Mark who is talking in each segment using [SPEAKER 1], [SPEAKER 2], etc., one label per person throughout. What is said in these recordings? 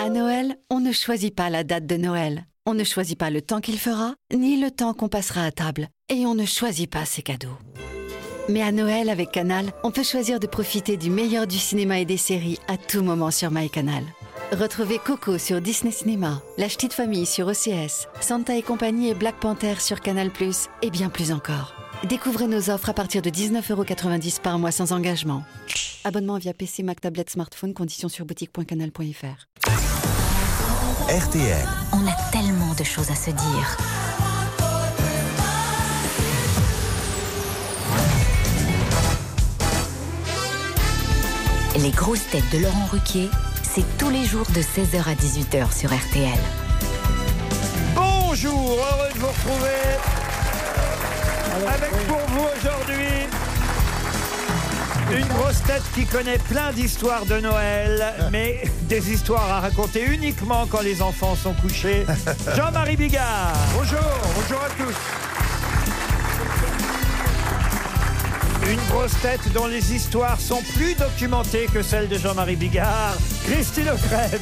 [SPEAKER 1] À Noël, on ne choisit pas la date de Noël. On ne choisit pas le temps qu'il fera, ni le temps qu'on passera à table. Et on ne choisit pas ses cadeaux. Mais à Noël, avec Canal, on peut choisir de profiter du meilleur du cinéma et des séries à tout moment sur MyCanal. Retrouvez Coco sur Disney Cinéma, La Ch'tite Famille sur OCS, Santa et compagnie et Black Panther sur Canal+, et bien plus encore. Découvrez nos offres à partir de 19,90€ par mois sans engagement. Abonnement via PC, Mac, tablette, smartphone, conditions sur boutique.canal.fr.
[SPEAKER 2] RTL,
[SPEAKER 3] On a tellement de choses à se dire. Les grosses têtes de Laurent Ruquier, c'est tous les jours de 16h à 18h sur RTL.
[SPEAKER 4] Bonjour, heureux de vous retrouver avec pour vous aujourd'hui une grosse tête qui connaît plein d'histoires de Noël, mais des histoires à raconter uniquement quand les enfants sont couchés. Jean-Marie Bigard. Bonjour, bonjour à tous. Une grosse tête dont les histoires sont plus documentées que celles de Jean-Marie Bigard, Christine O'Krent.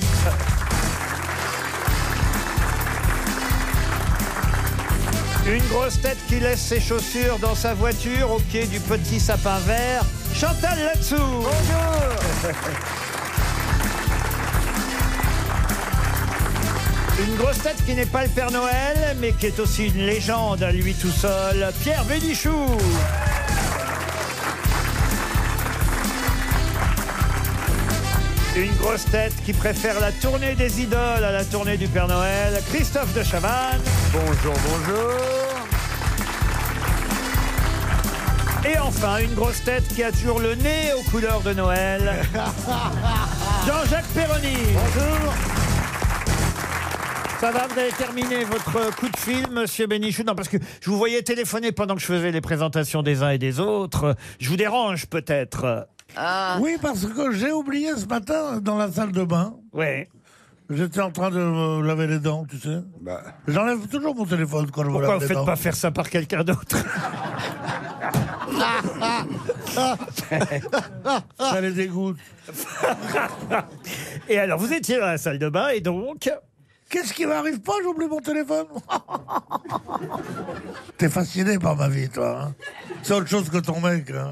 [SPEAKER 4] Une grosse tête qui laisse ses chaussures dans sa voiture au pied du petit sapin vert, Chantal Latsou. Bonjour. Une grosse tête qui n'est pas le Père Noël, mais qui est aussi une légende à lui tout seul, Pierre Bénichou. Une grosse tête qui préfère la tournée des idoles à la tournée du Père Noël, Christophe de Chavannes. Bonjour, bonjour. Et enfin, une grosse tête qui a toujours le nez aux couleurs de Noël, Jean-Jacques Perroni. Bonjour. Ça va, vous avez terminé votre coup de fil, monsieur Bénichou Non, parce que je vous voyais téléphoner pendant que je faisais les présentations des uns et des autres. Je vous dérange peut-être.
[SPEAKER 5] Oui, parce que j'ai oublié ce matin dans la salle de bain.
[SPEAKER 4] Oui.
[SPEAKER 5] J'étais en train de me laver les dents, tu sais. J'enlève toujours mon téléphone quand je me
[SPEAKER 4] Pourquoi
[SPEAKER 5] lave
[SPEAKER 4] vous
[SPEAKER 5] les
[SPEAKER 4] faites
[SPEAKER 5] dents.
[SPEAKER 4] pas faire ça par quelqu'un d'autre
[SPEAKER 5] Ah, Ça les dégoûte.
[SPEAKER 4] Et alors, vous étiez dans la salle de bain et donc.
[SPEAKER 5] Qu'est-ce qui m'arrive pas J'oublie mon téléphone. T'es fasciné par ma vie, toi. hein. C'est autre chose que ton mec. hein.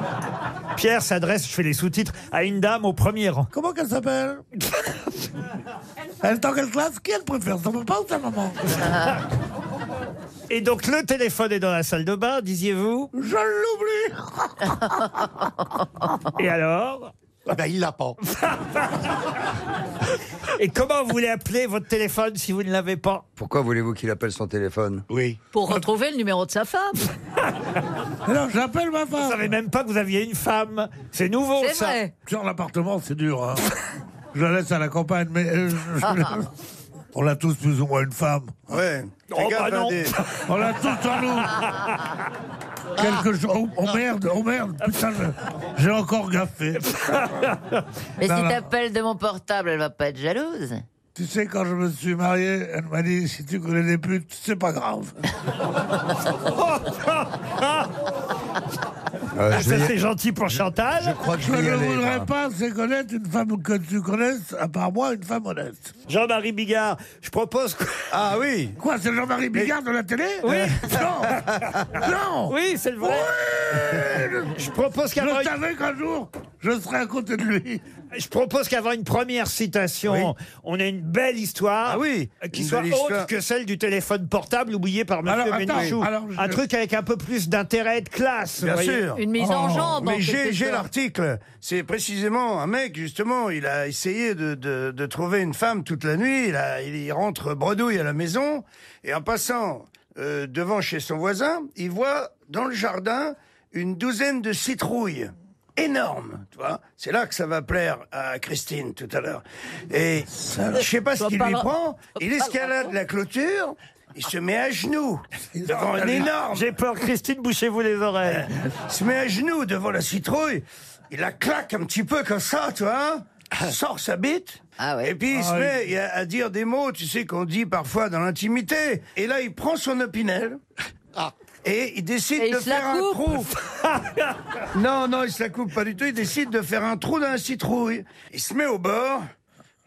[SPEAKER 4] Pierre s'adresse, je fais les sous-titres, à une dame au premier rang.
[SPEAKER 5] Comment qu'elle s'appelle Elle est en quelle classe Qui elle préfère Son papa ou sa maman
[SPEAKER 4] Et donc le téléphone est dans la salle de bain, disiez-vous
[SPEAKER 5] Je l'oublie
[SPEAKER 4] Et alors
[SPEAKER 5] Ah
[SPEAKER 6] Ben, il l'a pas.
[SPEAKER 4] Et comment vous voulez appeler votre téléphone si vous ne l'avez pas
[SPEAKER 7] Pourquoi voulez-vous qu'il appelle son téléphone
[SPEAKER 6] Oui.
[SPEAKER 8] Pour retrouver le numéro de sa femme.
[SPEAKER 5] Alors, j'appelle ma
[SPEAKER 4] Vous
[SPEAKER 5] femme.
[SPEAKER 4] savez même pas que vous aviez une femme. C'est nouveau
[SPEAKER 8] C'est
[SPEAKER 4] ça.
[SPEAKER 8] vrai.
[SPEAKER 5] Sur l'appartement, c'est dur. hein. je la laisse à la campagne, mais. euh, je- On l'a tous plus ou moins une femme.
[SPEAKER 6] Ouais.
[SPEAKER 4] Oh,
[SPEAKER 6] Fais
[SPEAKER 4] bah
[SPEAKER 6] gaffe,
[SPEAKER 4] non.
[SPEAKER 6] hein, des-
[SPEAKER 5] On l'a tous en nous. Quelque chose. Oh, oh merde, oh merde, putain, je- j'ai encore gaffé.
[SPEAKER 7] Eh ben,
[SPEAKER 8] Mais
[SPEAKER 5] Non,
[SPEAKER 8] si
[SPEAKER 5] non.
[SPEAKER 8] t'appelles de mon portable, elle va pas être jalouse.
[SPEAKER 5] Tu sais, quand je me suis marié, elle m'a dit si tu connais des putes, c'est pas grave.
[SPEAKER 4] Ah Oh,
[SPEAKER 7] Euh,
[SPEAKER 4] Ah,
[SPEAKER 7] je, vais
[SPEAKER 4] ça
[SPEAKER 7] y-
[SPEAKER 4] c'est gentil pour Chantal.
[SPEAKER 7] je crois que
[SPEAKER 5] Je
[SPEAKER 7] je vais y
[SPEAKER 5] ne
[SPEAKER 7] aller,
[SPEAKER 5] voudrais
[SPEAKER 7] moi.
[SPEAKER 5] pas, c'est connaître une femme que tu connaisses, à part moi, une femme honnête.
[SPEAKER 4] Jean-Marie Bigard, je propose. que-
[SPEAKER 6] Ah oui.
[SPEAKER 5] Quoi, c'est Jean-Marie Bigard de la télé Oui Non Non
[SPEAKER 4] Euh. Oui, c'est le vrai. Je propose
[SPEAKER 5] Je
[SPEAKER 4] qu'avant
[SPEAKER 5] savais qu'un jour, je serais à côté de lui.
[SPEAKER 4] une... je propose qu'avant une première citation, on ait une belle histoire. euh,
[SPEAKER 6] Ah oui,
[SPEAKER 4] Qui
[SPEAKER 6] une
[SPEAKER 4] soit
[SPEAKER 6] belle
[SPEAKER 4] autre
[SPEAKER 6] histoire.
[SPEAKER 4] que celle du téléphone portable oublié par Monsieur
[SPEAKER 5] Alors, attends,
[SPEAKER 4] Bénichou.
[SPEAKER 5] alors, je-
[SPEAKER 4] Un truc avec un peu plus d'intérêt et de classe.
[SPEAKER 6] Bien
[SPEAKER 4] vous voyez.
[SPEAKER 6] sûr. Oh.
[SPEAKER 8] Une mise en
[SPEAKER 5] Oh,
[SPEAKER 8] jambe. en
[SPEAKER 6] Mais
[SPEAKER 8] quelque
[SPEAKER 6] j'ai j'ai
[SPEAKER 8] sorte.
[SPEAKER 6] l'article. C'est précisément un mec, justement, il a essayé de, de- de trouver une femme toute la nuit. Il, a- il y rentre bredouille à la maison. Et en passant euh, devant chez son voisin, il voit dans le jardin une douzaine de citrouilles. Énormes, tu vois. C'est là que ça va plaire à Christine tout à l'heure. Et je sais pas ce qu'il lui prend. Il escalade la clôture. Il se met à genoux devant une énorme.
[SPEAKER 4] J'ai peur, Christine, bouchez-vous les oreilles.
[SPEAKER 6] Il se met à genoux devant la citrouille, il la claque un petit peu comme ça, tu vois, hein. sort sa bite,
[SPEAKER 8] Ah ouais.
[SPEAKER 6] et puis il se met à, à dire des mots, tu sais, qu'on dit parfois dans l'intimité. Et là, il prend son opinel. Et il décide
[SPEAKER 8] Ah. Et il
[SPEAKER 6] de
[SPEAKER 8] se la
[SPEAKER 6] faire un
[SPEAKER 8] coupe.
[SPEAKER 6] trou. non, non, il se la coupe pas du tout. Il décide de faire un trou dans la citrouille. Il se met au bord.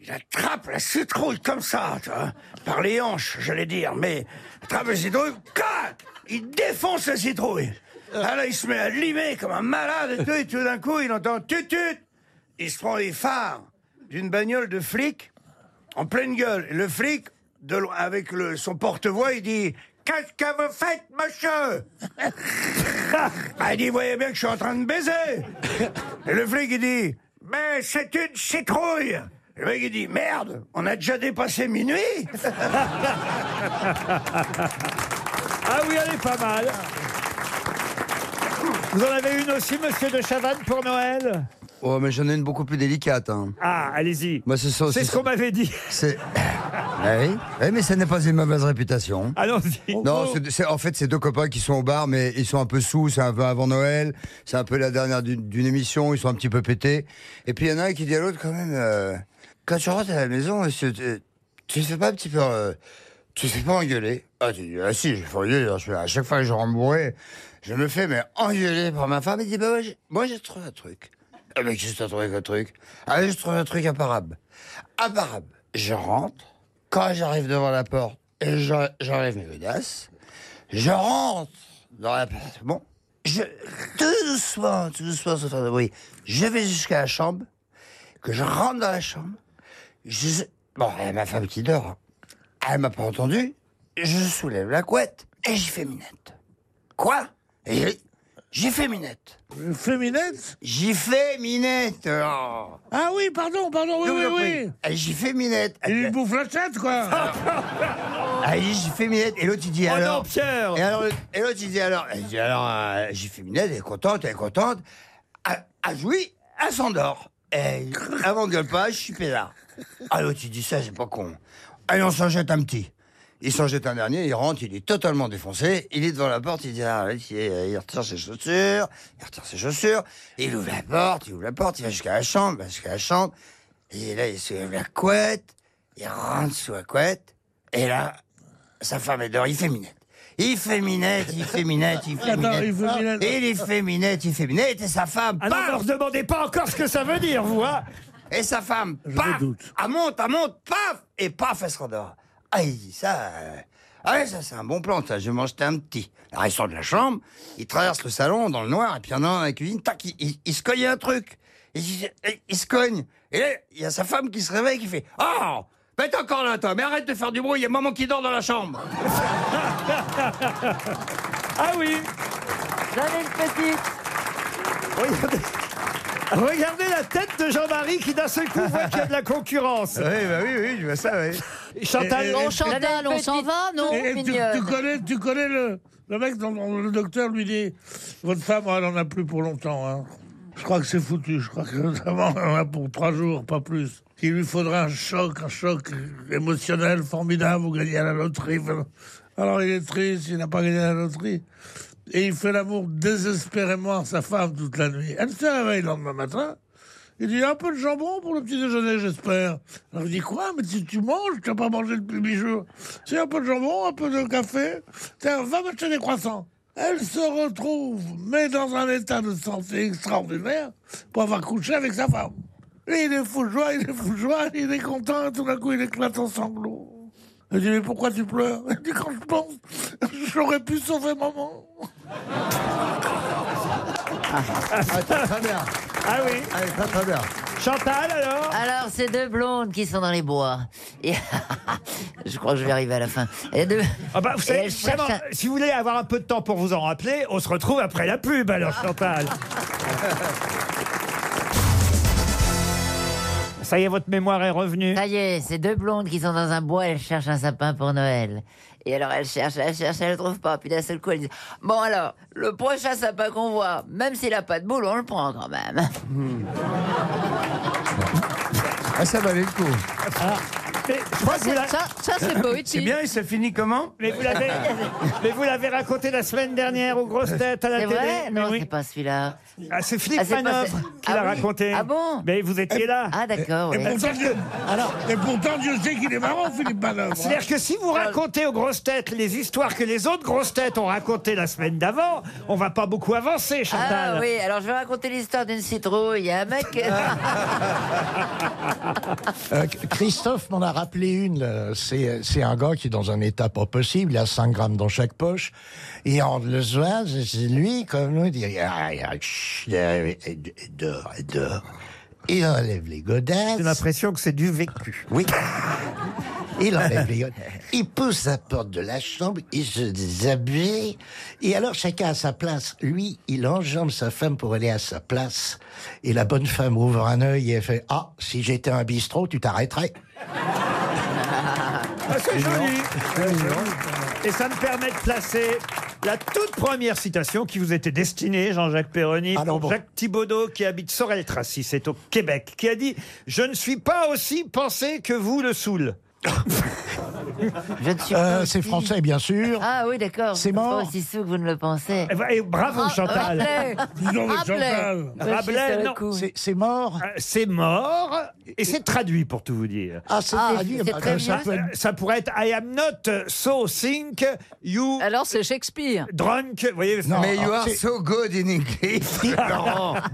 [SPEAKER 6] Il attrape la citrouille comme ça, tu vois, par les hanches, j'allais dire, mais il attrape la citrouille, cac il défonce la citrouille. Ah là, il se met à limer comme un malade et tout, et tout d'un coup, il entend tut tut. Il se prend les phares d'une bagnole de flic en pleine gueule. Et le flic, de loin, avec le- son porte-voix, il dit Qu'est-ce que vous faites, monsieur Bah, il dit, voyez bien que je suis en train de baiser. Et le flic, il dit, mais c'est une citrouille. Le mec, il dit, merde, on a déjà dépassé minuit.
[SPEAKER 4] Ah oui, elle est pas mal. Vous en avez une aussi, monsieur de Chavannes, pour Noël
[SPEAKER 7] Oh, mais j'en ai une beaucoup plus délicate. hein.
[SPEAKER 4] Ah, allez-y.
[SPEAKER 7] Moi, c'est ça
[SPEAKER 4] C'est
[SPEAKER 7] aussi.
[SPEAKER 4] ce qu'on m'avait dit.
[SPEAKER 7] C'est. Ah oui. Oui, mais ça n'est pas une mauvaise réputation.
[SPEAKER 4] Allons-y.
[SPEAKER 7] Non, c'est- c'est- en fait, c'est deux copains qui sont au bar, mais ils sont un peu sous, c'est un peu avant Noël, c'est un peu la dernière d'une d'une émission, ils sont un petit peu pétés. Et puis il y en a un qui dit à l'autre quand même, euh, quand tu rentres à la maison, monsieur, tu, tu te fais pas un petit peu... euh, tu te fais pas engueuler Ah, tu dis, ah si, je me fais engueuler, je fais- à chaque fois que je rentre bourré, je me fais mais engueuler par ma femme, il dit, bah ouais, j'ai- moi j'ai trouvé un truc. Ah mais qu'est-ce que t'as trouvé comme truc Ah j'ai trouvé un truc imparable. Imparable. Je rentre, quand j'arrive devant la porte, et je- j'enlève mes godasses, je rentre dans l'appartement. Je, tout doucement, tout doucement, sans faire de bruit. Je vais jusqu'à la chambre. Que je rentre dans la chambre. Je, bon, il y a ma femme qui dort. hein. Elle m'a pas entendu. Je soulève la couette et j'y fais minette. Quoi Et J'y fais minette.
[SPEAKER 5] Féminette
[SPEAKER 7] J'y fais minette. oh.
[SPEAKER 5] Ah oui, pardon, pardon, oui,
[SPEAKER 7] Je vous
[SPEAKER 5] oui,
[SPEAKER 7] en
[SPEAKER 5] oui.
[SPEAKER 7] prie. Et J'y fais minette.
[SPEAKER 5] Il lui
[SPEAKER 7] Elle-
[SPEAKER 5] bouffe la tête, quoi.
[SPEAKER 7] Ah, il dit, j'ai fait minette. Et l'autre, il dit
[SPEAKER 4] Oh
[SPEAKER 7] alors.
[SPEAKER 4] non, Pierre
[SPEAKER 7] Et alors, le- et l'autre, il dit alors. Il dit alors, euh, j'ai fait minette, elle est contente, elle est contente. Ah, ah oui, elle s'endort. Et elle m'engueule pas, je suis pédard. Ah, l'autre, il dit ça, c'est pas con. Allez, on s'en jette un petit. Il s'en jette un dernier, il rentre, il est totalement défoncé, il est devant la porte, il dit, ah, ouais, il, il retire ses chaussures, il retire ses chaussures, il ouvre la porte, il ouvre la porte, il va jusqu'à la chambre, il va jusqu'à la chambre, et là, il soulève la couette, il rentre sous la couette, et là, sa femme est dehors, il fait minette. Il fait minette, il fait minette, il fait
[SPEAKER 5] Attends,
[SPEAKER 7] minette.
[SPEAKER 5] il fait minette.
[SPEAKER 7] Et il fait minette, il fait minette, et sa femme,
[SPEAKER 4] Ah non, ne
[SPEAKER 7] paf,
[SPEAKER 4] leur demandez pas encore ce que ça veut dire, vous, hein
[SPEAKER 7] et sa femme, paf,
[SPEAKER 5] doute.
[SPEAKER 7] elle monte, elle monte, paf, et paf, elle se rendort. Ah, il dit ça, euh, ah ouais, ça c'est un bon plan, ça, je vais m'en jeter un petit. Alors il sort de la chambre, il traverse le salon dans le noir, et puis en allant dans la cuisine, tac, il, il- il se cogne un truc. Il, il- il se cogne. Et là, il y a sa femme qui se réveille, qui fait, oh, mais t'es encore là, toi, mais arrête de faire du bruit, il y a maman qui dort dans la chambre.
[SPEAKER 4] Ah oui
[SPEAKER 8] J'en ai une petite.
[SPEAKER 4] Regardez, regardez la tête de Jean-Marie qui d'un seul coup voit qu'il y a de la concurrence.
[SPEAKER 7] Oui, bah oui, oui, je vois ça, oui.
[SPEAKER 4] Chantal,
[SPEAKER 8] Bon, Chantal, on s'en va, non
[SPEAKER 5] Et- et tu, tu
[SPEAKER 8] mignonne
[SPEAKER 5] connais, tu connais le, le mec dont, dont le docteur lui dit Votre femme, elle en a plus pour longtemps. hein. Je crois que c'est foutu. Je crois que notamment, elle en a pour trois jours, pas plus. Il lui faudra un choc, un choc émotionnel formidable. Vous gagnez à la loterie. Alors il est triste, il n'a pas gagné à la loterie. Et il fait l'amour désespérément à sa femme toute la nuit. Elle se réveille le lendemain matin. Il dit un peu de jambon pour le petit déjeuner, j'espère. Alors je dis quoi Mais si tu manges, tu n'as pas mangé depuis huit jours. C'est un peu de jambon, un peu de café. Tiens, va m'acheter des croissants. Elle se retrouve, mais dans un état de santé extraordinaire, pour avoir couché avec sa femme. Et il est fou de joie, il est fou de joie, il est content, et tout d'un coup il éclate en sanglots. Je dis mais pourquoi tu pleures Il dit quand je pense, j'aurais pu sauver maman.
[SPEAKER 7] très bien,
[SPEAKER 4] Ah oui.
[SPEAKER 7] allez, très très bien.
[SPEAKER 4] Chantal, alors
[SPEAKER 8] Alors, c'est deux blondes qui sont dans les bois. Et- je crois que je vais arriver à la fin. Et deux...
[SPEAKER 4] Ah bah, vous
[SPEAKER 8] Et
[SPEAKER 4] savez,
[SPEAKER 8] elle cherche
[SPEAKER 4] vraiment,
[SPEAKER 8] un-
[SPEAKER 4] si vous voulez avoir un peu de temps pour vous en rappeler, on se retrouve après la pub, alors Chantal. Ça y est, votre mémoire est revenue.
[SPEAKER 8] Ça y est, c'est deux blondes qui sont dans un bois, elles cherchent un sapin pour Noël. Et alors elles cherchent, elles cherchent, elles le trouvent pas. Puis d'un seul coup, elles disent Bon alors, le prochain sapin qu'on voit, même s'il a pas de boule, on le prend quand même.
[SPEAKER 7] Ah, ça valait le coup.
[SPEAKER 4] Mais je crois que vous la-
[SPEAKER 2] Ça, ça, c'est poétique.
[SPEAKER 6] C'est bien, et ça finit comment
[SPEAKER 4] mais vous l'avez, mais vous l'avez raconté la semaine dernière aux grosses têtes à la
[SPEAKER 8] C'est
[SPEAKER 4] télé.
[SPEAKER 8] vrai
[SPEAKER 4] Mais
[SPEAKER 8] Non,
[SPEAKER 4] oui.
[SPEAKER 8] c'est pas celui-là.
[SPEAKER 4] Ah, c'est Philippe
[SPEAKER 8] Ah, c'est pas-
[SPEAKER 4] Manœuvre
[SPEAKER 8] c'est-
[SPEAKER 4] qui
[SPEAKER 8] Ah
[SPEAKER 4] l'a
[SPEAKER 8] oui.
[SPEAKER 4] raconté.
[SPEAKER 8] Ah bon
[SPEAKER 4] Mais vous étiez là.
[SPEAKER 8] Ah, d'accord,
[SPEAKER 5] Et
[SPEAKER 8] oui.
[SPEAKER 5] pourtant, Dieu, et pourtant, Dieu sait qu'il est marrant, Philippe
[SPEAKER 8] Eh ben,
[SPEAKER 5] Manœuvre. hein.
[SPEAKER 4] C'est-à-dire que si vous racontez aux grosses têtes les histoires que les autres grosses têtes ont racontées la semaine d'avant, on va pas beaucoup avancer, Chantal.
[SPEAKER 8] Ah oui, alors je vais raconter l'histoire d'une citrouille. Il y a un mec.
[SPEAKER 4] Ah.
[SPEAKER 9] Euh, Christophe m'en a rappelé une. là. C'est c'est un gars qui est dans un état pas possible. Il a 5 grammes dans chaque poche. Et en le soir, c'est lui, comme nous, il dit Ah, ah, chut, euh, et- et dehors, et dehors. Il enlève les godasses.
[SPEAKER 4] J'ai l'impression que c'est du vécu.
[SPEAKER 9] Oui. Il enlève les godes. Il pousse la porte de la chambre, il se déshabille. Et alors, chacun à sa place. Lui, il enjambe sa femme pour aller à sa place. Et la bonne femme ouvre un œil et elle fait Ah, si j'étais un bistrot, tu t'arrêterais.
[SPEAKER 4] Ah, c'est joli. Et ça me permet de placer la toute première citation qui vous était destinée, Jean-Jacques Perroni,
[SPEAKER 9] Alors bon.
[SPEAKER 4] Jacques Thibaudot, qui habite Sorel-Tracy, c'est au Québec, qui a dit « Je ne suis pas aussi pensé que vous le saoul
[SPEAKER 8] Je ne suis
[SPEAKER 9] Euh,
[SPEAKER 8] pas
[SPEAKER 9] c'est
[SPEAKER 8] aussi-
[SPEAKER 9] français, bien sûr.
[SPEAKER 8] Ah oui, d'accord. Je
[SPEAKER 9] C'est
[SPEAKER 8] suis pas
[SPEAKER 9] mort.
[SPEAKER 8] aussi sous que vous ne le pensez. ». Ah,
[SPEAKER 4] Et Eh ben, bravo, Chantal
[SPEAKER 2] Rappelez.
[SPEAKER 5] Dis donc, le
[SPEAKER 2] Rappelez.
[SPEAKER 5] Chantal.
[SPEAKER 2] Je suis
[SPEAKER 4] Rabelais,
[SPEAKER 2] sur le
[SPEAKER 4] non,
[SPEAKER 2] coup.
[SPEAKER 9] C'est- C'est mort.
[SPEAKER 4] Euh, c'est mort, et c'est traduit, pour tout vous dire.
[SPEAKER 9] Ah, c'est
[SPEAKER 8] Ah,
[SPEAKER 9] traduit.
[SPEAKER 8] c'est
[SPEAKER 9] Bah,
[SPEAKER 8] très
[SPEAKER 9] ça
[SPEAKER 8] bien.
[SPEAKER 9] peut être-
[SPEAKER 4] Ça pourrait être I am not so think you
[SPEAKER 2] Alors, c'est Shakespeare.
[SPEAKER 4] drunk. Vous voyez,
[SPEAKER 9] Non.
[SPEAKER 7] Mais you
[SPEAKER 9] Ah,
[SPEAKER 7] are
[SPEAKER 9] c'est-
[SPEAKER 7] so good in English.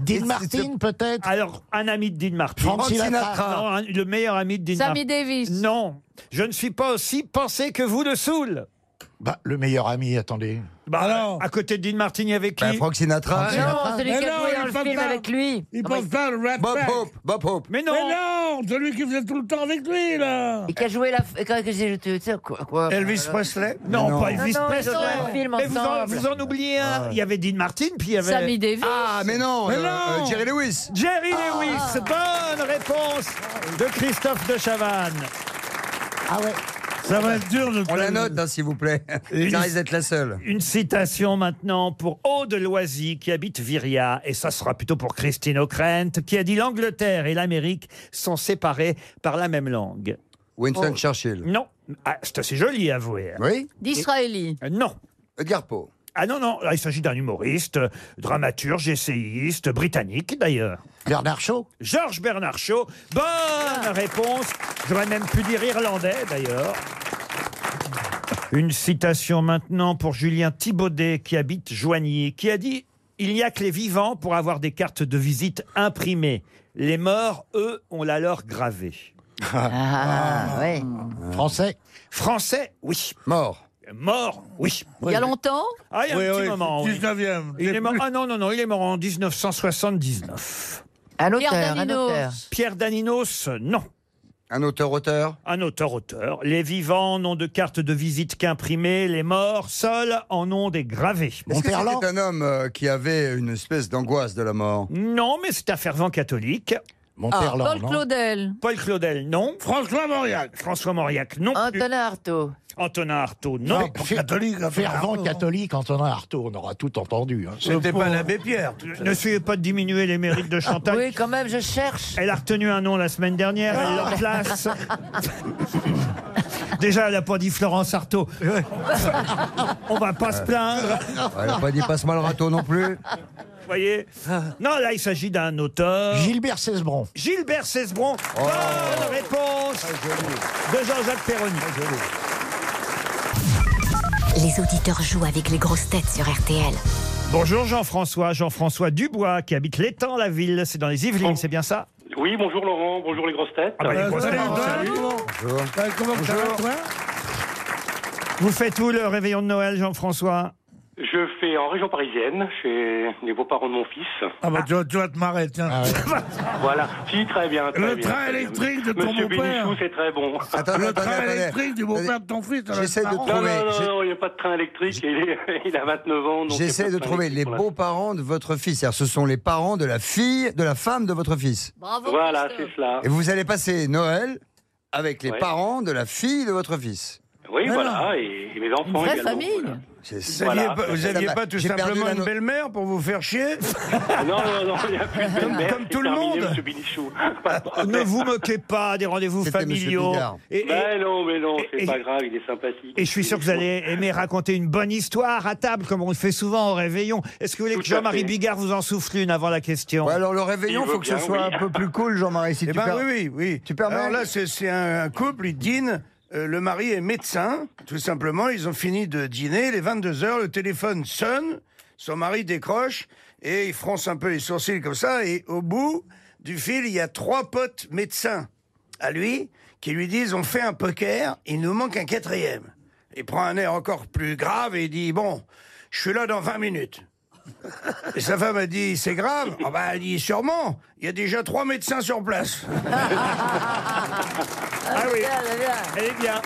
[SPEAKER 9] Dean Martin, peut-être.
[SPEAKER 4] alors un ami de Dean Martin.
[SPEAKER 9] Frank Sinatra.
[SPEAKER 4] Non, un- le meilleur ami de Dean Martin.
[SPEAKER 2] Sammy Davis.
[SPEAKER 4] Non, je ne suis pas aussi pensé que vous le saoul.
[SPEAKER 9] Bah, le meilleur ami, attendez.
[SPEAKER 4] Bah,
[SPEAKER 9] Ah
[SPEAKER 5] Alors
[SPEAKER 4] à côté de Dean Martin, il y avait qui
[SPEAKER 7] Bah, Frank Sinatra.
[SPEAKER 2] Non, celui
[SPEAKER 5] Mais
[SPEAKER 2] qui
[SPEAKER 5] non,
[SPEAKER 2] a joué
[SPEAKER 5] il
[SPEAKER 2] dans
[SPEAKER 5] est
[SPEAKER 2] le
[SPEAKER 5] pas
[SPEAKER 2] film
[SPEAKER 5] dedans.
[SPEAKER 2] avec lui.
[SPEAKER 5] Il
[SPEAKER 8] Comment
[SPEAKER 5] pense pas le Rat
[SPEAKER 7] Bob
[SPEAKER 5] Pack.
[SPEAKER 7] Hope, Bob Hope.
[SPEAKER 4] Ah, Mais non.
[SPEAKER 5] Mais non, celui qui faisait tout le temps avec lui, là.
[SPEAKER 8] Et qui a joué la. et Quand que j'ai- tu- tu sais, quoi, quoi euh,
[SPEAKER 6] Elvis Presley
[SPEAKER 4] Non,
[SPEAKER 7] Non.
[SPEAKER 4] pas Elvis
[SPEAKER 8] Non, non, ils
[SPEAKER 4] Presley.
[SPEAKER 8] ont fait un film
[SPEAKER 4] Mais vous en,
[SPEAKER 8] ensemble.
[SPEAKER 4] vous en oubliez un. Il y avait Dean Martin, puis il y avait
[SPEAKER 2] Sammy Davis.
[SPEAKER 7] Ah, mais non,
[SPEAKER 4] Mais
[SPEAKER 7] euh,
[SPEAKER 4] non.
[SPEAKER 7] euh, Jerry Lewis.
[SPEAKER 4] Jerry Lewis. Bonne réponse de Christophe de Chavannes.
[SPEAKER 9] Ah ouais.
[SPEAKER 5] Ça va être dur de
[SPEAKER 7] On la note, hein, s'il vous plaît.
[SPEAKER 4] Une-
[SPEAKER 7] Ça risque d'être la seule.
[SPEAKER 4] Une citation maintenant pour Aude Loisy qui habite Viria, et ça sera plutôt pour Christine O'Krent, qui a dit l'Angleterre et l'Amérique sont séparées par la même langue. Oh.
[SPEAKER 7] Winston Churchill.
[SPEAKER 4] Non, Ah, c'est assez joli à avouer.
[SPEAKER 7] Oui
[SPEAKER 2] D'Israéli.
[SPEAKER 4] Euh, Non.
[SPEAKER 7] Edgar Poe.
[SPEAKER 4] Ah non, non, là, il s'agit d'un humoriste, euh, dramaturge, essayiste, britannique d'ailleurs.
[SPEAKER 9] Bernard Shaw.
[SPEAKER 4] Georges Bernard Shaw, bonne réponse. J'aurais même pu dire irlandais d'ailleurs. Une citation maintenant pour Julien Thibaudet qui habite Joigny, qui a dit Il n'y a que les vivants pour avoir des cartes de visite imprimées. Les morts, eux, ont la leur gravée.
[SPEAKER 8] Ah, ouais.
[SPEAKER 9] Français.
[SPEAKER 4] Français, oui.
[SPEAKER 7] Mort.
[SPEAKER 4] Mort, oui.
[SPEAKER 2] Il y a longtemps
[SPEAKER 4] Ah, il y a
[SPEAKER 5] Oui,
[SPEAKER 4] un petit
[SPEAKER 5] oui,
[SPEAKER 4] moment. oui.
[SPEAKER 5] 19e.
[SPEAKER 4] Il est mort- Ah non, non, non, il est mort en 1979.
[SPEAKER 8] Un
[SPEAKER 2] Pierre
[SPEAKER 8] auteur, un
[SPEAKER 2] Daninos.
[SPEAKER 8] auteur.
[SPEAKER 4] Pierre Daninos, non.
[SPEAKER 7] Un auteur-auteur.
[SPEAKER 4] Un auteur-auteur. Les vivants n'ont de carte de visite qu'imprimée, les morts seuls en ont des gravés.
[SPEAKER 7] Est-ce que
[SPEAKER 9] Monterland.
[SPEAKER 7] c'était un homme euh, qui avait une espèce d'angoisse de la mort
[SPEAKER 4] Non, mais c'est un fervent catholique.
[SPEAKER 9] Monterland.
[SPEAKER 2] Ah, Paul
[SPEAKER 9] non
[SPEAKER 2] Claudel.
[SPEAKER 4] Paul Claudel, non.
[SPEAKER 5] François Mauriac.
[SPEAKER 4] François Mauriac, non. plus.
[SPEAKER 8] Antonin Artaud.
[SPEAKER 4] Antonin Artaud, non.
[SPEAKER 9] Non, fer- Fervent catholique, Antonin Artaud, on aura tout entendu. hein.
[SPEAKER 6] C'était pas l'abbé Pierre.
[SPEAKER 4] Euh, Ne suivez pas de diminuer les mérites de Chantal.
[SPEAKER 8] Ah, Oui, quand même, je cherche. Ah.
[SPEAKER 4] Elle a retenu un nom la semaine dernière, elle le place. Déjà, elle n'a pas dit Florence Artaud. On va pas se plaindre.
[SPEAKER 7] Elle n'a pas dit passe-moi le râteau non plus. Ah.
[SPEAKER 4] Vous voyez Non, là, il s'agit d'un auteur.
[SPEAKER 9] Gilbert Cesbron.
[SPEAKER 4] Gilbert Cesbron.
[SPEAKER 7] Oh.
[SPEAKER 4] Bonne réponse de Jean-Jacques Perroni.
[SPEAKER 3] Les auditeurs jouent avec les grosses têtes sur RTL.
[SPEAKER 4] Bonjour Jean-François, Jean-François Dubois qui habite l'étang, la ville, c'est dans les
[SPEAKER 5] Oh.
[SPEAKER 4] Yvelines, c'est bien ça
[SPEAKER 10] Oui, bonjour Laurent, bonjour les grosses têtes.
[SPEAKER 4] Ah bah, les grosses
[SPEAKER 5] Salut,
[SPEAKER 4] têtes.
[SPEAKER 5] Laurent.
[SPEAKER 7] Bonjour.
[SPEAKER 5] Ouais, Comment ça va, toi
[SPEAKER 4] Vous faites où le réveillon de Noël Jean-François
[SPEAKER 10] Je fais en région parisienne, chez les beaux-parents de mon fils.
[SPEAKER 5] Ah bah tu vas, tu vas te marrer, tiens.
[SPEAKER 10] Voilà, si, très bien. Très
[SPEAKER 5] Le
[SPEAKER 10] bien,
[SPEAKER 5] train
[SPEAKER 10] très bien.
[SPEAKER 5] électrique de ton
[SPEAKER 10] Monsieur
[SPEAKER 5] beau-père.
[SPEAKER 10] Bénichou, c'est très bon.
[SPEAKER 7] Attendez,
[SPEAKER 5] Le train
[SPEAKER 7] attendez, attendez.
[SPEAKER 5] électrique du beau-père de ton fils. ça va
[SPEAKER 7] J'essaie
[SPEAKER 5] être
[SPEAKER 7] de
[SPEAKER 5] marrant.
[SPEAKER 10] Non,
[SPEAKER 7] trouver.
[SPEAKER 10] non, non,
[SPEAKER 7] j'ai-
[SPEAKER 10] non, il n'y a pas de train électrique, il, est- il a 29 ans. donc il y a pas
[SPEAKER 7] J'essaie de
[SPEAKER 10] train
[SPEAKER 7] trouver les
[SPEAKER 10] électrique pour
[SPEAKER 7] beaux-parents de votre fils. C'est-à-dire, ce sont les parents de la fille, de la femme de votre fils.
[SPEAKER 2] Bravo.
[SPEAKER 10] l'instant. Voilà, c'est
[SPEAKER 2] Christophe.
[SPEAKER 10] cela.
[SPEAKER 7] Et vous allez passer Noël avec les
[SPEAKER 10] Ouais.
[SPEAKER 7] parents de la fille de votre fils.
[SPEAKER 10] Oui,
[SPEAKER 6] Ah non.
[SPEAKER 10] voilà, et, et mes enfants
[SPEAKER 2] vraie
[SPEAKER 10] également,
[SPEAKER 2] famille.
[SPEAKER 10] voilà.
[SPEAKER 6] Vous aviez
[SPEAKER 10] Voilà.
[SPEAKER 6] pas, vous aviez
[SPEAKER 7] Ça
[SPEAKER 6] pas
[SPEAKER 7] m'a-
[SPEAKER 6] tout
[SPEAKER 7] j'ai perdu
[SPEAKER 6] simplement
[SPEAKER 7] la
[SPEAKER 6] une
[SPEAKER 7] no-
[SPEAKER 6] belle-mère pour vous faire chier
[SPEAKER 10] Non, non, non, il n'y a plus de
[SPEAKER 6] Comme-
[SPEAKER 10] belle-mère,
[SPEAKER 6] comme
[SPEAKER 10] c'est
[SPEAKER 6] tout le
[SPEAKER 10] terminé,
[SPEAKER 6] monde. Ah,
[SPEAKER 10] monsieur Bénichou. Pas de problème.
[SPEAKER 4] Ne vous moquez pas des rendez-vous
[SPEAKER 7] C'était Monsieur
[SPEAKER 4] familiaux.
[SPEAKER 7] Bigard.
[SPEAKER 4] Et, et-
[SPEAKER 10] Ben non, mais non,
[SPEAKER 4] et-
[SPEAKER 10] c'est pas grave, il est sympathique.
[SPEAKER 4] et je suis sûr que vous allez aimer raconter une bonne histoire à table, comme on le fait souvent au réveillon. Est-ce que vous voulez que
[SPEAKER 10] Tout à
[SPEAKER 4] Jean-Marie
[SPEAKER 10] fait.
[SPEAKER 4] Bigard vous en souffle une avant la question
[SPEAKER 7] Ouais, alors le réveillon,
[SPEAKER 10] Il
[SPEAKER 7] faut
[SPEAKER 10] veut
[SPEAKER 7] que ce
[SPEAKER 10] bien,
[SPEAKER 7] soit
[SPEAKER 10] oui.
[SPEAKER 7] un peu plus cool, Jean-Marie. Si
[SPEAKER 6] Eh
[SPEAKER 7] tu
[SPEAKER 6] ben
[SPEAKER 7] perds-
[SPEAKER 6] oui, oui, oui.
[SPEAKER 7] Tu permets
[SPEAKER 6] Alors là, c'est c'est un, un couple, ils dînent. euh, le mari est médecin, tout simplement. Ils ont fini de dîner. Il est 22 heures, le téléphone sonne. Son mari décroche et il fronce un peu les sourcils comme ça. Et au bout du fil, il y a trois potes médecins à lui qui lui disent on fait un poker, il nous manque un quatrième. Il prend un air encore plus grave et il dit bon, je suis là dans 20 minutes. Et sa femme a dit c'est grave. Ah bah, elle dit sûrement. Il y a déjà trois médecins sur place.
[SPEAKER 4] Ah oui, elle
[SPEAKER 5] Eh
[SPEAKER 4] est bien.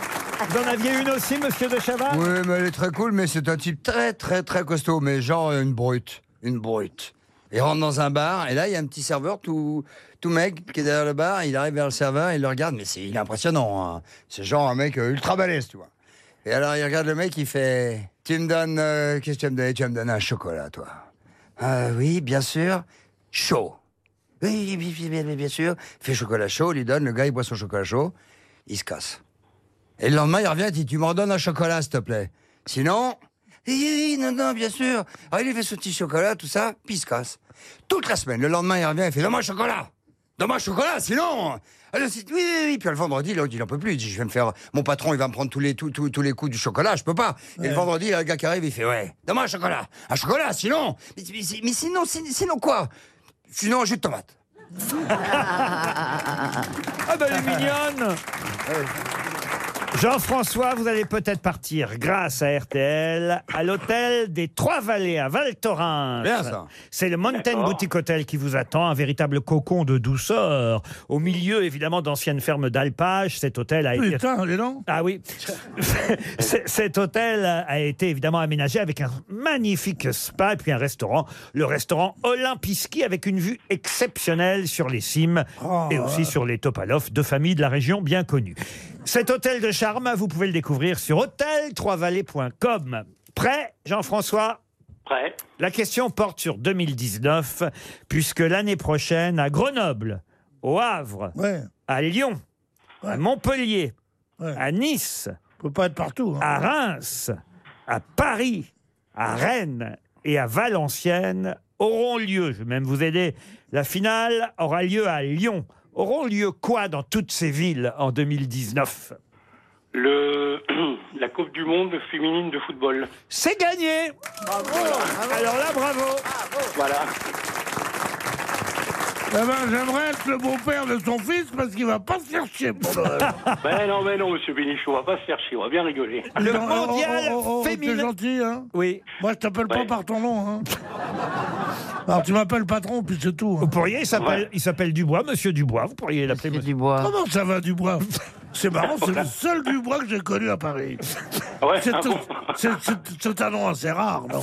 [SPEAKER 4] Vous en aviez une aussi, monsieur de Chaval
[SPEAKER 7] Oui, mais elle est très cool, mais c'est un type très, très, très costaud, mais genre une brute. Une brute. Il rentre dans un bar, et là, il y a un petit serveur tout, tout mec qui est derrière le bar. Il arrive vers le serveur, il le regarde, mais c'est, il est impressionnant. hein. C'est genre un mec euh, ultra balèze, tu vois. Et alors, il regarde le mec, il fait Tu me donnes. euh, qu'est-ce que tu vas me donner Tu vas me donner un chocolat, toi. Ah oui, bien sûr. Chaud. Oui, oui, oui, oui, bien sûr. Il fait chocolat chaud, il lui donne, le gars, il boit son chocolat chaud, il se casse. Et le lendemain, il revient et dit Tu m'en donnes un chocolat, s'il te plaît. Sinon. Oui, oui, non, non, bien sûr. Alors, il lui fait son petit chocolat, tout ça, puis il se casse. Toute la semaine, le lendemain, il revient et fait Donne-moi un chocolat Donne-moi un chocolat, sinon Alors, c'est- oui, oui, oui. Puis le vendredi, l'autre, il en peut plus. Il dit Je vais me faire. Mon patron, il va me prendre tous les, tous, tous, tous les coups du chocolat, je peux pas. Et le vendredi, il y a un gars qui arrive, il fait Ouais, donne-moi un chocolat Un chocolat, sinon Mais, mais- mais sinon, sin- sinon quoi Sinon, un jus de tomate.
[SPEAKER 4] Ah ben, elle est mignonne Jean-François, vous allez peut-être partir, grâce à RTL, à l'hôtel des Trois-Vallées à Val Thorens.
[SPEAKER 7] Bien, ça.
[SPEAKER 4] C'est le Mountain
[SPEAKER 10] D'accord.
[SPEAKER 4] Boutique Hotel qui vous attend, un véritable cocon de douceur. Au milieu, évidemment, d'anciennes fermes d'alpage. Cet hôtel a été
[SPEAKER 5] Putain, les dents
[SPEAKER 4] ah oui. C- Cet hôtel a été évidemment aménagé avec un magnifique spa et puis un restaurant, le restaurant Olympiski avec une vue exceptionnelle sur les cimes et aussi sur les Topalov, deux familles de la région bien connues. Cet hôtel de charme, vous pouvez le découvrir sur hôtel3vallées.com. Prêt, Jean-François
[SPEAKER 10] Prêt
[SPEAKER 4] la question porte sur 2019, puisque l'année prochaine, à Grenoble, au Havre,
[SPEAKER 5] Ouais.
[SPEAKER 4] à Lyon, à
[SPEAKER 5] Ouais.
[SPEAKER 4] Montpellier,
[SPEAKER 5] Ouais.
[SPEAKER 4] à Nice,
[SPEAKER 5] On peut pas être partout. hein.
[SPEAKER 4] à Reims, à Paris, à Rennes et à Valenciennes auront lieu, je vais même vous aider, la finale aura lieu à Lyon. Auront lieu quoi dans toutes ces villes en 2019
[SPEAKER 10] Le, La Coupe du Monde féminine de football.
[SPEAKER 4] C'est gagné Alors là, bravo
[SPEAKER 10] Voilà.
[SPEAKER 5] Eh ben, J'aimerais être le beau-père de son fils parce qu'il va pas se faire chier pour Noël.
[SPEAKER 10] Ben non, mais non, monsieur Bénichou, on va pas se faire chier, on va bien rigoler.
[SPEAKER 4] Le
[SPEAKER 5] Non, oh,
[SPEAKER 4] mondial
[SPEAKER 5] oh, oh, oh, T'es
[SPEAKER 4] féminin...
[SPEAKER 5] gentil, hein
[SPEAKER 4] Oui,
[SPEAKER 5] Moi, je t'appelle pas
[SPEAKER 10] Ouais.
[SPEAKER 5] par ton nom, hein Alors, tu m'appelles patron, puis c'est tout. hein.
[SPEAKER 4] Vous pourriez, il s'appelle, il s'appelle Dubois, Monsieur Dubois. Vous pourriez l'appeler Monsieur.
[SPEAKER 8] Dubois.
[SPEAKER 5] Comment ça va, Dubois C'est marrant, c'est le seul Dubois que j'ai connu à Paris.
[SPEAKER 10] Ouais,
[SPEAKER 5] C'est
[SPEAKER 10] ah, bon.
[SPEAKER 5] c'est- c'est- c'est un nom assez rare, non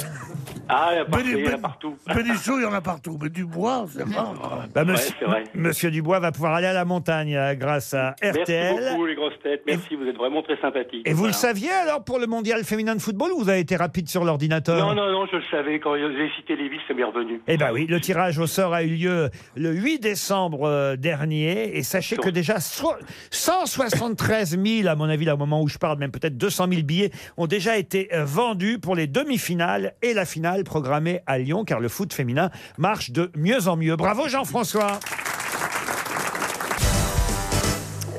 [SPEAKER 10] Ah, il y en a partout,
[SPEAKER 5] Béni-
[SPEAKER 10] il y en a
[SPEAKER 5] Bé-
[SPEAKER 10] partout. Ah
[SPEAKER 5] Bénichou, il y en a partout. Mais Dubois, c'est rare.
[SPEAKER 4] Bah,
[SPEAKER 10] Ouais,
[SPEAKER 4] monsieur,
[SPEAKER 10] c'est vrai.
[SPEAKER 4] Monsieur Dubois va pouvoir aller à la montagne euh, grâce à
[SPEAKER 10] Merci
[SPEAKER 4] RTL.
[SPEAKER 10] beaucoup, les grosses têtes. Merci, vous êtes vraiment très sympathiques.
[SPEAKER 4] Et vous le
[SPEAKER 10] Voilà.
[SPEAKER 4] saviez alors pour le mondial féminin de football ou vous avez été rapide sur l'ordinateur
[SPEAKER 10] Non, non, non, je le savais. Quand j'ai cité Lévis, ça m'est revenu.
[SPEAKER 4] Eh ben oui, le tirage au sort a eu lieu le 8 décembre euh, dernier. Et sachez que déjà so- 173 000, à mon avis, là, au moment où je parle, même peut-être 200 000 billets, ont déjà été euh, vendus pour les demi-finales et la finale programmée à Lyon, car le foot féminin marche de mieux en mieux. Bravo Jean-François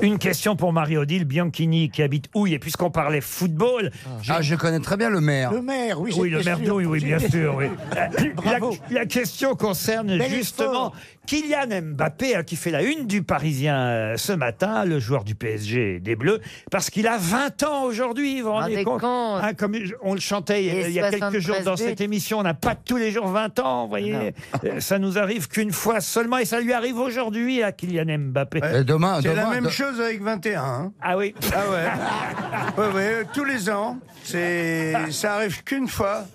[SPEAKER 4] Une question pour Marie-Odile Bianchini qui habite Houille. Et puisqu'on parlait football,
[SPEAKER 7] Ah, je connais très bien le maire.
[SPEAKER 9] Le maire, oui,
[SPEAKER 4] oui,
[SPEAKER 9] j'étais
[SPEAKER 4] le maire
[SPEAKER 9] sûr.
[SPEAKER 4] d'Ouille, oui, bien sûr, oui. Euh, La,
[SPEAKER 9] Bravo.
[SPEAKER 4] la question concerne
[SPEAKER 9] Bel
[SPEAKER 4] justement Kylian Mbappé, hein, qui fait la une du Parisien euh, ce matin, le joueur du PSG et des Bleus, parce qu'il a 20 ans aujourd'hui, vous vous rendez
[SPEAKER 8] Rendez
[SPEAKER 4] compte,
[SPEAKER 8] compte.
[SPEAKER 4] Hein, Comme je- on le chantait il y a-
[SPEAKER 8] Et
[SPEAKER 4] il y a quelques
[SPEAKER 8] 73
[SPEAKER 4] jours dans cette
[SPEAKER 8] buts.
[SPEAKER 4] émission, on n'a pas tous les jours 20 ans, vous voyez. Euh, ça nous arrive qu'une fois seulement, et ça lui arrive aujourd'hui à Kylian Mbappé.
[SPEAKER 7] Et demain,
[SPEAKER 6] C'est la
[SPEAKER 7] demain,
[SPEAKER 6] même
[SPEAKER 7] de-
[SPEAKER 6] chose avec 21. hein.
[SPEAKER 4] Ah oui
[SPEAKER 6] Ah ouais. ouais, ouais, euh, tous les ans, c'est ça arrive qu'une fois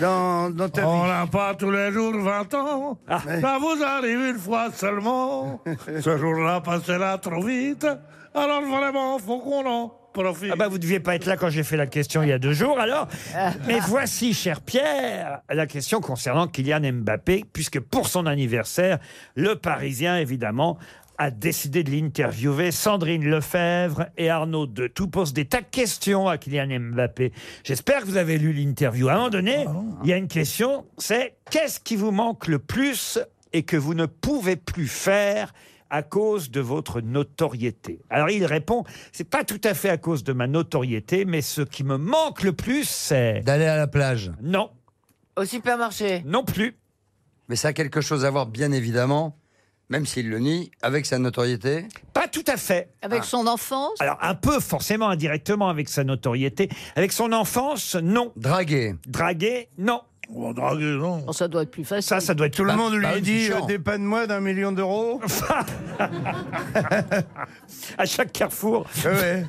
[SPEAKER 6] dans, dans ta
[SPEAKER 5] On
[SPEAKER 6] vie.
[SPEAKER 5] n'a pas tous les jours 20 ans. Ça vous arrive une fois seulement. Ce jour-là passera trop vite. Alors vraiment, faut qu'on en
[SPEAKER 4] Ah bah vous deviez pas être là quand j'ai fait la question il y a deux jours alors.
[SPEAKER 8] Ah.
[SPEAKER 4] Mais voici, cher Pierre, la question concernant Kylian Mbappé, puisque pour son anniversaire, le Parisien, évidemment, a décidé de l'interviewer. Sandrine Lefebvre et Arnaud de Tout posent des tas de questions à Kylian Mbappé. J'espère que vous avez lu l'interview. À un moment donné, il y a une question, c'est qu'est-ce qui vous manque le plus et que vous ne pouvez plus faire à cause de votre notoriété. Alors il répond, c'est pas tout à fait à cause de ma notoriété, mais ce qui me manque le plus, c'est...
[SPEAKER 7] D'aller à la plage.
[SPEAKER 4] Non.
[SPEAKER 8] Au supermarché.
[SPEAKER 4] Non plus.
[SPEAKER 7] Mais ça a quelque chose à voir, bien évidemment, même s'il le nie, avec sa notoriété. Ah.
[SPEAKER 4] Pas tout à fait.
[SPEAKER 2] Avec son enfance
[SPEAKER 4] Alors un peu, forcément, indirectement, avec sa notoriété. Avec son enfance, non.
[SPEAKER 7] Draguer.
[SPEAKER 4] Draguer, non.
[SPEAKER 5] On drague, non.
[SPEAKER 2] Bon, Oh, Ça doit être plus facile.
[SPEAKER 4] Ça, ça doit être
[SPEAKER 6] Tout le monde
[SPEAKER 7] bah,
[SPEAKER 6] lui
[SPEAKER 7] du
[SPEAKER 6] dit
[SPEAKER 7] genre.
[SPEAKER 6] euh, dépanne-moi d'un million d'euros.
[SPEAKER 4] à chaque carrefour.
[SPEAKER 6] Ouais.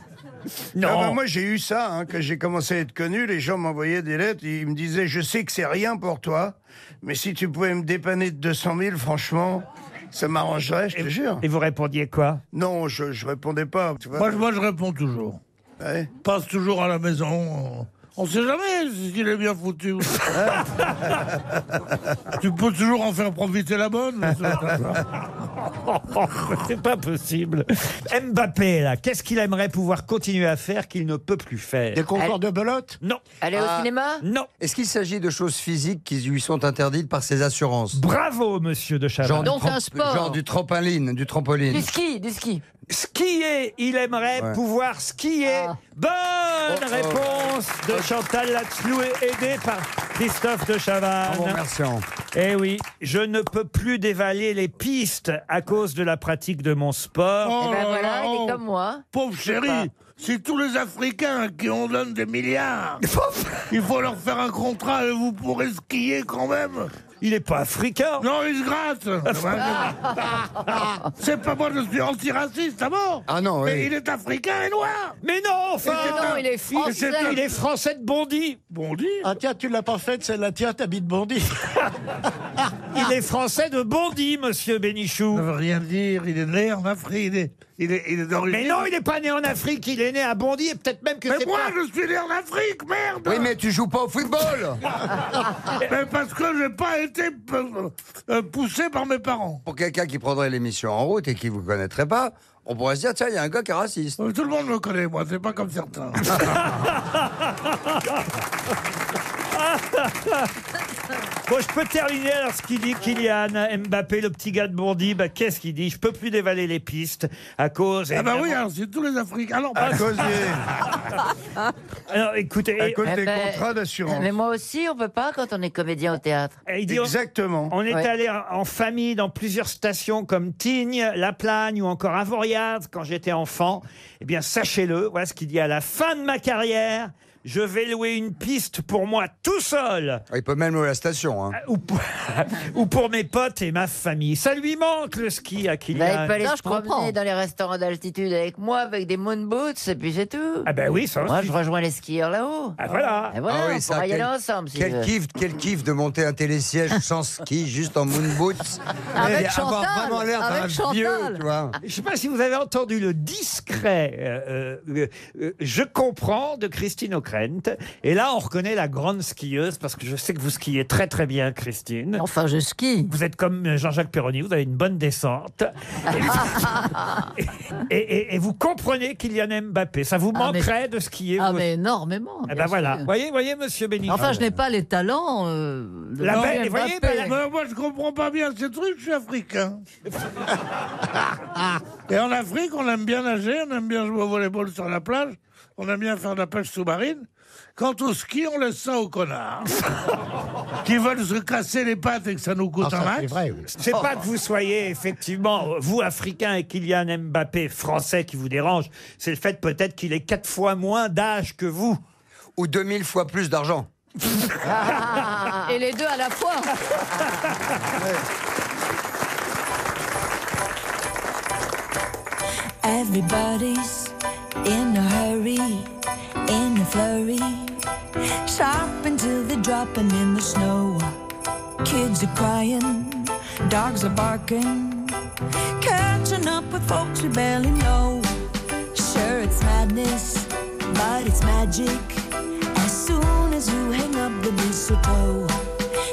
[SPEAKER 4] Non.
[SPEAKER 6] Ah bah, moi j'ai eu ça hein, quand j'ai commencé à être connu. Les gens m'envoyaient des lettres, ils me disaient je sais que c'est rien pour toi, mais si tu pouvais me dépanner de 200 000, franchement, ça m'arrangerait, je te jure.
[SPEAKER 4] Et vous répondiez quoi
[SPEAKER 6] Non, je, je répondais pas. Tu vois.
[SPEAKER 5] Moi, je- moi, je réponds toujours.
[SPEAKER 6] Ouais.
[SPEAKER 5] Passe toujours à la maison. On sait jamais s'il est bien foutu. tu peux toujours en faire profiter la bonne.
[SPEAKER 4] C'est pas possible. Mbappé, là, qu'est-ce qu'il aimerait pouvoir continuer à faire qu'il ne peut plus
[SPEAKER 9] Des
[SPEAKER 4] faire
[SPEAKER 9] concours de belote
[SPEAKER 4] Non,
[SPEAKER 8] Aller au cinéma
[SPEAKER 4] non.
[SPEAKER 7] Ah. Est-ce qu'il s'agit de choses physiques qui lui sont interdites par ses assurances
[SPEAKER 4] Bravo, monsieur de Chavannes.
[SPEAKER 2] Donc,
[SPEAKER 7] du tram-
[SPEAKER 2] un sport.
[SPEAKER 7] genre du trampoline, du trampoline.
[SPEAKER 8] Du ski, du ski.
[SPEAKER 4] Skier, il aimerait
[SPEAKER 7] Ouais.
[SPEAKER 4] pouvoir skier.
[SPEAKER 2] Ah.
[SPEAKER 4] Bonne
[SPEAKER 7] Oh, oh.
[SPEAKER 4] réponse de Chantal Latsou, aidée par Christophe de Chavannes.
[SPEAKER 7] Bravo, merci.
[SPEAKER 4] Eh oui, je ne peux plus dévaler les pistes à cause de la pratique de mon sport.
[SPEAKER 5] Oh
[SPEAKER 8] eh ben
[SPEAKER 5] là
[SPEAKER 8] voilà,
[SPEAKER 5] là,
[SPEAKER 8] il
[SPEAKER 5] oh.
[SPEAKER 8] est comme moi.
[SPEAKER 5] Pauvre chérie, c'est tous les Africains à qui on donne des milliards. Il faut leur faire un contrat et vous pourrez skier quand même.
[SPEAKER 4] Il n'est pas africain.
[SPEAKER 5] Non, ils se grattent. c'est pas moi, je suis antiraciste, d'abord.
[SPEAKER 7] Ah non, oui.
[SPEAKER 5] Mais il est africain et noir.
[SPEAKER 4] Mais non, enfin
[SPEAKER 2] Non, il est français.
[SPEAKER 4] Il est français de Bondy.
[SPEAKER 5] Bon dit.
[SPEAKER 9] Ah tiens, tu l'as pas faite, celle-là, tiens, t'habites Bondy.
[SPEAKER 4] Il est français de Bondy, monsieur Bénichou.
[SPEAKER 5] Ça veut rien dire, il est né en Afrique, il est, il est, il est d'origine.
[SPEAKER 4] Mais non, il n'est pas né en Afrique, il est né à Bondy et peut-être même que
[SPEAKER 5] Mais
[SPEAKER 4] c'est
[SPEAKER 5] moi,
[SPEAKER 4] pas...
[SPEAKER 5] je suis né en Afrique, merde
[SPEAKER 7] Oui, mais tu joues pas au football
[SPEAKER 5] Mais parce que j'ai pas été euh, euh, poussé par mes parents.
[SPEAKER 7] Pour quelqu'un qui prendrait l'émission en route et qui vous connaîtrait pas, on pourrait se dire, tiens, il y a un gars qui est raciste.
[SPEAKER 5] Euh, Tout le monde me connaît, moi, c'est pas comme certains.
[SPEAKER 4] Bon, je peux terminer alors ce qu'il dit Kylian Mbappé, le petit gars de Bondy. Bah, qu'est-ce qu'il dit Je peux plus dévaler les pistes à cause... Ah.
[SPEAKER 5] ah bah oui, alors c'est tous les Africains. Alors,
[SPEAKER 6] À cause des,
[SPEAKER 4] Alors, écoutez,
[SPEAKER 6] à cause
[SPEAKER 8] Eh
[SPEAKER 6] des
[SPEAKER 8] ben,
[SPEAKER 6] contrats d'assurance.
[SPEAKER 8] Mais moi aussi, on peut pas quand on est comédien au théâtre.
[SPEAKER 4] il dit... on-
[SPEAKER 6] Exactement.
[SPEAKER 4] On est
[SPEAKER 8] Ouais.
[SPEAKER 4] allé en- en famille dans plusieurs stations comme Tignes, La Plagne ou encore Avoriaz quand j'étais enfant. Eh bien, sachez-le, voilà ce qu'il dit à la fin de ma carrière. Je vais louer une piste pour moi tout seul
[SPEAKER 7] Ah,
[SPEAKER 4] Euh,
[SPEAKER 7] Il peut même louer la station. hein.
[SPEAKER 4] ou pour, ou pour mes potes et ma famille. Ça lui manque le ski à Kylian.
[SPEAKER 8] Là, Eh ben, Bah, il peut aller
[SPEAKER 2] Non,
[SPEAKER 8] se
[SPEAKER 2] je comprends.
[SPEAKER 8] promener dans les restaurants d'altitude avec moi, avec des moon boots, et puis c'est tout.
[SPEAKER 4] Ah ben oui, ça
[SPEAKER 8] moi,
[SPEAKER 4] aussi.
[SPEAKER 8] je rejoins les skieurs là-haut.
[SPEAKER 4] Ah voilà.
[SPEAKER 8] Et voilà,
[SPEAKER 7] Ah oui,
[SPEAKER 8] on
[SPEAKER 7] ça,
[SPEAKER 8] pourra y
[SPEAKER 7] quel-
[SPEAKER 8] aller ensemble. Si je
[SPEAKER 7] Quel
[SPEAKER 8] veux.
[SPEAKER 7] kiff, quel kiff de monter un télésiège sans ski, juste en moon boots.
[SPEAKER 8] Ah,
[SPEAKER 2] Avec
[SPEAKER 7] Et avoir
[SPEAKER 2] Chantal,
[SPEAKER 7] vraiment l'air d'un
[SPEAKER 2] avec Chantal.
[SPEAKER 7] vieux, tu vois.
[SPEAKER 4] Je ne sais pas si vous avez entendu le discret euh, euh, euh, Je comprends de Christine O'Krent. Et là, on reconnaît la grande skieuse parce que je sais que vous skiez très très bien, Christine.
[SPEAKER 2] Enfin, je skie. Ah.
[SPEAKER 4] Vous êtes comme euh, Jean-Jacques Perroni, vous avez une bonne descente. Et, et- et- et vous comprenez Kylian Mbappé. Ça vous
[SPEAKER 2] Ah, mais-
[SPEAKER 4] manquerait de skier
[SPEAKER 2] Ah,
[SPEAKER 4] vous
[SPEAKER 2] mais
[SPEAKER 4] aussi.
[SPEAKER 2] énormément.
[SPEAKER 4] Eh
[SPEAKER 2] bien
[SPEAKER 4] ben
[SPEAKER 2] sûr.
[SPEAKER 4] voilà. Voyez, voyez, monsieur Bénichou.
[SPEAKER 2] Enfin, je n'ai pas les talents. euh, de
[SPEAKER 4] La
[SPEAKER 2] Kylian
[SPEAKER 4] belle- et voyez,
[SPEAKER 2] Mbappé.
[SPEAKER 4] ben,
[SPEAKER 5] Mais moi, je comprends pas bien ces trucs, je suis africain. Et en Afrique, on aime bien nager, on aime bien jouer au volleyball sur la plage, on aime bien faire de la pêche sous-marine. Quant au ski, on laisse ça aux connards. qui veulent se casser les pattes et que ça nous coûte
[SPEAKER 9] Ah,
[SPEAKER 5] un
[SPEAKER 9] ça, c'est
[SPEAKER 5] match.
[SPEAKER 9] vrai, oui. Oh.
[SPEAKER 4] C'est pas que vous soyez effectivement, vous africain et Kylian Mbappé français qui vous dérange, c'est le fait peut-être qu'il ait quatre fois moins d'âge que vous.
[SPEAKER 7] Ou 2000 fois plus d'argent.
[SPEAKER 2] Et les deux à la fois.
[SPEAKER 11] Everybody's in a hurry, in a flurry, shopping till they're dropping in the snow. Kids are crying, dogs are barking, catching up with folks we barely know. Sure, it's madness, but it's magic. As soon as you hang up the mistletoe,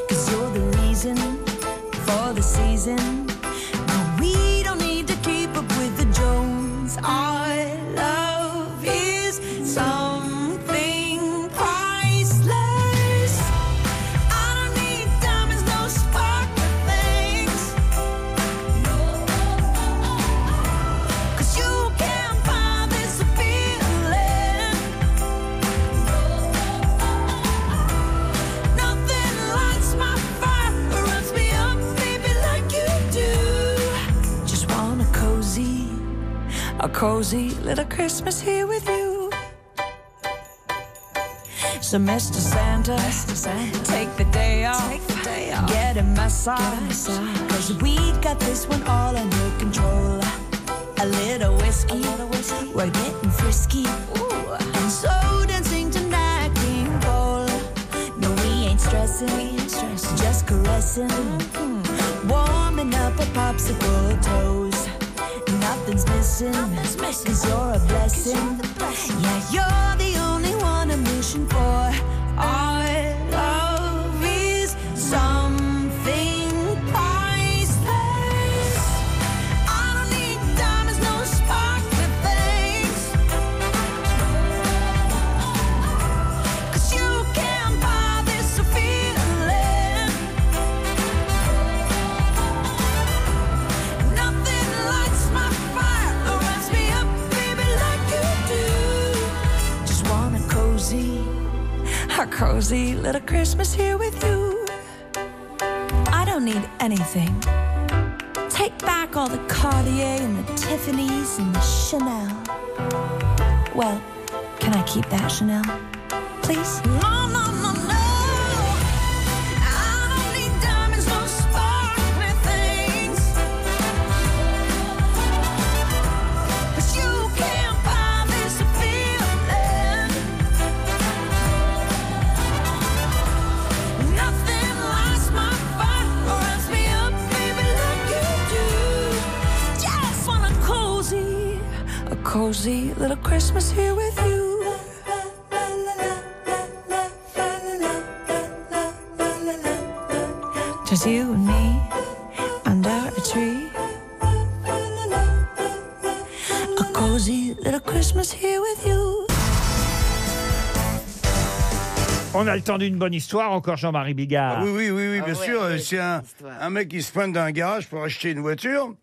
[SPEAKER 11] cause you're the reason for the season. But we don't need to keep up with the Jones. Our love is something priceless. I don't need diamonds, no sparkle things. Cause you can't find this feeling. Nothing lights my fire or runs Ah, me up, baby, like you do. Just want a cozy, a cozy little Christmas here with you. So, Mr. Santa, take the day off. Get a massage. Cause we got this one all under control. A little whiskey, we're getting frisky. And so dancing tonight, King Cole. No, we ain't stressing, Mm-hmm. just caressing. Warming up our popsicle toes. Nothing's missing, cause you're a blessing. Yeah, you're the only one I'm wishing for. Our love is something priceless. I don't need diamonds, no sparkly things. Cause you can't buy this feeling. Nothing lights my fire or runs me up, baby, like you do. Just want a cozy, a cozy little Christmas here with you. I don't need anything. Take back all the Cartier and the Tiffany's and the Chanel. Well, can I keep that Chanel? Please? No, no, no, no. I don't need diamonds, no sparkly things. 'Cause you can't buy this feeling. Nothing lights my fire or runs me up, baby, like you do. Just want a cozy, a cozy little Christmas here with you. Just you and me under a tree. A cozy little Christmas here with you.
[SPEAKER 4] On a le temps d'une bonne histoire encore, Jean-Marie Bigard.
[SPEAKER 6] Ah oui, oui, oui, oui, bien
[SPEAKER 4] Ah ouais,
[SPEAKER 6] sûr.
[SPEAKER 4] ouais,
[SPEAKER 6] c'est un, un mec qui se pointe dans un garage pour acheter une voiture.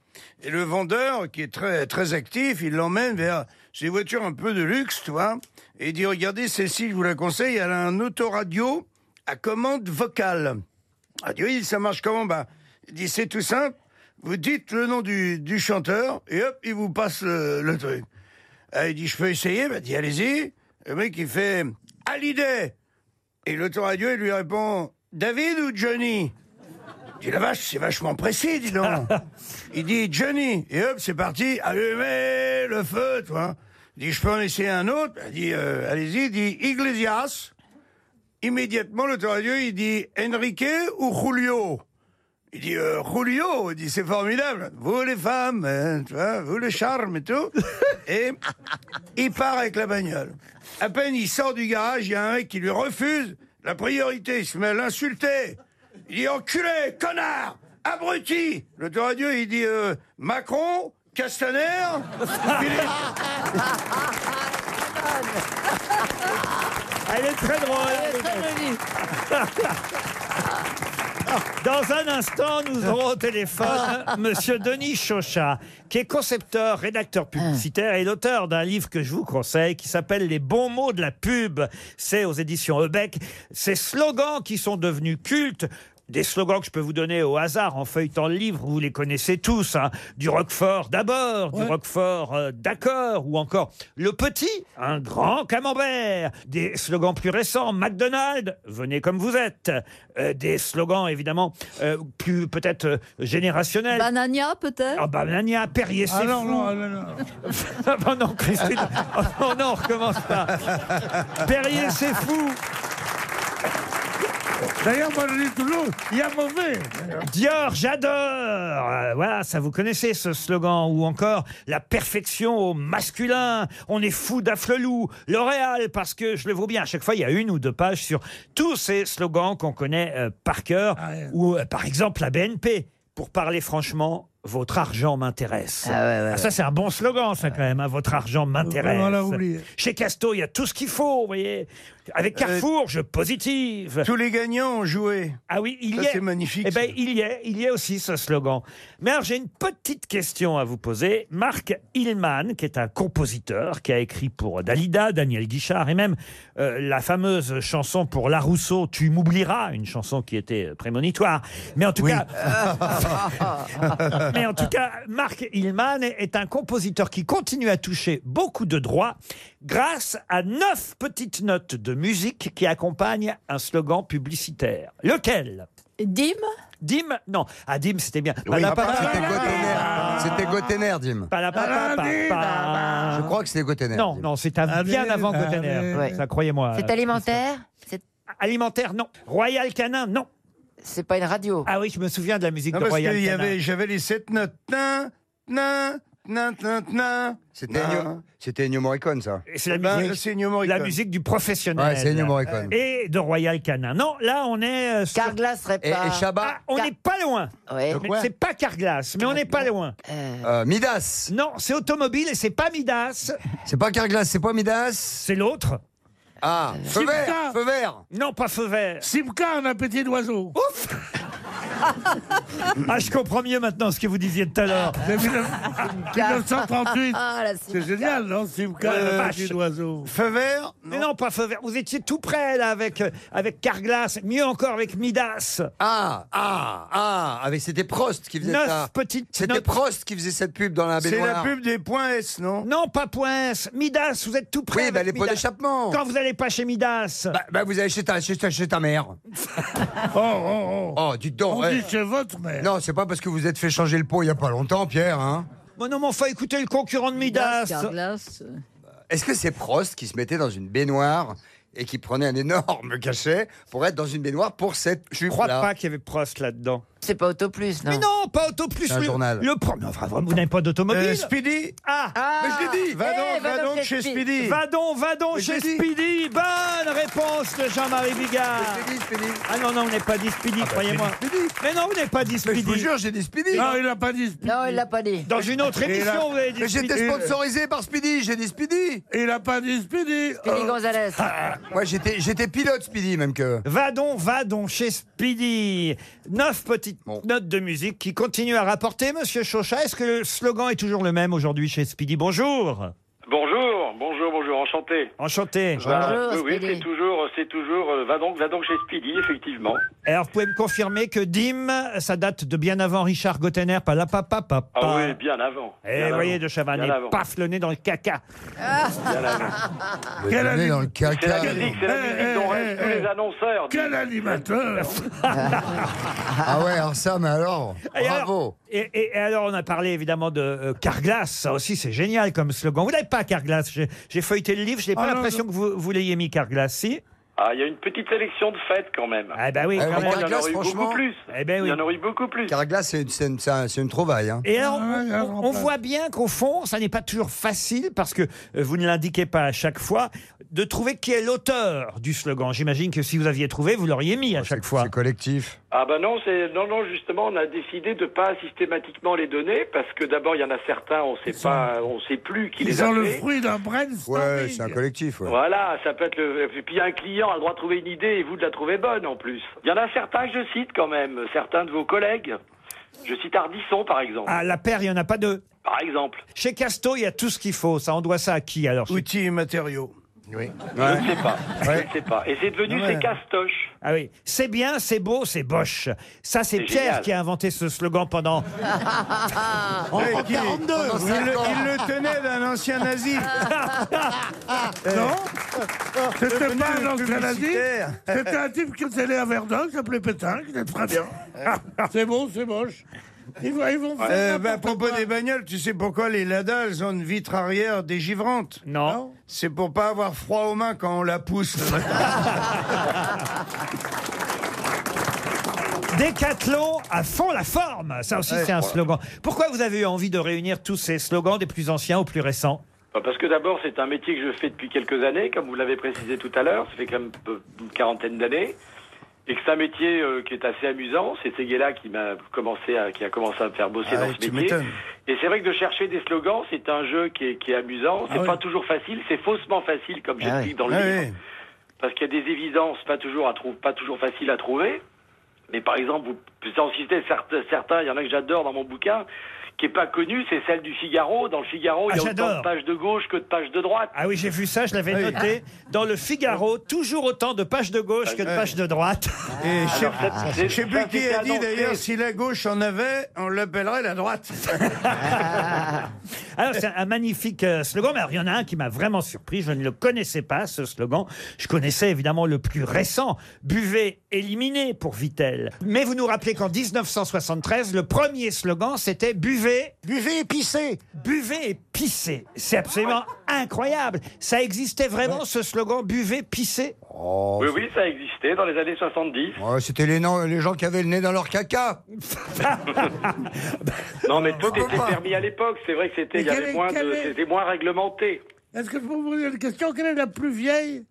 [SPEAKER 6] Et le vendeur, qui est très, très actif, il l'emmène vers ces voitures un peu de luxe, tu vois. Et il dit, regardez, celle-ci, je vous la conseille, elle a un autoradio à commande vocale. Ah, dit, oui, ça marche comment bah, Il dit, c'est tout simple. Vous dites le nom du, du chanteur et hop, il vous passe le, le truc. Ah, il dit, je peux essayer bah, Il dit, allez-y. Le mec, il fait, Hallyday et l'autoradio, il lui répond David ou Johnny Il dit la vache, c'est vachement précis, dis donc. il dit Johnny. Et hop, c'est parti, allumez le feu, toi. Il dit Je peux en laisser un autre Il dit Euh, Allez-y, il dit Iglesias. Immédiatement, l'autoradio, il dit Enrique ou Julio il dit euh, Julio, il dit c'est formidable, vous les femmes, hein, tu vois, vous le charme et tout. Et il part avec la bagnole. À peine il sort du garage, il y a un mec qui lui refuse la priorité, il se met à l'insulter. Il dit enculé, connard, abruti. Le radio, il dit euh, Macron, Castaner.
[SPEAKER 4] Elle est très drôle. Dans un instant, nous aurons au téléphone Monsieur Denis Chauchat, qui est concepteur, rédacteur publicitaire et l'auteur d'un livre que je vous conseille qui s'appelle Les bons mots de la pub. C'est aux éditions Ebec. Ces slogans qui sont devenus cultes. Des slogans que je peux vous donner au hasard en feuilletant le livre, vous les connaissez tous. hein. Du Roquefort d'abord, du Roquefort euh, d'accord, ou encore Le Petit, un grand camembert. Des slogans plus récents, McDonald's, venez comme vous êtes. Euh, des slogans évidemment euh, plus peut-être euh, générationnels.
[SPEAKER 2] Banania, peut-être
[SPEAKER 4] Ah, Banania, Perrier, c'est
[SPEAKER 5] Ah non,
[SPEAKER 4] fou.
[SPEAKER 5] non, non, non.
[SPEAKER 4] Ah bah non, Christine. Oh non, non, on recommence pas. Perrier, c'est fou.
[SPEAKER 5] D'ailleurs, moi, je dis toujours, il y a mauvais.
[SPEAKER 4] Dior, j'adore Euh, Voilà, ça vous connaissez ce slogan. Ou encore, la perfection au masculin. On est fou d'Afflelou, L'Oréal, parce que je le vaux bien. À chaque fois, il y a une ou deux pages sur tous ces slogans qu'on connaît euh, par cœur.
[SPEAKER 5] Ah
[SPEAKER 4] Ou euh, par exemple, la BNP. Pour parler franchement, votre argent m'intéresse.
[SPEAKER 5] Ah ouais, ouais,
[SPEAKER 4] ça,
[SPEAKER 5] ouais.
[SPEAKER 4] c'est un bon slogan, ça, quand même. hein, votre argent m'intéresse.
[SPEAKER 5] Vraiment, on l'a oublié.
[SPEAKER 4] Chez Casto, il y a tout ce qu'il faut, vous voyez. Avec Carrefour, je positive.
[SPEAKER 6] Euh, Tous les gagnants ont joué.
[SPEAKER 4] Ah oui, il
[SPEAKER 6] Ça,
[SPEAKER 4] y est.
[SPEAKER 6] c'est magnifique,
[SPEAKER 4] Eh ben, il y est, il y est aussi ce slogan. Mais alors, j'ai une petite question à vous poser. Marc Hillman, qui est un compositeur, qui a écrit pour Dalida, Daniel Guichard et même euh, la fameuse chanson pour La Rousseau, Tu m'oublieras, une chanson qui était prémonitoire. Mais en tout cas,
[SPEAKER 6] Ah,
[SPEAKER 4] mais en tout cas, Marc Hillman est un compositeur qui continue à toucher beaucoup de droits grâce à neuf petites notes de musique qui accompagnent un slogan publicitaire. Lequel
[SPEAKER 2] Dim
[SPEAKER 4] Dim Non. Ah, Dim, c'était bien.
[SPEAKER 7] papa, c'était Gottener. C'était Gottener, Dim.
[SPEAKER 8] Ah,
[SPEAKER 7] Je crois que c'était Gottener.
[SPEAKER 4] Non, non, c'est un- bien avant Gottener.
[SPEAKER 8] Ouais.
[SPEAKER 4] Ça, croyez-moi.
[SPEAKER 8] C'est alimentaire C'est
[SPEAKER 4] Euh, Alimentaire, non. Royal Canin, non. C'est pas une radio. Ah oui, je me souviens de la musique
[SPEAKER 6] Non,
[SPEAKER 4] de
[SPEAKER 6] parce
[SPEAKER 4] Royal
[SPEAKER 6] que y
[SPEAKER 4] Canin.
[SPEAKER 6] avait- j'avais les sept notes. Tin, tin, tin, tin, tin.
[SPEAKER 7] C'était Ennio- C'était Ennio Morricone, ça.
[SPEAKER 4] Et C'est la,
[SPEAKER 6] Ben,
[SPEAKER 4] musique,
[SPEAKER 6] c'est Ennio Morricone.
[SPEAKER 4] la musique du professionnel.
[SPEAKER 7] Ouais, c'est Ennio Morricone.
[SPEAKER 4] Et de Royal Canin. Non, là, on est. euh, sur-
[SPEAKER 8] Carglass répare.
[SPEAKER 7] Et- et Chabat
[SPEAKER 4] Ah, on n'est pas loin.
[SPEAKER 8] Ouais.
[SPEAKER 4] Mais C'est pas Carglass, mais on n'est pas loin.
[SPEAKER 7] Euh, Midas.
[SPEAKER 4] Non, c'est automobile et c'est pas Midas.
[SPEAKER 7] C'est pas Carglass, c'est pas Midas.
[SPEAKER 4] C'est l'autre. Euh.
[SPEAKER 7] Ah, feu vert,
[SPEAKER 5] Simca.
[SPEAKER 7] feu vert.
[SPEAKER 4] Non, pas feu vert.
[SPEAKER 5] Simca, on a pété d'oiseau.
[SPEAKER 4] Ouf Ah, je comprends mieux maintenant ce que vous disiez tout à l'heure.
[SPEAKER 5] C'est 1938.
[SPEAKER 8] Ah, la
[SPEAKER 5] C'est génial, non Simca,
[SPEAKER 4] Ouais,
[SPEAKER 5] on a
[SPEAKER 4] vache.
[SPEAKER 5] pété d'oiseau.
[SPEAKER 6] Feu vert.
[SPEAKER 4] Mais non, pas feu vert. Vous étiez tout près, là, avec, euh, avec Carglass. Mieux encore avec Midas.
[SPEAKER 7] Ah, ah, ah. Avec c'était Prost qui faisait
[SPEAKER 4] Neuf
[SPEAKER 7] ça.
[SPEAKER 4] petites
[SPEAKER 7] C'était
[SPEAKER 4] notes.
[SPEAKER 7] Prost qui faisait cette pub dans la
[SPEAKER 6] C'est la
[SPEAKER 7] baignoire.
[SPEAKER 6] pub des points S, non
[SPEAKER 4] Non, pas Poince. Midas, vous êtes tout près.
[SPEAKER 7] Oui, bah,
[SPEAKER 4] avec
[SPEAKER 7] les pots
[SPEAKER 4] Midas.
[SPEAKER 7] d'échappement.
[SPEAKER 4] Quand vous n'allez pas chez Midas.
[SPEAKER 7] Bah, bah, vous allez chez ta, chez ta, chez ta mère.
[SPEAKER 5] Oh, oh, oh.
[SPEAKER 7] Oh, dites donc.
[SPEAKER 5] On
[SPEAKER 7] ouais.
[SPEAKER 5] dit chez votre mère.
[SPEAKER 7] Non, c'est pas parce que vous êtes fait changer le pot il y a pas longtemps, Pierre. Hein.
[SPEAKER 4] Bon, non, mais enfin, écoutez le concurrent de Midas.
[SPEAKER 2] Carglass.
[SPEAKER 7] Est-ce que c'est Prost qui se mettait dans une baignoire et qui prenait un énorme cachet pour être dans une baignoire pour cette
[SPEAKER 4] Je ne crois pas qu'il y avait Prost là-dedans.
[SPEAKER 8] C'est pas Auto Plus, non
[SPEAKER 4] Mais non, pas Auto Plus.
[SPEAKER 7] C'est un
[SPEAKER 4] le,
[SPEAKER 7] journal.
[SPEAKER 4] Le pro- mais enfin, vraiment, vous n'avez pas d'automobile.
[SPEAKER 6] Euh, Speedy
[SPEAKER 4] ah,
[SPEAKER 8] Ah,
[SPEAKER 6] Mais je l'ai dit Va
[SPEAKER 8] eh,
[SPEAKER 6] donc, va donc chez Speedy
[SPEAKER 4] Va donc, va donc
[SPEAKER 6] Mais
[SPEAKER 4] chez
[SPEAKER 6] j'ai dit.
[SPEAKER 4] Speedy. Bonne réponse de Jean-Marie Bigard.
[SPEAKER 7] J'ai dit Speedy.
[SPEAKER 4] Ah non, non, vous n'êtes pas dit Speedy,
[SPEAKER 7] bah,
[SPEAKER 4] croyez-moi.
[SPEAKER 7] j'ai dit Speedy.
[SPEAKER 4] Mais non, vous n'êtes pas dit
[SPEAKER 7] Mais je vous
[SPEAKER 4] Speedy.
[SPEAKER 7] jure, j'ai dit Speedy.
[SPEAKER 5] Non, il n'a pas dit Speedy.
[SPEAKER 8] Non, il l'a pas dit.
[SPEAKER 4] Dans une autre
[SPEAKER 5] Et là-
[SPEAKER 4] émission, vous avez dit
[SPEAKER 7] Mais j'étais
[SPEAKER 4] Speedy.
[SPEAKER 7] sponsorisé par Speedy, j'ai dit Speedy.
[SPEAKER 5] Il n'a pas dit Speedy.
[SPEAKER 8] Speedy
[SPEAKER 5] Oh.
[SPEAKER 8] Gonzalez.
[SPEAKER 7] Moi, j'étais, j'étais pilote Speedy, même que.
[SPEAKER 4] Ah. Va donc, va donc chez Speedy. Neuf petites
[SPEAKER 7] Bon.
[SPEAKER 4] notes de musique qui continuent à rapporter, monsieur Chauchat. Est-ce que le slogan est toujours le même aujourd'hui chez Speedy Bonjour.
[SPEAKER 10] Bonjour, bonjour, bonjour, enchanté.
[SPEAKER 4] Enchanté.
[SPEAKER 10] Bah,
[SPEAKER 8] Bonjour,
[SPEAKER 10] oui, oui,
[SPEAKER 8] Speedy.
[SPEAKER 10] c'est toujours, c'est toujours, euh, va donc, va donc chez Speedy, effectivement.
[SPEAKER 4] Et Alors, vous pouvez me confirmer que Dim, ça date de bien avant Richard Gottener, pas la papa, papa.
[SPEAKER 10] Ah oui, bien avant.
[SPEAKER 4] Et
[SPEAKER 10] Bien
[SPEAKER 4] vous Eh, voyez,
[SPEAKER 10] avant,
[SPEAKER 4] de Chavannes,
[SPEAKER 10] bien
[SPEAKER 4] et
[SPEAKER 10] avant.
[SPEAKER 4] paf, le nez dans le caca.
[SPEAKER 10] bien avant.
[SPEAKER 5] Quel
[SPEAKER 7] On est dans
[SPEAKER 5] animal.
[SPEAKER 7] Ah. le
[SPEAKER 10] C'est la
[SPEAKER 7] caca.
[SPEAKER 10] musique, c'est la
[SPEAKER 5] Eh,
[SPEAKER 10] musique dont
[SPEAKER 5] eh,
[SPEAKER 10] rêvent
[SPEAKER 5] eh,
[SPEAKER 10] tous
[SPEAKER 5] eh.
[SPEAKER 10] les annonceurs.
[SPEAKER 5] Quel animateur
[SPEAKER 7] Ah ouais, alors ça, mais alors.
[SPEAKER 4] Et
[SPEAKER 7] Bravo.
[SPEAKER 4] alors- et, et- et alors, on a parlé évidemment de euh, Carglass. Ça aussi, c'est génial comme slogan. Vous n'avez pas Carglass. J'ai- J'ai feuilleté le livre. Je n'ai pas
[SPEAKER 5] Ah, non,
[SPEAKER 4] l'impression que vous, vous l'ayez mis Carglass. Si.
[SPEAKER 10] Ah, il y a une petite sélection de fêtes quand même.
[SPEAKER 4] Ah bah oui.
[SPEAKER 5] Euh,
[SPEAKER 7] Ah,
[SPEAKER 4] quand
[SPEAKER 7] oui,
[SPEAKER 4] même.
[SPEAKER 10] Il y en
[SPEAKER 7] Carglass,
[SPEAKER 10] aurait eu
[SPEAKER 7] franchement.
[SPEAKER 10] beaucoup plus.
[SPEAKER 4] Eh ben oui.
[SPEAKER 10] Il y en aurait eu beaucoup plus.
[SPEAKER 7] Carglass, c'est une, c'est une- c'est un- c'est une trouvaille. hein.
[SPEAKER 4] Et alors,
[SPEAKER 5] Ah ouais,
[SPEAKER 4] on-
[SPEAKER 5] là, je
[SPEAKER 4] on, on
[SPEAKER 5] remplace.
[SPEAKER 4] voit bien qu'au fond, ça n'est pas toujours facile, parce que euh, vous ne l'indiquez pas à chaque fois, de trouver qui est l'auteur du slogan. J'imagine que si vous aviez trouvé, vous l'auriez mis à chaque
[SPEAKER 7] Oh, C'est-
[SPEAKER 4] fois.
[SPEAKER 7] C'est collectif.
[SPEAKER 10] Ah bah non, c'est non non justement on a décidé de pas systématiquement les donner parce que d'abord il y en a certains on sait pas on sait plus qui les
[SPEAKER 5] Ils
[SPEAKER 10] a
[SPEAKER 5] ont le
[SPEAKER 10] fait.
[SPEAKER 5] fruit d'un
[SPEAKER 7] Ouais,
[SPEAKER 5] brainstorming.
[SPEAKER 7] c'est un collectif. ouais.
[SPEAKER 10] Voilà, ça peut être le et puis un client a le droit de trouver une idée et vous de la trouver bonne en plus. Il y en a certains que je cite quand même, certains de vos collègues. Je cite Ardisson par exemple.
[SPEAKER 4] À Ah, la paire, il n'y en a pas deux.
[SPEAKER 10] Par exemple.
[SPEAKER 4] Chez Casto, il y a tout ce qu'il faut. Ça, on doit ça à qui alors chez-
[SPEAKER 6] Outils et matériaux.
[SPEAKER 10] Je ne sais pas. Je ne sais pas. Et c'est devenu ces castoches.
[SPEAKER 4] Ah oui, c'est bien, c'est beau, c'est boche. Ça, c'est
[SPEAKER 10] C'est
[SPEAKER 4] Pierre
[SPEAKER 10] génial.
[SPEAKER 4] qui a inventé ce slogan pendant.
[SPEAKER 6] Ouais, qui- il, le, il le tenait d'un ancien nazi.
[SPEAKER 5] Non C'était
[SPEAKER 6] Devenu
[SPEAKER 5] pas un ancien nazi
[SPEAKER 6] publicitaire.
[SPEAKER 5] C'était un type qui était allé à Verdun, qui s'appelait Pétain, qui était très bien. c'est bon, c'est moche. Ils vont, ils vont faire
[SPEAKER 6] Euh, bah, à
[SPEAKER 5] n'importe
[SPEAKER 6] propos
[SPEAKER 5] quoi.
[SPEAKER 6] des bagnoles, tu sais pourquoi les Lada, elles ont une vitre arrière dégivrante
[SPEAKER 4] Non.
[SPEAKER 6] C'est pour pas avoir froid aux mains quand on la pousse.
[SPEAKER 4] Décathlon à fond la forme. Ça aussi,
[SPEAKER 5] Ouais,
[SPEAKER 4] c'est un
[SPEAKER 5] voilà.
[SPEAKER 4] slogan. Pourquoi vous avez eu envie de réunir tous ces slogans des plus anciens aux plus récents
[SPEAKER 10] Bah, Parce que d'abord, c'est un métier que je fais depuis quelques années, comme vous l'avez précisé tout à l'heure, ça fait quand même peu- une quarantaine d'années, et que c'est un métier euh, qui est assez amusant. C'est Seguela qui m'a commencé à, qui a commencé à me faire bosser
[SPEAKER 6] Ah
[SPEAKER 10] dans
[SPEAKER 6] oui,
[SPEAKER 10] ce
[SPEAKER 6] tu
[SPEAKER 10] métier.
[SPEAKER 6] m'étonnes.
[SPEAKER 10] Et c'est vrai que de chercher des slogans, c'est un jeu qui est, qui est amusant. C'est
[SPEAKER 6] Ah oui.
[SPEAKER 10] pas toujours facile, c'est faussement facile, comme
[SPEAKER 6] Ah
[SPEAKER 10] j'explique
[SPEAKER 6] oui.
[SPEAKER 10] dans le
[SPEAKER 6] Ah
[SPEAKER 10] livre,
[SPEAKER 6] oui.
[SPEAKER 10] parce qu'il y a des évidences pas toujours à trouver, pas toujours faciles à trouver. Mais par exemple, vous pouvez en citer certes- certains, il y en a que j'adore dans mon bouquin, qui est pas connu, c'est celle du Figaro. Dans le Figaro,
[SPEAKER 4] Ah,
[SPEAKER 10] il y a autant
[SPEAKER 4] j'adore.
[SPEAKER 10] de pages de gauche que de pages de droite.
[SPEAKER 4] Ah oui, j'ai vu ça, je l'avais
[SPEAKER 10] Oui.
[SPEAKER 4] noté. Dans le Figaro, toujours autant de pages de gauche que de
[SPEAKER 6] Ouais.
[SPEAKER 4] pages de droite.
[SPEAKER 6] Et je
[SPEAKER 4] Ah, Alors, ça,
[SPEAKER 6] sais-
[SPEAKER 4] c'est-
[SPEAKER 6] je sais
[SPEAKER 4] ça,
[SPEAKER 6] plus qui
[SPEAKER 4] c'était
[SPEAKER 6] a dit
[SPEAKER 4] annoncé.
[SPEAKER 6] d'ailleurs, si la gauche en avait, on l'appellerait la droite.
[SPEAKER 4] Ah. Alors, c'est un magnifique euh, slogan, mais alors, il y en a un qui m'a vraiment surpris. Je ne le connaissais pas, ce slogan. Je connaissais évidemment le plus récent Buvez, éliminez pour Vitel. Mais vous nous rappelez qu'en 1973, le premier slogan, c'était Buvez. Buvez et pissez. Buvez et pissez. C'est absolument
[SPEAKER 6] Ah
[SPEAKER 4] incroyable. Ça existait vraiment, ce slogan Buvez, pissez
[SPEAKER 10] Oui, oui, ça existait dans les années 70.
[SPEAKER 7] Oh, Ouais, Oh, C'était les, noms- les gens qui avaient le nez dans leur caca.
[SPEAKER 10] Non, mais tout
[SPEAKER 7] Pourquoi
[SPEAKER 10] était
[SPEAKER 7] pas
[SPEAKER 10] permis à l'époque. C'est vrai que c'était, il y
[SPEAKER 5] Mais
[SPEAKER 10] avait
[SPEAKER 5] quel est-
[SPEAKER 10] moins
[SPEAKER 5] quel
[SPEAKER 10] de,
[SPEAKER 5] est-
[SPEAKER 10] c'était moins réglementé.
[SPEAKER 5] Est-ce que je peux vous poser une question Quelle est la plus vieille,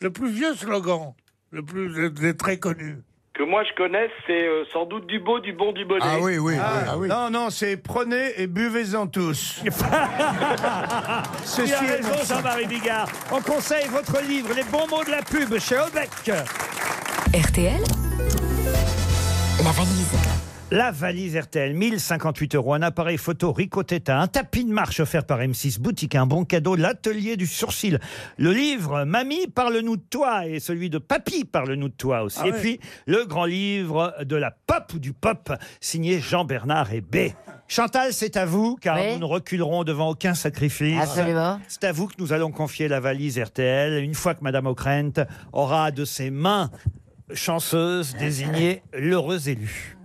[SPEAKER 5] le plus vieux slogan Le plus le- le très connu
[SPEAKER 10] Que moi je connais, c'est euh, sans doute du beau, du bon, du bonnet.
[SPEAKER 6] Ah, Non, non, c'est prenez et buvez-en tous.
[SPEAKER 4] Il a
[SPEAKER 6] Ah, Ceci est
[SPEAKER 4] raison,
[SPEAKER 6] notre-
[SPEAKER 4] Jean-Marie Bigard. On conseille votre livre, Les bons mots de la pub, chez Obec.
[SPEAKER 3] RTL La valise.
[SPEAKER 4] La valise RTL, 1058 euros, un appareil photo Rico Teta, un tapis de marche offert par M6 Boutique, un bon cadeau, l'atelier du sourcil, le livre Mamie, parle-nous de toi et celui de Papy, parle-nous de toi aussi.
[SPEAKER 5] Ah
[SPEAKER 4] et
[SPEAKER 5] ouais.
[SPEAKER 4] puis le grand livre de la pop ou du pop, signé Jean-Bernard et B. Chantal, c'est à vous, car
[SPEAKER 8] Oui.
[SPEAKER 4] nous ne reculerons devant aucun sacrifice.
[SPEAKER 8] Absolument.
[SPEAKER 4] C'est à vous que nous allons confier la valise RTL, une fois que Madame O'Krent aura de ses mains chanceuses désigné l'heureux élu.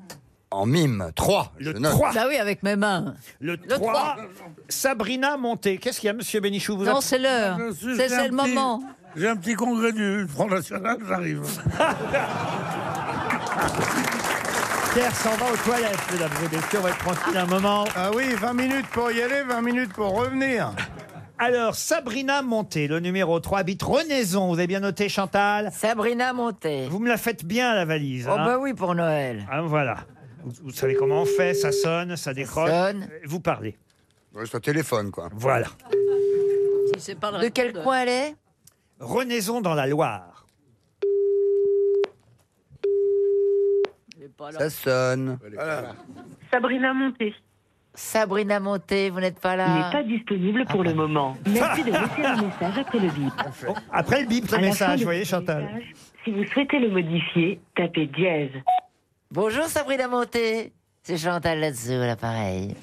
[SPEAKER 7] En mime, 3.
[SPEAKER 4] Le 3.
[SPEAKER 2] Bah oui, avec mes mains.
[SPEAKER 4] Le
[SPEAKER 2] Le
[SPEAKER 4] 3.
[SPEAKER 2] trois.
[SPEAKER 4] Sabrina Monté. Qu'est-ce qu'il y a, monsieur Bénichou vous
[SPEAKER 2] Non,
[SPEAKER 4] êtes-
[SPEAKER 2] c'est l'heure.
[SPEAKER 5] Je suis-
[SPEAKER 2] C'est
[SPEAKER 5] j'ai
[SPEAKER 2] c'est
[SPEAKER 5] un
[SPEAKER 2] le
[SPEAKER 5] petit-
[SPEAKER 2] moment.
[SPEAKER 5] J'ai un petit congrès du Front National, Ah, j'arrive.
[SPEAKER 4] Pierre s'en va aux toilettes, mesdames et messieurs. On va être tranquille un moment.
[SPEAKER 6] Ah oui, 20 minutes pour y aller, 20 minutes pour revenir.
[SPEAKER 4] Alors, Sabrina Monté, le numéro 3, habite Renaison. Vous avez bien noté, Chantal
[SPEAKER 8] Sabrina Monté.
[SPEAKER 4] Vous me la faites bien, la valise.
[SPEAKER 8] Oh
[SPEAKER 4] hein.
[SPEAKER 8] bah oui, pour Noël.
[SPEAKER 4] Ah, voilà. Vous, vous savez comment on fait Ça sonne, ça décroche.
[SPEAKER 8] sonne.
[SPEAKER 4] Vous parlez.
[SPEAKER 7] Ouais, c'est un téléphone, quoi.
[SPEAKER 4] Voilà.
[SPEAKER 8] De quel coin elle est
[SPEAKER 4] Renaison dans la Loire.
[SPEAKER 7] Ça sonne.
[SPEAKER 12] Sabrina Monté.
[SPEAKER 8] Sabrina Monté, vous n'êtes pas là.
[SPEAKER 12] disponible pour le moment. Merci de laisser un message après le bip.
[SPEAKER 4] Après le bip, le
[SPEAKER 12] À la fin
[SPEAKER 4] message,
[SPEAKER 12] de-
[SPEAKER 4] vous voyez, Chantal
[SPEAKER 12] Si vous souhaitez le modifier, tapez dièse.
[SPEAKER 8] Bonjour Sabrina Monté. C'est Chantal là-dessous, à l'appareil.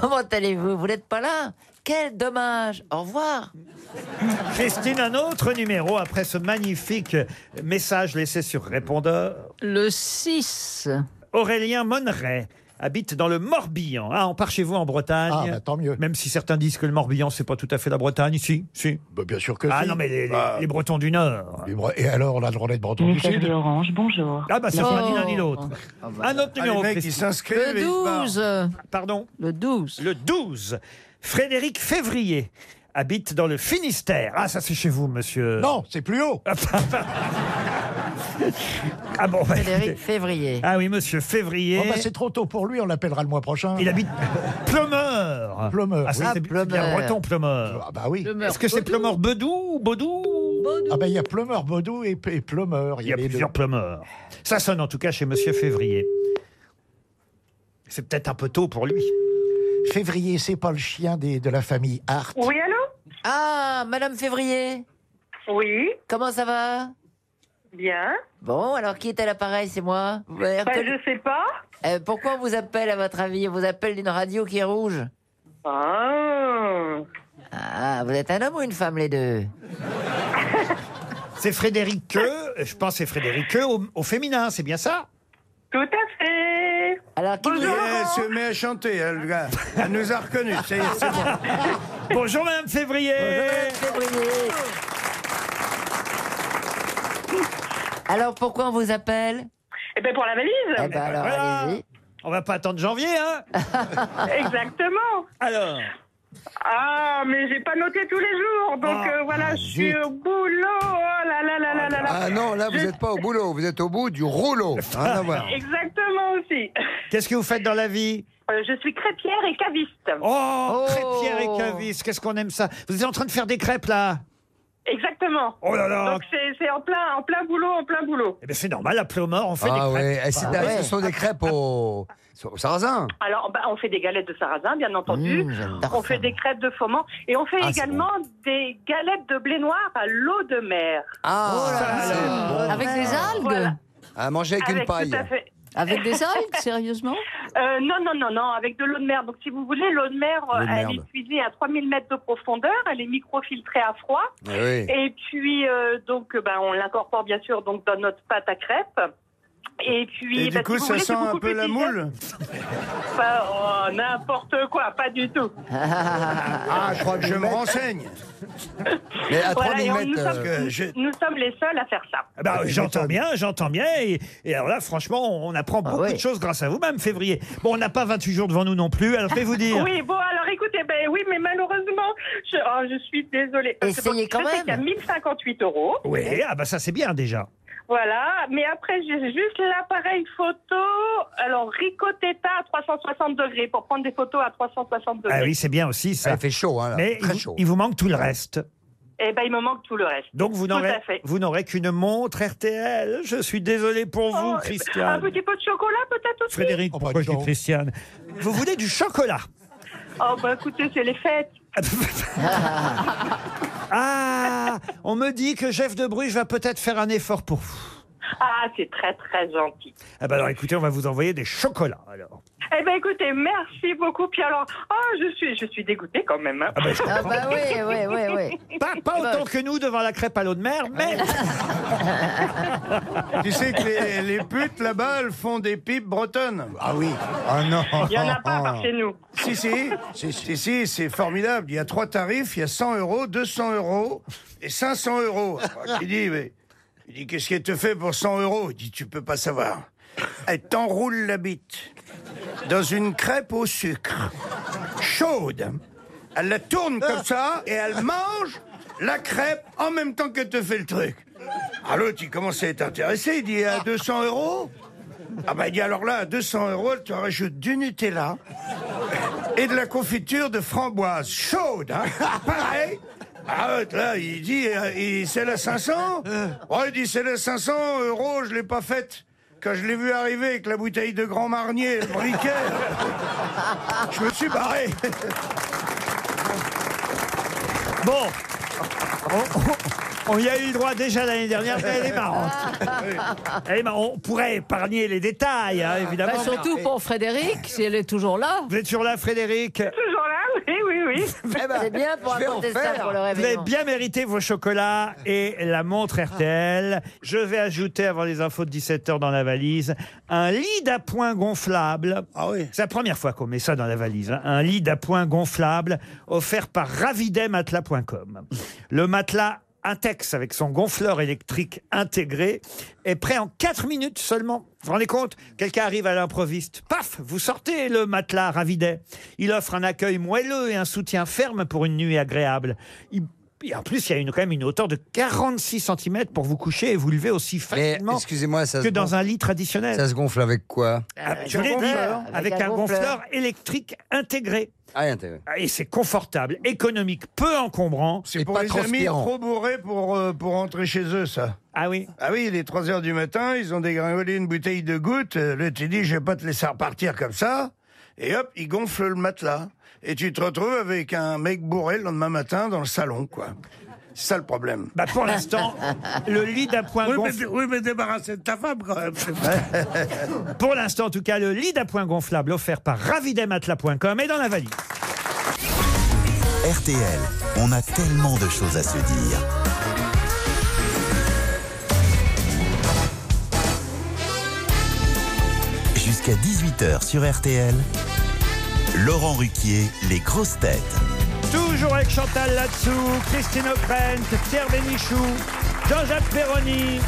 [SPEAKER 8] Comment allez-vous Vous n'êtes pas là Quel dommage. Au revoir.
[SPEAKER 4] Christine, un autre numéro après ce magnifique message laissé sur répondeur.
[SPEAKER 2] Le 6.
[SPEAKER 4] Aurélien Monneret habite dans le Morbihan. Ah, on part chez vous en Bretagne.
[SPEAKER 9] Ah, bah, tant mieux.
[SPEAKER 4] Même si certains disent que le Morbihan, c'est pas tout à fait la Bretagne. Si, si.
[SPEAKER 9] Bah, bien sûr que
[SPEAKER 4] Ah
[SPEAKER 9] si.
[SPEAKER 4] non, mais les, les-
[SPEAKER 9] Bah,
[SPEAKER 4] les Bretons du Nord.
[SPEAKER 9] les Bre- Et alors, la journée de Breton du
[SPEAKER 12] Message
[SPEAKER 9] Sud
[SPEAKER 12] de Orange, bonjour.
[SPEAKER 4] Ah bah, c'est
[SPEAKER 2] Non.
[SPEAKER 4] pas ni l'un ni l'autre.
[SPEAKER 9] bah.
[SPEAKER 4] Un autre
[SPEAKER 6] Ah, les
[SPEAKER 4] numéro.
[SPEAKER 6] mecs, ils
[SPEAKER 4] Christine.
[SPEAKER 6] s'inscrivent. et ils se
[SPEAKER 2] Le
[SPEAKER 6] barrent.
[SPEAKER 2] 12.
[SPEAKER 4] Pardon
[SPEAKER 2] Le 12.
[SPEAKER 4] Le 12. Frédéric Février habite dans le Finistère. Ah, ça c'est chez vous, monsieur.
[SPEAKER 9] Non, c'est plus haut.
[SPEAKER 4] Ah bon, bah,
[SPEAKER 8] Frédéric
[SPEAKER 4] écoutez.
[SPEAKER 8] Février.
[SPEAKER 4] Ah oui, monsieur Février.
[SPEAKER 9] Oh, bah, c'est trop tôt pour lui, on l'appellera le mois prochain.
[SPEAKER 4] Il habite Plomeur.
[SPEAKER 9] Plomeur,
[SPEAKER 4] Ah, ça,
[SPEAKER 9] oui.
[SPEAKER 4] c'est bien
[SPEAKER 8] Plomeur.
[SPEAKER 4] breton, Plomeur.
[SPEAKER 9] Ah bah oui.
[SPEAKER 4] Est-ce que c'est Plumeur Bedou ou Baudou
[SPEAKER 9] Ah bah il y a Plumeur Baudou et, et Plumeur.
[SPEAKER 4] Il y a
[SPEAKER 9] les deux.
[SPEAKER 4] plusieurs Plumeurs. Ça sonne en tout cas chez Monsieur Février. C'est peut-être un peu tôt pour lui.
[SPEAKER 9] Février, c'est pas le chien des, de la famille Hart.
[SPEAKER 12] Oui, allô
[SPEAKER 8] Ah, Madame Février.
[SPEAKER 12] Oui,
[SPEAKER 8] Comment ça va
[SPEAKER 12] bien.
[SPEAKER 8] Bon, alors qui est à l'appareil C'est moi. Vous m'avez
[SPEAKER 12] Bah,
[SPEAKER 8] reconnu-
[SPEAKER 12] je sais pas.
[SPEAKER 8] Euh, pourquoi on vous appelle à votre avis On vous appelle d'une radio qui est rouge
[SPEAKER 4] Hmm.
[SPEAKER 12] Ah.
[SPEAKER 8] Ah, vous êtes un homme ou une femme les deux
[SPEAKER 4] C'est Frédéric Queux, je pense que c'est Frédéric Queux au, au féminin, c'est bien ça
[SPEAKER 12] Tout à fait.
[SPEAKER 8] Alors qui vous-
[SPEAKER 6] Et Elle se met à chanter, hein, le gars. Elle nous a reconnus. ça y est, c'est bon.
[SPEAKER 4] Bonjour Madame Février
[SPEAKER 8] Madame Février. Alors pourquoi on vous appelle
[SPEAKER 12] Eh ben pour la valise.
[SPEAKER 4] Voilà. On va pas attendre janvier, hein
[SPEAKER 12] Exactement.
[SPEAKER 4] Alors
[SPEAKER 12] Ah, mais j'ai pas noté tous les jours, donc
[SPEAKER 4] Ah,
[SPEAKER 12] euh, voilà, je suis au boulot. Oh là là là là là là.
[SPEAKER 7] Ah non, là, vous n'êtes pas au boulot, vous êtes au bout du rouleau. Rien à voir.
[SPEAKER 12] Exactement aussi.
[SPEAKER 4] Qu'est-ce que vous faites dans la vie
[SPEAKER 12] Euh, je suis crêpière et caviste.
[SPEAKER 4] Oh, Crêpière et Cavis, qu'est-ce qu'on aime ça Vous êtes en train de faire des crêpes, là
[SPEAKER 12] Exactement.
[SPEAKER 4] Oh là là.
[SPEAKER 12] Donc c'est c'est en plein, en plein boulot, en plein boulot.
[SPEAKER 4] Eh bien, c'est normal, à Plomard, on fait
[SPEAKER 7] Ah
[SPEAKER 4] des
[SPEAKER 7] ouais,
[SPEAKER 4] crêpes.
[SPEAKER 7] eh, c'est
[SPEAKER 4] Bah
[SPEAKER 7] dingue,
[SPEAKER 4] ouais.
[SPEAKER 7] ce sont des crêpes au, au sarrasin.
[SPEAKER 12] Alors, bah, on fait des galettes de sarrasin, bien entendu.
[SPEAKER 7] Mmh, j'adore
[SPEAKER 12] on fait des crêpes de foment. Et on fait
[SPEAKER 7] Ah, c'est
[SPEAKER 12] également des galettes de blé noir à l'eau de mer.
[SPEAKER 7] Ah, Oh là là, c'est bon.
[SPEAKER 12] Avec des algues
[SPEAKER 7] À manger avec, une paille.
[SPEAKER 12] Tout à fait.
[SPEAKER 2] Avec des algues,
[SPEAKER 12] sérieusement Non, non, non, non, avec de l'eau de mer. Donc, si vous voulez, l'eau de mer,
[SPEAKER 7] L'eau de
[SPEAKER 12] elle
[SPEAKER 7] merde.
[SPEAKER 12] est puisée à 3000 mètres de profondeur, elle est microfiltrée à froid.
[SPEAKER 7] Ah oui.
[SPEAKER 12] Et puis, euh, donc, euh, ben, on l'incorpore bien sûr donc, dans notre pâte à crêpes. Et puis,
[SPEAKER 6] Et
[SPEAKER 12] bah,
[SPEAKER 6] du
[SPEAKER 12] si
[SPEAKER 6] coup,
[SPEAKER 12] vous
[SPEAKER 6] ça
[SPEAKER 12] voulez,
[SPEAKER 6] sent
[SPEAKER 12] c'est
[SPEAKER 6] un
[SPEAKER 12] beaucoup
[SPEAKER 6] peu
[SPEAKER 12] plus
[SPEAKER 6] la
[SPEAKER 12] efficace.
[SPEAKER 6] moule
[SPEAKER 12] Pas- oh, n'importe quoi, pas du tout.
[SPEAKER 6] Ah, je crois que je me renseigne. Mais à 3000
[SPEAKER 12] et on-
[SPEAKER 6] mètres,
[SPEAKER 12] nous, sommes,
[SPEAKER 6] euh, que je-
[SPEAKER 12] nous sommes les seuls à faire ça.
[SPEAKER 4] Ah bah, j'entends bien, j'entends bien. Et, et alors là, franchement, on apprend
[SPEAKER 7] Ah
[SPEAKER 4] beaucoup de choses grâce à vous, même février. Bon, on n'a pas 28 jours devant nous non plus, alors je vais vous dire.
[SPEAKER 12] Oui, bon, alors écoutez, ben oui, mais malheureusement, je, oh, je suis désolée. Parce que, bon,
[SPEAKER 4] Essayez quand
[SPEAKER 12] je sais
[SPEAKER 4] même.
[SPEAKER 12] qu'il y a 1058 euros.
[SPEAKER 4] Oui, ah bah ça c'est bien déjà.
[SPEAKER 12] Voilà, mais après, j'ai juste l'appareil photo. Alors, Rico Theta à 360 degrés pour prendre des photos à 360 degrés.
[SPEAKER 4] Ah oui, c'est bien aussi ça.
[SPEAKER 7] Il fait chaud, hein, là.
[SPEAKER 4] Mais
[SPEAKER 7] Très
[SPEAKER 4] il, vous-
[SPEAKER 7] chaud.
[SPEAKER 4] il vous manque tout le reste.
[SPEAKER 12] Eh ben, il me manque tout le reste.
[SPEAKER 4] Donc vous
[SPEAKER 12] Tout
[SPEAKER 4] n'aurez,
[SPEAKER 12] à fait.
[SPEAKER 4] vous n'aurez qu'une montre RTL. Je suis désolé pour vous,
[SPEAKER 12] Oh, Un
[SPEAKER 4] Christiane.
[SPEAKER 12] petit peu de chocolat, peut-être aussi
[SPEAKER 4] Frédéric,
[SPEAKER 7] Oh, bah,
[SPEAKER 4] pourquoi je dis Christiane Vous voulez du chocolat
[SPEAKER 12] Oh, bah écoutez, c'est les fêtes.
[SPEAKER 4] Ah, on me dit que Jeff de Bruges va peut-être faire un effort pour vous.
[SPEAKER 12] Ah, c'est très, très gentil.
[SPEAKER 4] Ah bah alors écoutez, on va vous envoyer des chocolats alors.
[SPEAKER 12] Eh ben, écoutez, merci beaucoup. Puis alors, oh, je suis, je suis dégoûtée quand même. hein.
[SPEAKER 8] Ah bah oui, oui, oui, oui.
[SPEAKER 4] Pas, pas autant que nous devant la crêpe à l'eau de mer, mais
[SPEAKER 6] tu sais que les, les putes là-bas, elles font des pipes bretonnes.
[SPEAKER 7] Ah oui. Ah non.
[SPEAKER 12] Il y en a pas par chez nous.
[SPEAKER 6] Si, si. si, si, c'est formidable. Il y a trois tarifs. Il y a 100 euros, 200 euros et 500 euros. Alors, Il dit, mais, il dit, qu'est-ce qu'elle te fait pour 100 euros Il dit, tu peux pas savoir. Elle t'enroule la bite dans une crêpe au sucre, chaude. Elle la tourne comme ça et elle mange la crêpe en même temps qu'elle te fait le truc. Ah, l'autre, il commence à être intéressé. Il dit, à 200 euros Ah, bah, il dit, alors là, à 200 euros, elle te rajoute du Nutella et de la confiture de framboise chaude. hein. Pareil. Ah, ouais, là, il dit, euh, il- c'est la 500 Ouais, il dit, c'est la 500 euros, je l'ai pas faite. Quand je l'ai vu arriver avec la bouteille de Grand Marnier, et le briquet, je me suis barré.
[SPEAKER 4] bon. On, on- on y a eu le droit déjà l'année dernière, mais elle est marrante. Elle est marrante. On pourrait épargner les détails, hein, évidemment.
[SPEAKER 2] Bah, surtout pour Frédéric, si elle est toujours là.
[SPEAKER 4] Vous êtes toujours là, Frédéric
[SPEAKER 12] Toujours là, oui, oui, oui.
[SPEAKER 8] C'est bien pour
[SPEAKER 2] je vais en
[SPEAKER 8] raconter ça
[SPEAKER 2] faire.
[SPEAKER 8] pour le
[SPEAKER 4] Vous avez
[SPEAKER 8] réveillon.
[SPEAKER 4] bien mérité vos chocolats et la montre RTL. Je vais ajouter, avant les infos de 17h dans la valise, un lit d'appoint gonflable. Ah oui. C'est la première fois qu'on met ça dans la valise. hein. Un lit d'appoint gonflable offert par ravidematelas.com. Le matelas Intex avec son gonfleur électrique intégré est prêt en 4 minutes seulement. Vous vous rendez compte Quelqu'un arrive à l'improviste. Paf Vous sortez le matelas Ravidet. Il offre un accueil moelleux et un soutien ferme pour une nuit agréable. Il- et en plus, il y a une, quand même une hauteur de 46 cm pour vous coucher et vous lever aussi facilement
[SPEAKER 7] excusez-moi, ça
[SPEAKER 4] que
[SPEAKER 7] se
[SPEAKER 4] dans
[SPEAKER 7] gonfle.
[SPEAKER 4] un lit traditionnel.
[SPEAKER 7] Ça se gonfle avec quoi
[SPEAKER 4] Ah,
[SPEAKER 7] Avec
[SPEAKER 4] je
[SPEAKER 7] un
[SPEAKER 4] l'ai dit,
[SPEAKER 7] gonfleur.
[SPEAKER 4] avec, un, gonfleur. électrique intégré.
[SPEAKER 7] Ah, intérêt.
[SPEAKER 4] Et c'est confortable, économique, peu encombrant.
[SPEAKER 6] C'est pour les amis trop bourrés pour, euh, pour rentrer chez eux, ça.
[SPEAKER 4] Ah oui
[SPEAKER 6] Ah oui, il est 3 heures du matin, ils ont dégringolé une bouteille de gouttes. euh, Le tu dis, je vais pas te laisser repartir comme ça. Et hop, ils gonflent le matelas. Et tu te retrouves avec un mec bourré le lendemain matin dans le salon, quoi. C'est ça le problème.
[SPEAKER 4] Bah pour l'instant, le lit d'appoint
[SPEAKER 5] oui, mais,
[SPEAKER 4] gonflable.
[SPEAKER 5] oui, mais débarrassez de ta femme quand même.
[SPEAKER 4] Pour l'instant, en tout cas, le lit d'appoint gonflable offert par ravidematelas.com est dans la valise.
[SPEAKER 13] RTL, on a tellement de choses à se dire. Jusqu'à 18h sur RTL, Laurent Ruquier, les grosses têtes.
[SPEAKER 4] Toujours avec Chantal Latsou, Christine O'Krent, Pierre Bénichou, Jean-Jacques Perroni,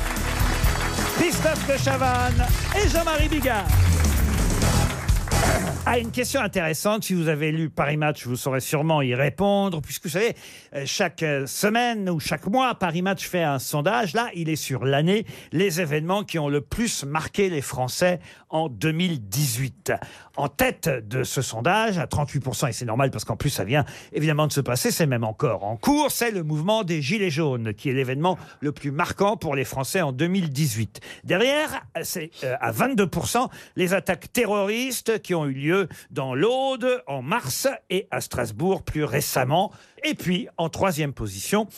[SPEAKER 4] Christophe de Chavannes et Jean-Marie Bigard. Ah, une question intéressante. Si vous avez lu Paris Match, vous saurez sûrement y répondre, puisque vous savez, euh, chaque euh, semaine ou chaque mois, Paris Match fait un sondage. Là, il est sur l'année, les événements qui ont le plus marqué les Français en 2018. En tête de ce sondage, à 38%, et c'est normal parce qu'en plus, ça vient évidemment de se passer, c'est même encore en cours, c'est le mouvement des Gilets jaunes, qui est l'événement le plus marquant pour les Français en 2018. Derrière, c'est euh, à 22%, les attaques terroristes qui ont eu lieu dans l'Aude, en mars, et à Strasbourg plus récemment. Et puis, en troisième position,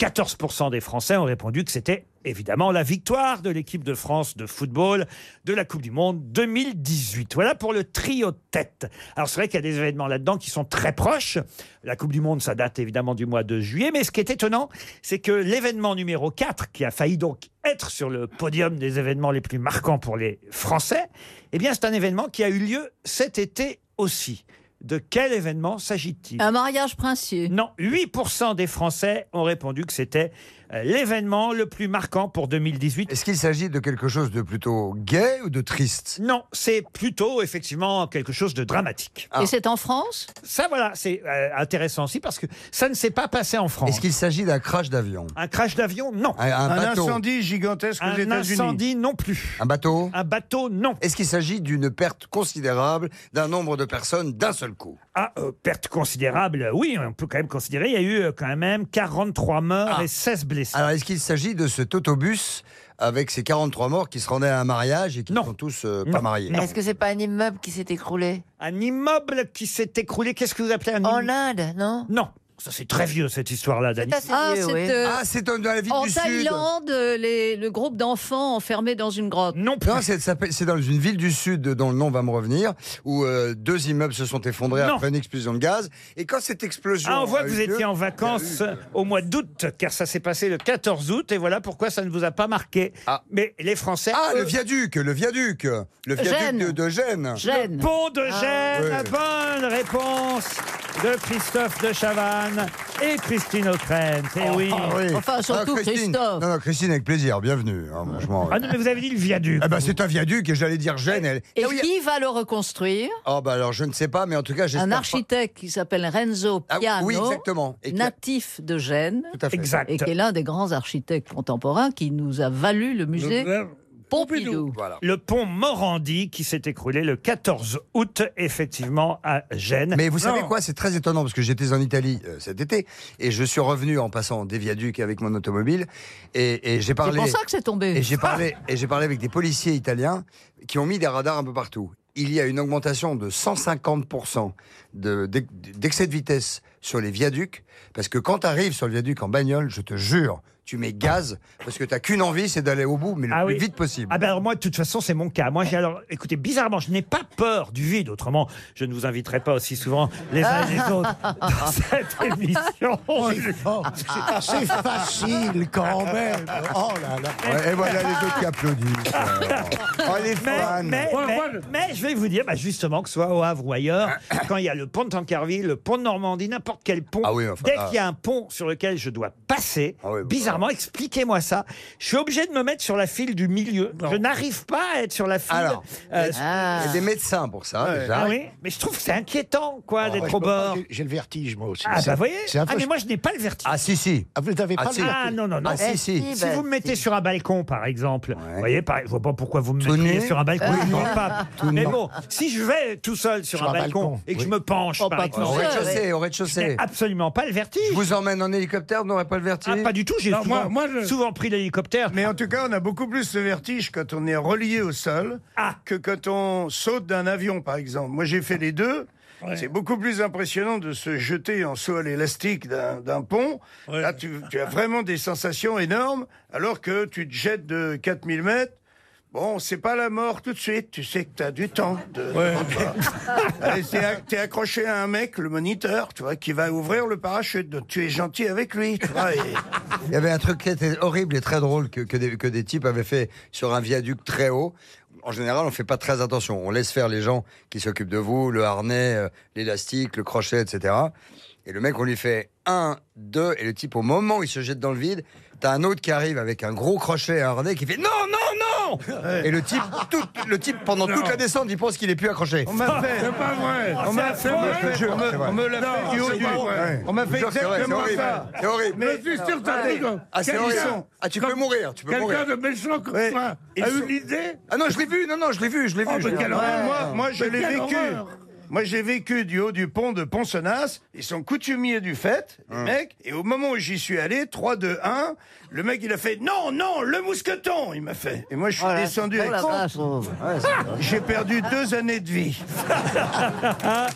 [SPEAKER 4] 14% des Français ont répondu que c'était évidemment la victoire de l'équipe de France de football de la Coupe du Monde 2018. Voilà pour le trio de tête. Alors c'est vrai qu'il y a des événements là-dedans qui sont très proches. La Coupe du Monde, ça date évidemment du mois de juillet. Mais ce qui est étonnant, c'est que l'événement numéro 4, qui a failli donc être sur le podium des événements les plus marquants pour les Français, eh bien c'est un événement qui a eu lieu cet été aussi. De quel événement s'agit-il
[SPEAKER 2] Un mariage princier.
[SPEAKER 4] Non, 8% des Français ont répondu que c'était euh, l'événement le plus marquant pour 2018.
[SPEAKER 7] Est-ce qu'il s'agit de quelque chose de plutôt gay ou de triste
[SPEAKER 4] Non, c'est plutôt effectivement quelque chose de dramatique.
[SPEAKER 7] Ah.
[SPEAKER 2] Et c'est en France
[SPEAKER 4] Ça voilà, c'est euh, intéressant aussi parce que ça ne s'est pas passé en France.
[SPEAKER 7] Est-ce qu'il s'agit d'un crash d'avion
[SPEAKER 4] Un crash d'avion Non.
[SPEAKER 7] Un, un bateau
[SPEAKER 6] gigantesque
[SPEAKER 4] Un incendie non plus.
[SPEAKER 7] Un bateau
[SPEAKER 4] Un bateau non.
[SPEAKER 7] Est-ce qu'il s'agit d'une perte considérable d'un nombre de personnes d'un seul coup
[SPEAKER 4] Ah, euh, perte considérable, oui, on peut quand même considérer. Il y a eu euh, quand même 43 morts et 16 blessés.
[SPEAKER 7] Ah. Alors est-ce qu'il s'agit de cet autobus avec ses 43 morts qui se rendaient à un mariage et qui sont tous euh, pas mariés
[SPEAKER 8] Est-ce que c'est pas un immeuble qui s'est écroulé
[SPEAKER 4] Un immeuble qui s'est écroulé, qu'est-ce que vous appelez un
[SPEAKER 8] En Inde, non
[SPEAKER 4] Non, ça c'est très vieux cette histoire-là, Dani.
[SPEAKER 8] assez
[SPEAKER 2] Ah,
[SPEAKER 8] vieux,
[SPEAKER 2] c'est,
[SPEAKER 8] oui.
[SPEAKER 2] euh,
[SPEAKER 7] Ah, c'est dans la ville
[SPEAKER 2] En
[SPEAKER 7] du Sud.
[SPEAKER 2] Thaïlande, euh, les- le groupe d'enfants enfermés dans une grotte.
[SPEAKER 4] Non,
[SPEAKER 7] Non, c'est ça s'appelle- c'est dans une ville du Sud dont le nom va me revenir, où euh, deux immeubles se sont effondrés
[SPEAKER 4] Non.
[SPEAKER 7] après une explosion de gaz. Et quand cette explosion.
[SPEAKER 4] Ah, on voit
[SPEAKER 7] a
[SPEAKER 4] que
[SPEAKER 7] eu
[SPEAKER 4] vous
[SPEAKER 7] lieu-
[SPEAKER 4] étiez en vacances euh, au mois d'août, car ça s'est passé le 14 août, et voilà pourquoi ça ne vous a pas marqué. Mais les Français.
[SPEAKER 7] Ah,
[SPEAKER 4] eux,
[SPEAKER 7] le viaduc, le viaduc,
[SPEAKER 4] Eh
[SPEAKER 7] le viaduc
[SPEAKER 2] Gênes.
[SPEAKER 7] de, de Gênes.
[SPEAKER 2] Gênes. Ah
[SPEAKER 4] Pont de Gênes,
[SPEAKER 7] Ouais.
[SPEAKER 4] bonne réponse de Christophe de Chavannes et Christine O'Krent. Eh oui.
[SPEAKER 7] Ah oui.
[SPEAKER 2] Enfin, surtout
[SPEAKER 7] Ah, Christine.
[SPEAKER 2] Christophe.
[SPEAKER 7] Non, non, Christine, avec plaisir, bienvenue. hein, franchement.
[SPEAKER 4] Ah non, mais vous avez dit le viaduc.
[SPEAKER 7] Ah bah, c'est un viaduc et j'allais dire Gênes. elle-
[SPEAKER 2] Et
[SPEAKER 7] Ah oui,
[SPEAKER 2] qui va le reconstruire
[SPEAKER 7] Ah bah alors je ne sais pas, mais en tout cas j'espère.
[SPEAKER 2] Un
[SPEAKER 7] pas-
[SPEAKER 2] architecte qui s'appelle Renzo
[SPEAKER 7] Ah,
[SPEAKER 2] Piano,
[SPEAKER 7] oui, exactement. Et qui-
[SPEAKER 2] natif de Gênes,
[SPEAKER 7] Tout à fait.
[SPEAKER 4] Exact.
[SPEAKER 2] et qui est l'un des grands architectes contemporains qui nous a valu le musée Pompidou.
[SPEAKER 7] Voilà.
[SPEAKER 4] Le pont Morandi qui s'est écroulé le 14 août, effectivement, à Gênes.
[SPEAKER 7] Mais vous savez
[SPEAKER 4] Non.
[SPEAKER 7] quoi C'est très étonnant parce que j'étais en Italie euh, cet été et je suis revenu en passant des viaducs avec mon automobile et, et j'ai
[SPEAKER 2] C'est
[SPEAKER 7] parlé.
[SPEAKER 2] pour ça que c'est tombé.
[SPEAKER 7] Et
[SPEAKER 4] Ah.
[SPEAKER 7] j'ai parlé, et j'ai parlé avec des policiers italiens qui ont mis des radars un peu partout. Il y a une augmentation de 150% de- d'ex- d'excès de vitesse sur les viaducs, parce que quand tu arrives sur le viaduc en bagnole, je te jure, tu mets gaz, parce que t'as qu'une envie, c'est d'aller au bout, mais le
[SPEAKER 4] Ah
[SPEAKER 7] plus
[SPEAKER 4] oui.
[SPEAKER 7] vite possible.
[SPEAKER 4] Ah ben alors moi, de toute façon, c'est mon cas. Moi, j'ai alors, écoutez, bizarrement, je n'ai pas peur du vide. Autrement, je ne vous inviterai pas aussi souvent les uns et les autres dans cette
[SPEAKER 7] Oh,
[SPEAKER 4] émission.
[SPEAKER 9] Ah, C'est facile quand même. Oh là là.
[SPEAKER 7] Ouais, et voilà les autres qui applaudissent. Oh, les
[SPEAKER 4] Mais,
[SPEAKER 7] fans.
[SPEAKER 4] mais,
[SPEAKER 5] Ouais,
[SPEAKER 4] mais-
[SPEAKER 5] moi, je-
[SPEAKER 4] mais je vais vous dire, bah, justement, que ce soit au Havre ou ailleurs, quand il y a le pont de Tancarville, le pont de Normandie, n'importe quel pont,
[SPEAKER 7] Ah oui, enfin,
[SPEAKER 4] dès
[SPEAKER 7] ah.
[SPEAKER 4] qu'il y a un pont sur lequel je dois passer,
[SPEAKER 7] Ah oui, bah,
[SPEAKER 4] bizarrement, expliquez-moi ça, je suis obligé de me mettre sur la file du milieu. Je n'arrive pas à être sur la file.
[SPEAKER 7] Alors,
[SPEAKER 4] euh,
[SPEAKER 7] Il y a des médecins pour ça, déjà.
[SPEAKER 4] ah oui, mais je trouve que c'est inquiétant, quoi,
[SPEAKER 9] Ah,
[SPEAKER 4] d'être
[SPEAKER 9] je
[SPEAKER 4] au
[SPEAKER 9] peux pas,
[SPEAKER 4] bord.
[SPEAKER 9] j'ai- J'ai le vertige, moi aussi.
[SPEAKER 4] Ah,
[SPEAKER 9] C'est-
[SPEAKER 4] bah, vous voyez
[SPEAKER 9] c'est un
[SPEAKER 4] Ah,
[SPEAKER 9] peu-
[SPEAKER 4] mais moi, je n'ai pas le vertige.
[SPEAKER 7] Ah si, si.
[SPEAKER 9] Ah, vous n'avez pas
[SPEAKER 7] Ah,
[SPEAKER 9] le
[SPEAKER 7] si.
[SPEAKER 9] vertige.
[SPEAKER 4] Ah, non, non, non.
[SPEAKER 7] Ah si, si.
[SPEAKER 4] Si vous me mettez sur un balcon, par exemple, vous voyez, par- je vois pas pourquoi vous me
[SPEAKER 7] Tout
[SPEAKER 4] mettez
[SPEAKER 7] nu
[SPEAKER 4] sur un balcon,
[SPEAKER 7] Oui,
[SPEAKER 4] je
[SPEAKER 7] non.
[SPEAKER 4] vois pas.
[SPEAKER 7] Tout
[SPEAKER 4] Mais
[SPEAKER 7] nu.
[SPEAKER 4] bon, si je vais tout seul sur, un, balcon, et que je
[SPEAKER 9] oui.
[SPEAKER 4] me penche,
[SPEAKER 2] Oh,
[SPEAKER 4] par
[SPEAKER 2] pas
[SPEAKER 4] exemple,
[SPEAKER 7] Au
[SPEAKER 2] tout seul.
[SPEAKER 7] rez-de-chaussée, au
[SPEAKER 4] je n'ai
[SPEAKER 7] rez-de-chaussée.
[SPEAKER 4] absolument pas le vertige.
[SPEAKER 7] Je vous emmène en hélicoptère, vous n'aurez pas le
[SPEAKER 4] Ah,
[SPEAKER 7] vertige
[SPEAKER 4] pas du tout, j'ai
[SPEAKER 5] Non,
[SPEAKER 4] souvent,
[SPEAKER 5] moi- moi, je-
[SPEAKER 4] souvent pris l'hélicoptère.
[SPEAKER 6] Mais en tout cas, on a beaucoup plus de vertige quand on est relié au sol
[SPEAKER 4] Ah.
[SPEAKER 6] que quand on saute d'un avion, par exemple. Moi, j'ai fait les deux.
[SPEAKER 5] Ouais.
[SPEAKER 6] C'est beaucoup plus impressionnant de se jeter en saut à l'élastique d'un d'un pont.
[SPEAKER 5] Ouais.
[SPEAKER 6] Là, tu, tu as vraiment des sensations énormes, alors que tu te jettes de 4000 mètres. Bon, c'est pas la mort tout de suite, tu sais que t'as du temps. De... Allez, T'es ac- t'es accroché à un mec, le moniteur, tu vois, qui va ouvrir le parachute. Donc tu es gentil avec lui, tu vois. et-
[SPEAKER 7] Il y avait un truc qui était horrible et très drôle que, que des, que des types avaient fait sur un viaduc très haut. En général, on fait pas très attention. On laisse faire les gens qui s'occupent de vous, le harnais, euh, l'élastique, le crochet, etc. Et le mec, on lui fait un, deux, et le type, au moment où il se jette dans le vide, t'as un autre qui arrive avec un gros crochet et un harnais qui fait non, non, non
[SPEAKER 5] Non
[SPEAKER 7] Et le type, tout- le type pendant
[SPEAKER 5] Non.
[SPEAKER 7] toute la descente, il pense qu'il est plus accroché.
[SPEAKER 5] On m'a fait- C'est pas vrai.
[SPEAKER 7] On m'a
[SPEAKER 5] C'est
[SPEAKER 7] fait, on m'a
[SPEAKER 5] affreux.
[SPEAKER 7] fait- on me-
[SPEAKER 5] C'est vrai.
[SPEAKER 7] on me l'a
[SPEAKER 5] Non,
[SPEAKER 7] fait du haut
[SPEAKER 5] c'est
[SPEAKER 7] du
[SPEAKER 5] pas vrai.
[SPEAKER 7] On m'a
[SPEAKER 5] Je
[SPEAKER 7] fait
[SPEAKER 5] jure que c'est vrai,
[SPEAKER 7] exactement
[SPEAKER 5] c'est horrible.
[SPEAKER 7] ça.
[SPEAKER 5] C'est horrible. Je suis sûr que t'as dit que-
[SPEAKER 7] Ah, c'est
[SPEAKER 5] quels
[SPEAKER 7] horrible.
[SPEAKER 5] sont-
[SPEAKER 7] Ah, tu
[SPEAKER 5] comme-
[SPEAKER 7] peux mourir, tu peux
[SPEAKER 5] quelqu'un
[SPEAKER 7] mourir.
[SPEAKER 5] de méchant comme toi
[SPEAKER 7] Ils
[SPEAKER 5] a eu
[SPEAKER 7] sont-
[SPEAKER 5] l'idée
[SPEAKER 7] Ah non, je l'ai vu, non, non, je l'ai vu, je
[SPEAKER 6] Oh,
[SPEAKER 7] l'ai vu. je l'ai vu. Ouais.
[SPEAKER 6] moi, moi, je
[SPEAKER 7] Mais
[SPEAKER 6] l'ai
[SPEAKER 7] quelle
[SPEAKER 6] vécu.
[SPEAKER 7] horreur.
[SPEAKER 6] Moi, j'ai vécu du haut du pont de Poncenas. Ils sont coutumiers du fait,
[SPEAKER 7] Hein.
[SPEAKER 6] les mecs. Et au moment où j'y suis allé, 3, 2, 1, le mec, il a fait Non, non, le mousqueton Il m'a fait. Et moi, je suis
[SPEAKER 9] Oh la-
[SPEAKER 6] descendu
[SPEAKER 9] oh
[SPEAKER 6] avec
[SPEAKER 9] la
[SPEAKER 6] ça.
[SPEAKER 9] vache, oh. Ouais,
[SPEAKER 6] Ah J'ai perdu deux années de vie.
[SPEAKER 4] Ah,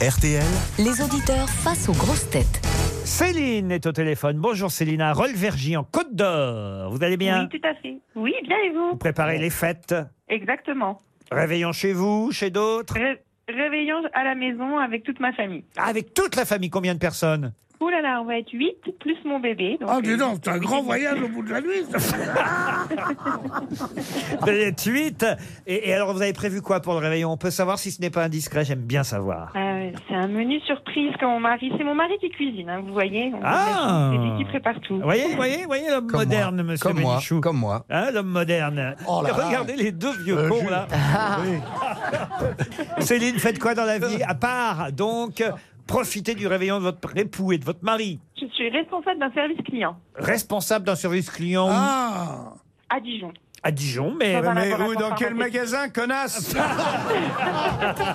[SPEAKER 13] RTL,
[SPEAKER 3] Les auditeurs face aux grosses têtes.
[SPEAKER 4] Céline est au téléphone. Bonjour Céline, à Rolvergy en Côte d'Or. Vous allez bien
[SPEAKER 12] Oui, tout à fait. Oui, bien et vous
[SPEAKER 4] Vous préparez les fêtes
[SPEAKER 12] Exactement.
[SPEAKER 4] Réveillons chez vous, chez d'autres Ah,
[SPEAKER 12] Ré- réveillons à la maison avec toute ma famille.
[SPEAKER 4] Avec toute la famille, combien de personnes
[SPEAKER 12] Ouh là là, on va être 8, plus mon bébé. donc,
[SPEAKER 5] Ah, dis
[SPEAKER 12] euh,
[SPEAKER 5] donc, c'est un grand voyage au bout de la nuit.
[SPEAKER 4] Vous allez être 8. Et, et alors, vous avez prévu quoi pour le réveillon On peut savoir si ce n'est pas indiscret, j'aime bien savoir.
[SPEAKER 12] euh, c'est un menu surprise que mon mari, c'est mon mari qui cuisine, hein, vous voyez. On
[SPEAKER 4] Ah
[SPEAKER 12] C'est lui qui prépare tout.
[SPEAKER 4] Vous voyez, vous voyez, vous voyez l'homme moderne, monsieur
[SPEAKER 7] Comme moi,
[SPEAKER 4] Bénichou.
[SPEAKER 7] comme moi.
[SPEAKER 4] Hein, l'homme moderne.
[SPEAKER 7] Oh là Euh, là.
[SPEAKER 4] Regardez les deux vieux cons, là.
[SPEAKER 8] Ah.
[SPEAKER 4] Céline, faites quoi dans la vie À part, donc, profiter du réveillon de votre époux et de votre mari.
[SPEAKER 12] Je suis responsable d'un service client
[SPEAKER 4] Responsable d'un service client
[SPEAKER 7] Ah.
[SPEAKER 12] à Dijon.
[SPEAKER 4] à Dijon, mais...
[SPEAKER 12] Dans un
[SPEAKER 6] Mais
[SPEAKER 12] laboratoire
[SPEAKER 6] où, dans quel
[SPEAKER 12] pharmaceutique.
[SPEAKER 6] magasin, connasse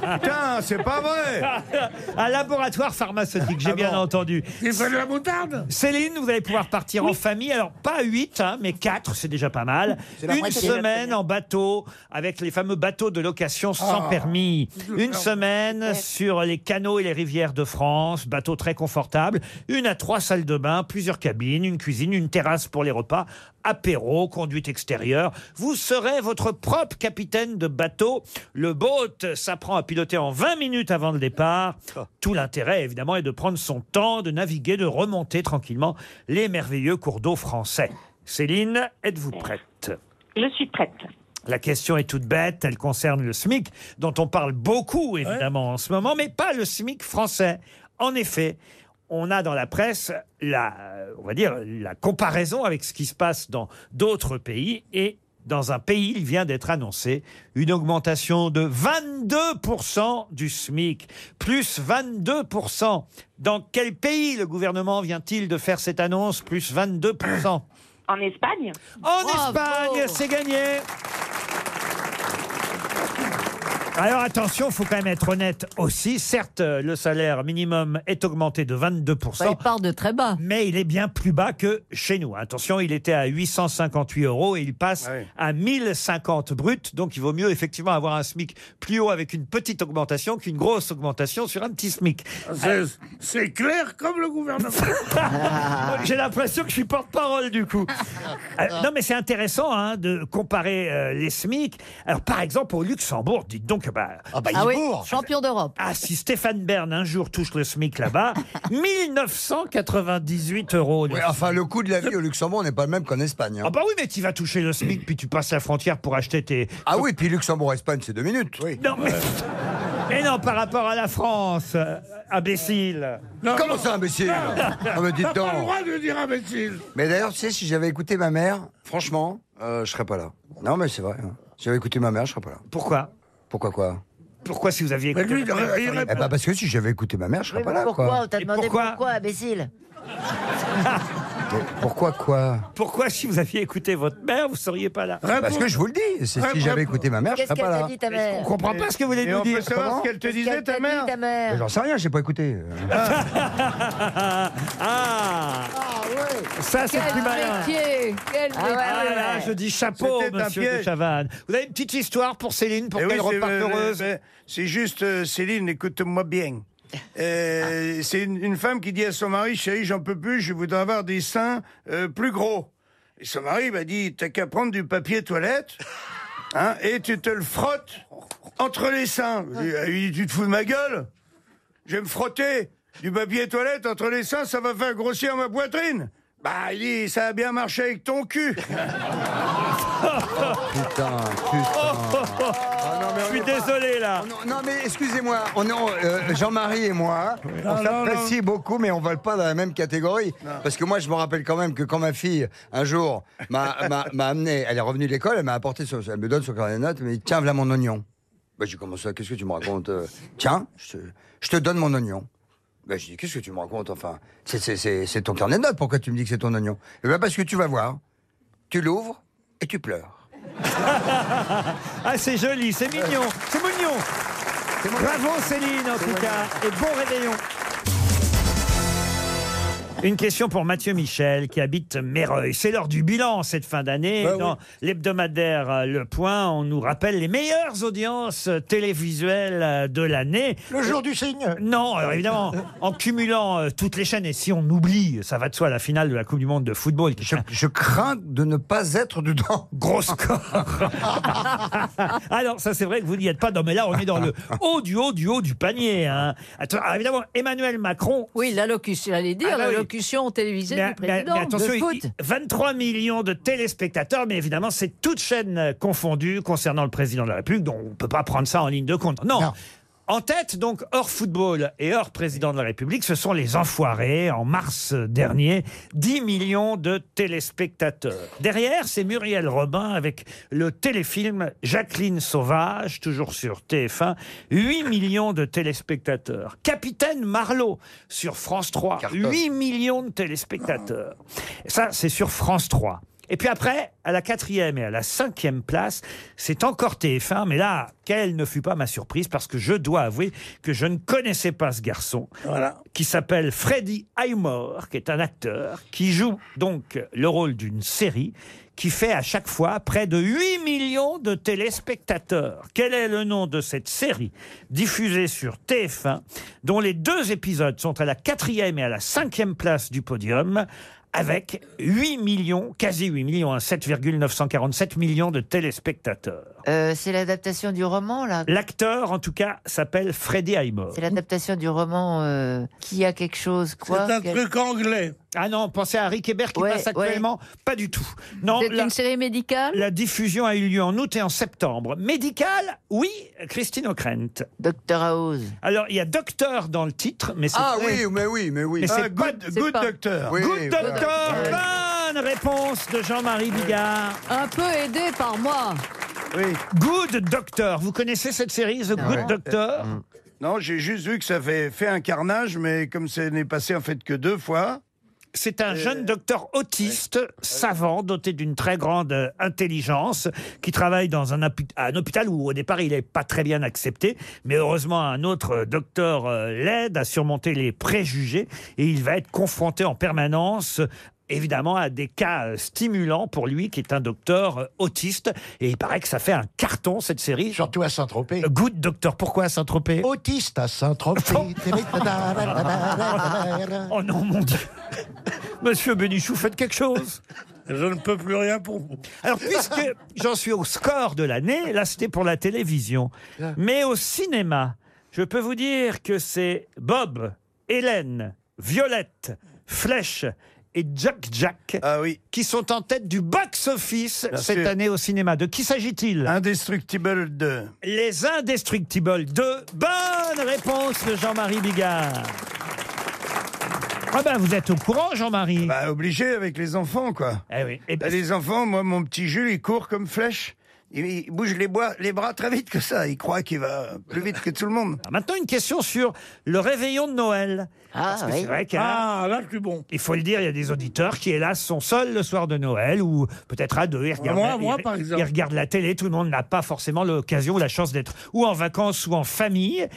[SPEAKER 6] Putain, c'est pas vrai
[SPEAKER 4] Un laboratoire pharmaceutique, j'ai bien entendu.
[SPEAKER 5] Il fallait la moutarde
[SPEAKER 4] Céline, vous allez pouvoir partir en famille. Alors, pas 8, mais 4, c'est déjà pas mal.
[SPEAKER 5] C'est la
[SPEAKER 4] Une
[SPEAKER 5] moitié. C'est
[SPEAKER 4] semaine en bateau, avec les fameux bateaux de location sans
[SPEAKER 5] Ah.
[SPEAKER 4] permis. Une
[SPEAKER 5] Non.
[SPEAKER 4] semaine sur les canaux et les rivières de France, bateau très confortable. Une à trois salles de bain, plusieurs cabines, une cuisine, une terrasse pour les repas, apéro, conduite extérieure. Vous serez votre propre capitaine de bateau. Le boat s'apprend à piloter en 20 minutes avant le départ. Tout l'intérêt, évidemment, est de prendre son temps, de naviguer, de remonter tranquillement les merveilleux cours d'eau français. Céline, êtes-vous prête
[SPEAKER 12] Je suis prête.
[SPEAKER 4] la question est toute bête, elle concerne le SMIC, dont on parle beaucoup évidemment en ce moment, mais pas le SMIC français. En effet, on a dans la presse la, on va dire, la comparaison avec ce qui se passe dans d'autres pays et dans un pays, il vient d'être annoncé une augmentation de 22% du SMIC, plus 22%. Dans quel pays le gouvernement vient-il de faire cette annonce, plus 22%
[SPEAKER 12] En Espagne
[SPEAKER 4] En Espagne, c'est gagné Alors attention, faut quand même être honnête aussi. Certes, euh, le salaire minimum est augmenté de 22%. Bah, il part de très bas. Mais il est bien plus bas que chez nous. Attention, il était à 858 euros et il passe à 1050 bruts. Donc il vaut mieux effectivement avoir un SMIC plus haut avec une petite augmentation qu'une grosse augmentation sur un petit SMIC.
[SPEAKER 5] C'est- C'est clair comme le gouvernement.
[SPEAKER 7] Ah,
[SPEAKER 4] J'ai l'impression que je suis porte-parole du coup. Euh, non, mais c'est intéressant hein, de comparer euh, les SMIC. Alors, par exemple, au Luxembourg, dites donc, bah,
[SPEAKER 2] Ah oui, champion d'Europe.
[SPEAKER 4] Ah, si Stéphane Bern un jour touche le SMIC là-bas, 1998 euros.
[SPEAKER 7] Ouais, enfin, le coût de la vie au Luxembourg n'est pas le même qu'en Espagne. hein.
[SPEAKER 4] Ah, bah oui, mais tu vas toucher le SMIC, puis tu passes la frontière pour acheter tes.
[SPEAKER 7] Ah oui, puis Luxembourg-Espagne, c'est deux minutes. Oui.
[SPEAKER 4] Non, mais. Mais non, par rapport à la France, euh, imbécile.
[SPEAKER 7] Comment ça, imbécile Non, Ah, mais dites donc.
[SPEAKER 5] de dire imbécile.
[SPEAKER 7] Mais d'ailleurs, tu sais, si j'avais écouté ma mère, franchement, euh, je serais pas là. Non, mais c'est vrai. hein. Si j'avais écouté ma mère, je serais pas là.
[SPEAKER 4] Pourquoi
[SPEAKER 7] Pourquoi quoi
[SPEAKER 4] Pourquoi si vous aviez
[SPEAKER 7] écouté
[SPEAKER 5] lui, il aurait- il aurait-
[SPEAKER 7] Eh ben, parce que si j'avais écouté ma mère, je serais
[SPEAKER 8] Oui,
[SPEAKER 7] pas
[SPEAKER 8] mais
[SPEAKER 7] là.
[SPEAKER 8] pourquoi
[SPEAKER 7] quoi.
[SPEAKER 8] On t'a demandé pourquoi, imbécile
[SPEAKER 7] Mais pourquoi quoi
[SPEAKER 4] Pourquoi, si vous aviez écouté votre mère, vous seriez pas là
[SPEAKER 7] Parce que je vous le dis, c'est- si j'avais écouté ma mère, je serais pas là.
[SPEAKER 4] On comprend pas ce que vous voulez
[SPEAKER 6] Et
[SPEAKER 4] nous
[SPEAKER 6] on
[SPEAKER 4] dire.
[SPEAKER 6] peut savoir ce qu'elle te disait, ta mère
[SPEAKER 7] Mais J'en sais rien, j'ai pas écouté.
[SPEAKER 4] ah,
[SPEAKER 7] Ah,
[SPEAKER 4] Ça, c'est
[SPEAKER 2] Quel
[SPEAKER 4] plus malin.
[SPEAKER 2] métier, quel
[SPEAKER 4] Ah,
[SPEAKER 2] métier.
[SPEAKER 4] là, je dis chapeau,
[SPEAKER 6] C'était un
[SPEAKER 4] monsieur
[SPEAKER 6] piège.
[SPEAKER 4] de Chavannes. Vous avez une petite histoire pour Céline, pour
[SPEAKER 6] Eh oui,
[SPEAKER 4] qu'elle
[SPEAKER 6] c'est-
[SPEAKER 4] reparte
[SPEAKER 6] euh,
[SPEAKER 4] heureuse
[SPEAKER 6] euh, C'est juste, euh, Céline, écoute-moi bien. Euh,
[SPEAKER 4] Ah.
[SPEAKER 6] C'est une, une femme qui dit à son mari, chérie, j'en peux plus, je voudrais avoir des seins euh, plus gros. Et son mari m'a dit, t'as qu'à prendre du papier toilette hein, et tu te le frottes entre les seins. Je
[SPEAKER 4] Ah.
[SPEAKER 6] lui ai dit, Il dit, tu te fous de ma gueule Je vais me frotter du papier toilette entre les seins, ça va faire grossir ma poitrine. Bah, il dit, ça a bien marché avec ton cul.
[SPEAKER 7] Putain, putain.
[SPEAKER 4] Je suis désolé
[SPEAKER 6] Oh,
[SPEAKER 4] là.
[SPEAKER 7] Non mais excusez-moi, on est en- euh, Jean-Marie et moi, on
[SPEAKER 4] Non, non,
[SPEAKER 7] s'apprécie beaucoup, mais on ne vole pas dans la même catégorie. Parce que moi, je me rappelle quand même que quand ma fille, un jour, m'a m'a- m'a amené, elle est revenue de l'école, elle m'a apporté, son- elle me donne son carnet de notes, elle me dit Tiens, voilà mon oignon. Bah, j'ai commencé à Qu'est-ce que tu me racontes euh Tiens, je te, je te donne mon oignon. Bah, je dis Qu'est-ce que tu me racontes Enfin, c'est- c'est- c'est c'est ton carnet de notes, pourquoi tu me dis que c'est ton oignon Eh bien, parce que tu vas voir, tu l'ouvres et tu pleures.
[SPEAKER 4] Ah, c'est joli, c'est mignon, c'est mignon. Bravo Céline en tout cas, et bon réveillon. Une question pour Mathieu Michel qui habite Méreuil. C'est l'heure du bilan cette fin d'année.
[SPEAKER 14] Bah oui.
[SPEAKER 4] Dans l'hebdomadaire euh, Le Point, on nous rappelle les meilleures audiences télévisuelles euh, de l'année. Euh,
[SPEAKER 9] Le jour du signe
[SPEAKER 4] Non, alors évidemment, en cumulant euh, toutes les chaînes, et si on oublie, ça va de soi, la finale de la Coupe du Monde de football. Je,
[SPEAKER 7] crains de ne pas être dedans.
[SPEAKER 4] Gros score Alors, ça, c'est vrai que vous n'y êtes pas. Non, mais là, on est dans le haut du haut du haut du panier. hein. Attends, alors, évidemment, Emmanuel Macron.
[SPEAKER 2] Oui, l'allocution, j'allais dire,
[SPEAKER 4] Ah bah oui.
[SPEAKER 2] l'allocution télévisée
[SPEAKER 4] Mais-
[SPEAKER 2] du
[SPEAKER 4] mais-
[SPEAKER 2] président
[SPEAKER 4] mais attention,
[SPEAKER 2] de
[SPEAKER 4] il-
[SPEAKER 2] foot.
[SPEAKER 4] 23 millions de téléspectateurs, mais évidemment, c'est toute chaîne euh, confondue concernant le président de la République, donc on ne peut pas prendre ça en ligne de compte. Non. En tête, donc, hors football et hors président de la République, ce sont les enfoirés, en mars dernier, 10 millions de téléspectateurs. Derrière, c'est Muriel Robin avec le téléfilm Jacqueline Sauvage, toujours sur TF1, 8 millions de téléspectateurs. Capitaine Marlowe sur France 3, 8 millions de téléspectateurs. Ça, c'est sur France 3. Et puis après, à la quatrième et à la cinquième place, c'est encore TF1, mais là, quelle ne fut pas ma surprise, parce que je dois avouer que je ne connaissais pas ce garçon, qui s'appelle Freddy Highmore, qui est un acteur, qui joue donc le rôle d'une série qui fait à chaque fois près de 8 millions de téléspectateurs. Quel est le nom de cette série diffusée sur TF1, dont les deux épisodes sont à la quatrième et à la cinquième place du podium, avec 8 millions, quasi 8 millions, hein, 7,947 millions de téléspectateurs.
[SPEAKER 8] Euh, c'est l'adaptation du roman, là.
[SPEAKER 4] L'acteur, en tout cas, s'appelle Freddy Highmore.
[SPEAKER 8] C'est l'adaptation du roman euh, Qui a quelque chose, quoi.
[SPEAKER 4] C'est un
[SPEAKER 8] quel-
[SPEAKER 4] truc anglais. Ah non, pensez à Rick Hébert qui
[SPEAKER 8] Ouais,
[SPEAKER 4] passe actuellement. Pas du tout. Non,
[SPEAKER 2] C'est
[SPEAKER 4] la-
[SPEAKER 2] une série médicale
[SPEAKER 4] La diffusion a eu lieu en août et en septembre. Médical, oui, Christine O'Krent.
[SPEAKER 8] Docteur House.
[SPEAKER 4] Alors, il y a docteur dans le titre, mais c'est
[SPEAKER 7] Ah oui, mais oui, mais oui.
[SPEAKER 4] Mais
[SPEAKER 7] Ah,
[SPEAKER 4] c'est
[SPEAKER 7] good-
[SPEAKER 4] pas-
[SPEAKER 7] good doctor. Oui,
[SPEAKER 4] good
[SPEAKER 7] oui,
[SPEAKER 4] doctor.
[SPEAKER 7] oui.
[SPEAKER 4] Bonne réponse de Jean-Marie Bigard.
[SPEAKER 2] Un peu aidé par moi.
[SPEAKER 4] Good Doctor. Vous connaissez cette série, The Good Doctor
[SPEAKER 6] Mm. Non, j'ai juste vu que ça avait fait un carnage, mais comme ça n'est passé en fait que deux fois. Euh,
[SPEAKER 4] C'est un jeune docteur autiste, savant, doté d'une très grande euh, intelligence, qui travaille dans un, hapi- un hôpital où au départ il n'est pas très bien accepté, mais heureusement un autre euh, docteur euh, l'aide à surmonter les préjugés et il va être confronté en permanence évidemment à des cas euh, stimulants pour lui qui est un docteur euh, autiste et il paraît que ça fait un carton cette série
[SPEAKER 9] surtout à Saint-Tropez
[SPEAKER 4] Good Docteur pourquoi à Saint-Tropez
[SPEAKER 9] autiste à Saint-Tropez.
[SPEAKER 4] oh non, mon Dieu. Monsieur Benichou, faites quelque chose. Je ne peux plus rien pour vous. Alors, puisque j'en suis au score de l'année, là, c'était pour la télévision. Mais au cinéma, je peux vous dire que c'est Bob, Hélène, Violette, Flèche et Jack Jack qui sont en tête du box-office
[SPEAKER 6] Bien
[SPEAKER 4] cette
[SPEAKER 6] sûr.
[SPEAKER 4] année au cinéma. De qui s'agit-il
[SPEAKER 6] Indestructible 2.
[SPEAKER 4] Les Indestructibles 2. Bonne réponse de Jean-Marie Bigard. Ah ben, vous êtes au courant, Jean-Marie
[SPEAKER 5] Ah
[SPEAKER 6] Bah, obligé avec les enfants, quoi.
[SPEAKER 4] Eh
[SPEAKER 6] Bah, les enfants, moi, mon petit Jules, il court comme flèche. Il, il bouge les, bois, les bras très vite que ça. Il croit qu'il va plus vite que tout le monde.
[SPEAKER 4] Alors Ah, maintenant, une question sur le réveillon de Noël. Ah,
[SPEAKER 6] oui.
[SPEAKER 4] c'est vrai
[SPEAKER 5] ben, Ah,
[SPEAKER 4] là, plus bon. Il faut le dire, il y a des auditeurs qui, hélas, sont seuls le soir de Noël ou peut-être à deux. Ils regardent,
[SPEAKER 5] Moi,
[SPEAKER 4] la-
[SPEAKER 5] moi,
[SPEAKER 4] ils-
[SPEAKER 5] par exemple.
[SPEAKER 4] ils regardent la télé. Tout le monde n'a pas forcément l'occasion ou la chance d'être ou en vacances ou en famille.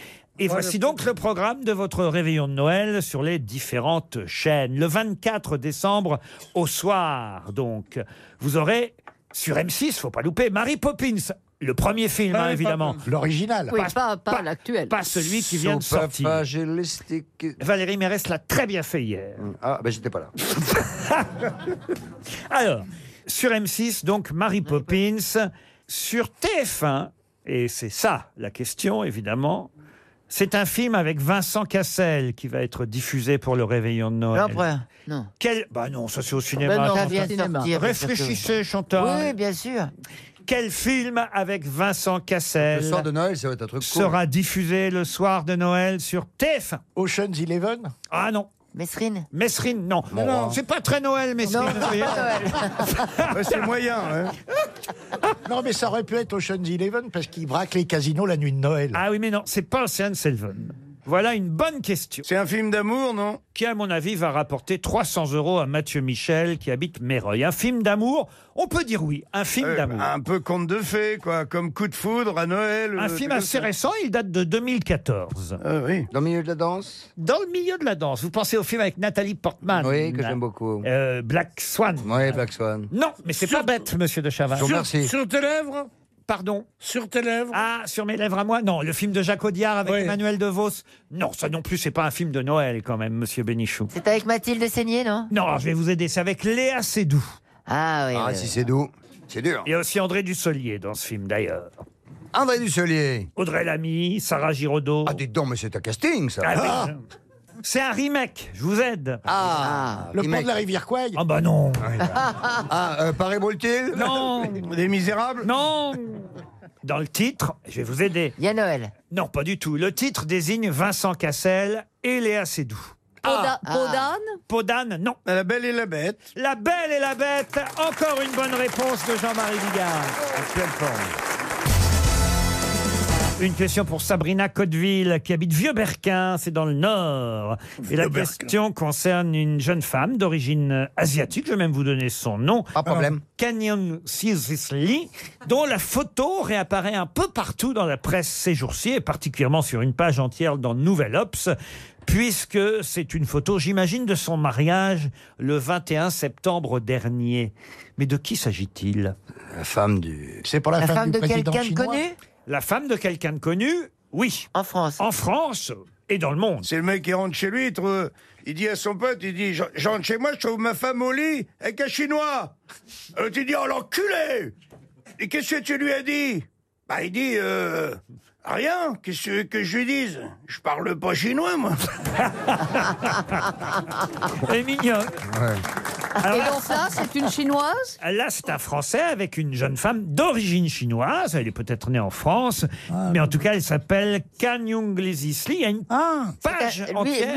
[SPEAKER 4] Et
[SPEAKER 5] Moi,
[SPEAKER 4] voici
[SPEAKER 5] le-
[SPEAKER 4] donc le programme de votre réveillon de Noël sur les différentes chaînes. Le 24 décembre, au soir, donc, vous aurez sur M6, faut pas louper, Mary Poppins. Le premier film, hein, évidemment.
[SPEAKER 9] L'original.
[SPEAKER 2] Oui, pas, pas l'actuel.
[SPEAKER 4] Pas celui qui vient de sortir. Valérie Mérès l'a très bien fait hier.
[SPEAKER 7] Ah, ben j'étais pas là.
[SPEAKER 4] Alors, sur M6, donc Mary Poppins, sur TF1, et c'est ça la question évidemment, C'est un film avec Vincent Cassel qui va être diffusé pour le réveillon de Noël.
[SPEAKER 8] Après, Ah, non.
[SPEAKER 4] Quel... Bah non, ça c'est au cinéma.
[SPEAKER 8] Ben non, ça
[SPEAKER 4] Chantal.
[SPEAKER 8] vient de sortir.
[SPEAKER 4] Réfléchissez, Chantal.
[SPEAKER 8] Oui, bien sûr.
[SPEAKER 4] Quel film avec Vincent Cassel
[SPEAKER 7] Le soir de Noël, ça va être un truc cool.
[SPEAKER 4] Sera diffusé le soir de Noël sur TF1.
[SPEAKER 9] Ocean's Eleven
[SPEAKER 4] Ah non.
[SPEAKER 8] Mesrine
[SPEAKER 4] Mesrine, non.
[SPEAKER 9] Mon
[SPEAKER 4] non,
[SPEAKER 9] roi.
[SPEAKER 4] c'est pas très Noël, Mesrine. vous voyez.
[SPEAKER 9] c'est moyen. hein. non, mais ça aurait pu être Ocean's Eleven parce qu'il braque les casinos la nuit de Noël.
[SPEAKER 4] Ah oui, mais non, c'est pas Ocean's Eleven. Voilà une bonne question.
[SPEAKER 6] C'est un film d'amour, non
[SPEAKER 4] Qui, à mon avis, va rapporter 300 euros à Mathieu Michel, qui habite Méreuil. Un film d'amour On peut dire oui, un film
[SPEAKER 6] Euh,
[SPEAKER 4] d'amour.
[SPEAKER 6] Un peu conte de fées, quoi, comme coup de foudre à Noël.
[SPEAKER 4] Un
[SPEAKER 6] euh,
[SPEAKER 4] film
[SPEAKER 6] comme
[SPEAKER 4] assez
[SPEAKER 6] ça.
[SPEAKER 4] récent, il date de 2014.
[SPEAKER 6] Euh, oui.
[SPEAKER 7] Dans le milieu de la danse
[SPEAKER 4] Dans le milieu de la danse. Vous pensez au film avec Nathalie Portman
[SPEAKER 7] Oui, que j'aime beaucoup.
[SPEAKER 4] Euh, Black Swan.
[SPEAKER 7] Oui, Black Swan.
[SPEAKER 4] Non, mais c'est pas bête, monsieur de Chavannes.
[SPEAKER 7] Sur- Merci.
[SPEAKER 5] Sur tes lèvres
[SPEAKER 4] Pardon
[SPEAKER 5] Sur tes lèvres
[SPEAKER 4] Ah, sur mes lèvres à moi Non, le film de Jacques Audiard avec Emmanuel DeVos. Non, ça non plus, c'est pas un film de Noël quand même, monsieur Bénichou.
[SPEAKER 8] C'est avec Mathilde Seigné, non
[SPEAKER 4] Non, je vais vous aider, c'est avec Léa Seydoux.
[SPEAKER 8] Ah oui.
[SPEAKER 7] Ah,
[SPEAKER 8] oui,
[SPEAKER 7] si
[SPEAKER 8] oui.
[SPEAKER 7] c'est doux. C'est dur.
[SPEAKER 4] Il y a aussi André Dussolier dans ce film d'ailleurs.
[SPEAKER 7] André Dusselier.
[SPEAKER 4] Audrey Lamy, Sarah Giraudot.
[SPEAKER 7] Ah, dis donc, mais c'est un casting, ça.
[SPEAKER 4] Ah oui. C'est un remake, je vous aide.
[SPEAKER 7] Ah,
[SPEAKER 9] Le pont
[SPEAKER 7] remake.
[SPEAKER 9] de la rivière Quaille
[SPEAKER 4] Ah bah non.
[SPEAKER 7] Ah, euh, Paris Boltil
[SPEAKER 4] Non,
[SPEAKER 6] Des misérables
[SPEAKER 4] non. Dans le titre, je vais vous aider.
[SPEAKER 8] Il y a Noël.
[SPEAKER 4] Non, pas du tout. Le titre désigne Vincent Cassel et Léa Seydoux.
[SPEAKER 8] Ah.
[SPEAKER 14] Poda- Podane
[SPEAKER 4] Podane, non.
[SPEAKER 6] La Belle et la Bête.
[SPEAKER 4] La Belle et la Bête, encore une bonne réponse de Jean-Marie Bigard. Une question pour Sabrina Codeville qui habite Vieux-Berquin, c'est dans le Nord. Et la
[SPEAKER 5] Vieux-Berquin.
[SPEAKER 4] question concerne une jeune femme d'origine euh, asiatique, je vais même vous donner son nom. Euh,
[SPEAKER 7] Pas de problème.
[SPEAKER 4] Canyon Sisley, dont la photo réapparaît un peu partout dans la presse ces jours-ci, et particulièrement sur une page entière dans Nouvel Ops, puisque c'est une photo, j'imagine, de son mariage le 21 septembre dernier. Mais de qui s'agit-il
[SPEAKER 7] La femme du.
[SPEAKER 9] C'est pour la,
[SPEAKER 8] La
[SPEAKER 9] femme,
[SPEAKER 8] femme de
[SPEAKER 9] du président
[SPEAKER 8] quelqu'un de
[SPEAKER 9] chinois.
[SPEAKER 8] connu
[SPEAKER 4] La femme de quelqu'un de connu Oui.
[SPEAKER 8] En France.
[SPEAKER 4] En France et dans le monde.
[SPEAKER 6] C'est le mec qui rentre chez lui, il, trouve- il dit à son pote, il dit, Je- je rentre chez moi, je trouve ma femme au lit avec un Chinois. Alors tu dis, oh l'enculé Et qu'est-ce que tu lui as dit Bah il dit, euh, rien, qu'est-ce que- que je lui dise Je parle pas chinois, moi.
[SPEAKER 4] Elle est mignonne. Alors
[SPEAKER 14] Et
[SPEAKER 4] là,
[SPEAKER 14] donc ça, c'est une chinoise
[SPEAKER 4] là, c'est un Français avec une jeune femme d'origine chinoise. Elle est peut-être née en France, mais en tout cas, elle s'appelle Kan Yung Lee Zisli. Il y a une
[SPEAKER 14] Ah,
[SPEAKER 4] page
[SPEAKER 8] Ah, Lui,
[SPEAKER 4] entière.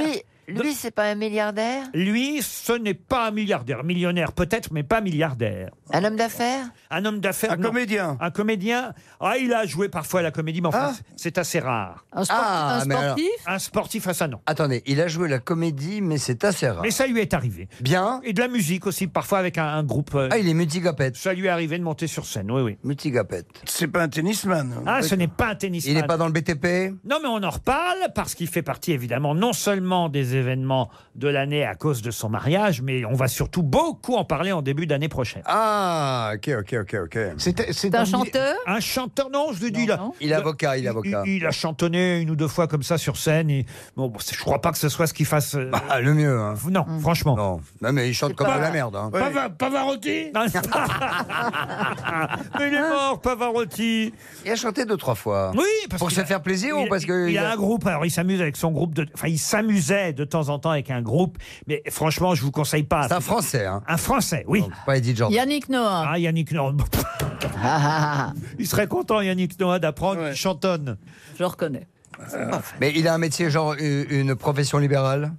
[SPEAKER 8] lui, lui, c'est pas un milliardaire
[SPEAKER 4] Lui, ce n'est pas un milliardaire. Millionnaire peut-être, mais pas milliardaire.
[SPEAKER 8] Un homme d'affaires
[SPEAKER 4] Un homme d'affaires.
[SPEAKER 6] Un
[SPEAKER 4] non.
[SPEAKER 6] comédien.
[SPEAKER 4] Un comédien. Ah, il a joué parfois à la comédie, mais enfin, c'est assez rare.
[SPEAKER 14] Un, spor-
[SPEAKER 7] Ah,
[SPEAKER 14] un
[SPEAKER 7] mais alors-
[SPEAKER 14] sportif
[SPEAKER 4] Un sportif à ça, non.
[SPEAKER 7] Attendez, il a joué la comédie, mais c'est assez rare.
[SPEAKER 4] Mais ça lui est arrivé.
[SPEAKER 7] Bien.
[SPEAKER 4] Et de la musique aussi, parfois avec un, un groupe. euh,
[SPEAKER 7] Ah, il est multigapette.
[SPEAKER 4] Ça lui est arrivé de monter sur scène, oui, oui.
[SPEAKER 7] Multigapette.
[SPEAKER 6] C'est pas un tennisman. hein.
[SPEAKER 4] Ah, ce n'est pas un
[SPEAKER 7] Il
[SPEAKER 4] tennisman.
[SPEAKER 7] n'est pas dans le BTP
[SPEAKER 4] Non, mais on en reparle parce qu'il fait partie évidemment non seulement des événements de l'année à cause de son mariage, mais on va surtout beaucoup en parler en début d'année prochaine.
[SPEAKER 7] Ah, ok, ok, ok, ok.
[SPEAKER 9] C'était- C'est
[SPEAKER 14] C'est un
[SPEAKER 9] dans-
[SPEAKER 14] chanteur
[SPEAKER 4] Un chanteur, non, je le dis là.
[SPEAKER 14] non.
[SPEAKER 7] Il est avocat, il est avocat.
[SPEAKER 4] Il, il a chantonné une ou deux fois comme ça sur scène. et- bon, bon, c'est- je crois pas que ce soit ce qu'il fasse. euh,
[SPEAKER 7] Bah, le mieux, hein.
[SPEAKER 4] Non, franchement.
[SPEAKER 7] Non, Non, mais il chante comme
[SPEAKER 14] Mm. pas-
[SPEAKER 7] de la merde. Hein.
[SPEAKER 5] Pava- Pavarotti
[SPEAKER 4] mais il est mort, Pavarotti.
[SPEAKER 7] Il a chanté deux, trois fois.
[SPEAKER 4] Oui, parce
[SPEAKER 7] Pour
[SPEAKER 4] qu'il
[SPEAKER 7] se
[SPEAKER 4] a-
[SPEAKER 7] faire plaisir ou
[SPEAKER 4] il-
[SPEAKER 7] parce que-
[SPEAKER 4] il, a un groupe. Alors il s'amuse avec son groupe de. Enfin, il s'amusait de temps en temps avec un groupe, mais franchement, je vous conseille pas.
[SPEAKER 7] C'est un français, hein.
[SPEAKER 4] Un Français, oui.
[SPEAKER 7] Donc, pas Eddie Jordan.
[SPEAKER 14] Yannick Noah.
[SPEAKER 4] Ah, Yannick Noah.
[SPEAKER 8] Ah,
[SPEAKER 4] il serait content, Yannick Noah, d'apprendre qu'il chantonne.
[SPEAKER 14] Je le reconnais.
[SPEAKER 7] Ah. Mais il a un métier, genre une, une profession libérale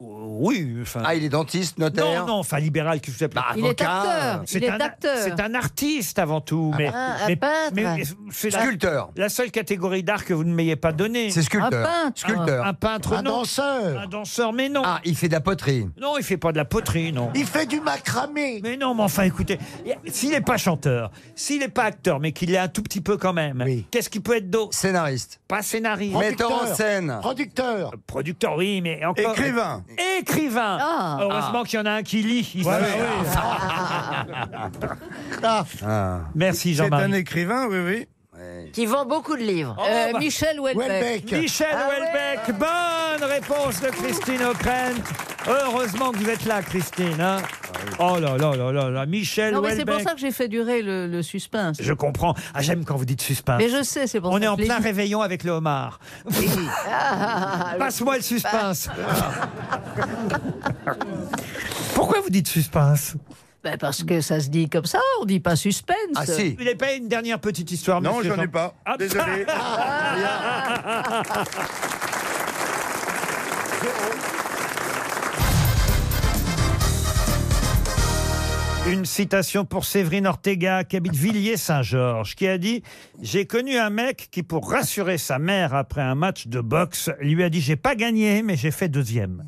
[SPEAKER 4] Euh, Oui, enfin.
[SPEAKER 7] Ah, il est dentiste, notaire
[SPEAKER 4] non, non, enfin, libéral, qui vous appelle.
[SPEAKER 7] Bah,
[SPEAKER 14] Il est
[SPEAKER 7] avocat,
[SPEAKER 14] acteur. Il
[SPEAKER 4] C'est
[SPEAKER 14] est
[SPEAKER 4] un,
[SPEAKER 14] acteur. Ah,
[SPEAKER 4] c'est un artiste avant tout. Mais,
[SPEAKER 8] un
[SPEAKER 4] mais-
[SPEAKER 8] peintre.
[SPEAKER 4] mais c'est la,
[SPEAKER 7] Sculpteur.
[SPEAKER 4] la seule catégorie d'art que vous ne m'ayez pas donnée.
[SPEAKER 7] C'est sculpteur.
[SPEAKER 14] Un peintre.
[SPEAKER 7] Sculpteur.
[SPEAKER 4] Un peintre,
[SPEAKER 9] Un
[SPEAKER 4] non.
[SPEAKER 9] danseur.
[SPEAKER 4] Un danseur, mais non.
[SPEAKER 7] Ah, il fait de la poterie.
[SPEAKER 4] Non, il fait pas de la poterie, non.
[SPEAKER 9] Il fait du macramé.
[SPEAKER 4] Mais non, mais enfin, écoutez, s'il n'est pas chanteur, s'il n'est pas acteur, mais qu'il l'est un tout petit peu quand même,
[SPEAKER 9] Oui.
[SPEAKER 4] qu'est-ce qu'il peut être d'autre
[SPEAKER 7] Scénariste.
[SPEAKER 4] Pas scénariste.
[SPEAKER 7] Mais- Metteur en scène.
[SPEAKER 9] Producteur.
[SPEAKER 4] Producteur, oui, mais encore.
[SPEAKER 6] Écrivain.
[SPEAKER 4] Écrivain.
[SPEAKER 14] Ah.
[SPEAKER 4] Heureusement qu'il y en a un qui lit. Il fait-
[SPEAKER 9] Ah,
[SPEAKER 7] Ah,
[SPEAKER 4] Merci
[SPEAKER 6] C'est un
[SPEAKER 14] Ah.
[SPEAKER 4] Ah. Jean-Marie.
[SPEAKER 6] écrivain, oui, oui.
[SPEAKER 7] ouais.
[SPEAKER 8] Qui vend beaucoup de livres.
[SPEAKER 14] Oh,
[SPEAKER 2] Euh, bah. Michel Houellebecq. Houellebecq.
[SPEAKER 4] Michel
[SPEAKER 2] Ah
[SPEAKER 4] Houellebecq. Bonne réponse de Christine O'Krent. Heureusement que vous êtes là, Christine. hein.
[SPEAKER 14] Ah
[SPEAKER 4] Oh là là là là là. Michel
[SPEAKER 14] Non, mais c'est pour
[SPEAKER 4] Houellebecq.
[SPEAKER 14] ça que j'ai fait durer le, le suspense.
[SPEAKER 4] Je comprends. Ah, j'aime quand vous dites suspense.
[SPEAKER 14] Mais je sais, c'est pour
[SPEAKER 4] On
[SPEAKER 14] ça
[SPEAKER 4] est
[SPEAKER 14] que
[SPEAKER 4] en
[SPEAKER 14] je l'ai
[SPEAKER 4] plein
[SPEAKER 14] dit.
[SPEAKER 4] réveillon avec le homard. Passe-moi le suspense.
[SPEAKER 14] Ah.
[SPEAKER 4] Pourquoi vous dites suspense
[SPEAKER 14] Ben, parce que ça se dit comme ça, on dit pas suspense.
[SPEAKER 4] Vous n'avez pas une dernière petite histoire,
[SPEAKER 14] Ah, Non,
[SPEAKER 4] monsieur
[SPEAKER 14] j'en ai
[SPEAKER 4] Jean-
[SPEAKER 14] pas.
[SPEAKER 4] Ah,
[SPEAKER 14] Désolé.
[SPEAKER 4] Une citation pour Séverine Ortega, qui habite Villiers-Saint-Georges, qui a dit J'ai connu un mec qui, pour rassurer sa mère après un match de boxe, lui a dit J'ai pas gagné, mais j'ai fait deuxième.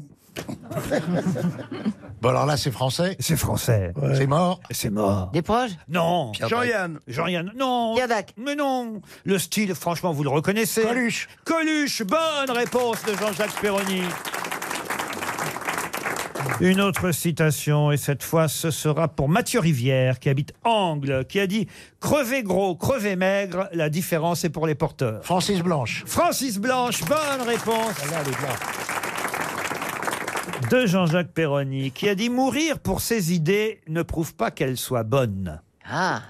[SPEAKER 9] Bon, alors là, c'est français
[SPEAKER 4] C'est français.
[SPEAKER 9] C'est mort
[SPEAKER 4] C'est mort.
[SPEAKER 8] Des proches
[SPEAKER 4] Non.
[SPEAKER 9] Pierre Dac.
[SPEAKER 4] Jean-Yann. Jean-Yann. Non. Mais non. Le style, franchement, vous le reconnaissez. Coluche. Coluche. Bonne réponse de Jean-Jacques Perroni. Une autre citation, et cette fois ce sera pour Mathieu Rivière, qui habite Angle, qui a dit Crevez gros, crevez maigre, la différence est pour les porteurs.
[SPEAKER 9] Francis Blanche.
[SPEAKER 4] Francis Blanche, bonne réponse. De Jean-Jacques Perroni, qui a dit Mourir pour ses idées ne prouve pas qu'elles soient bonnes.
[SPEAKER 8] Ah,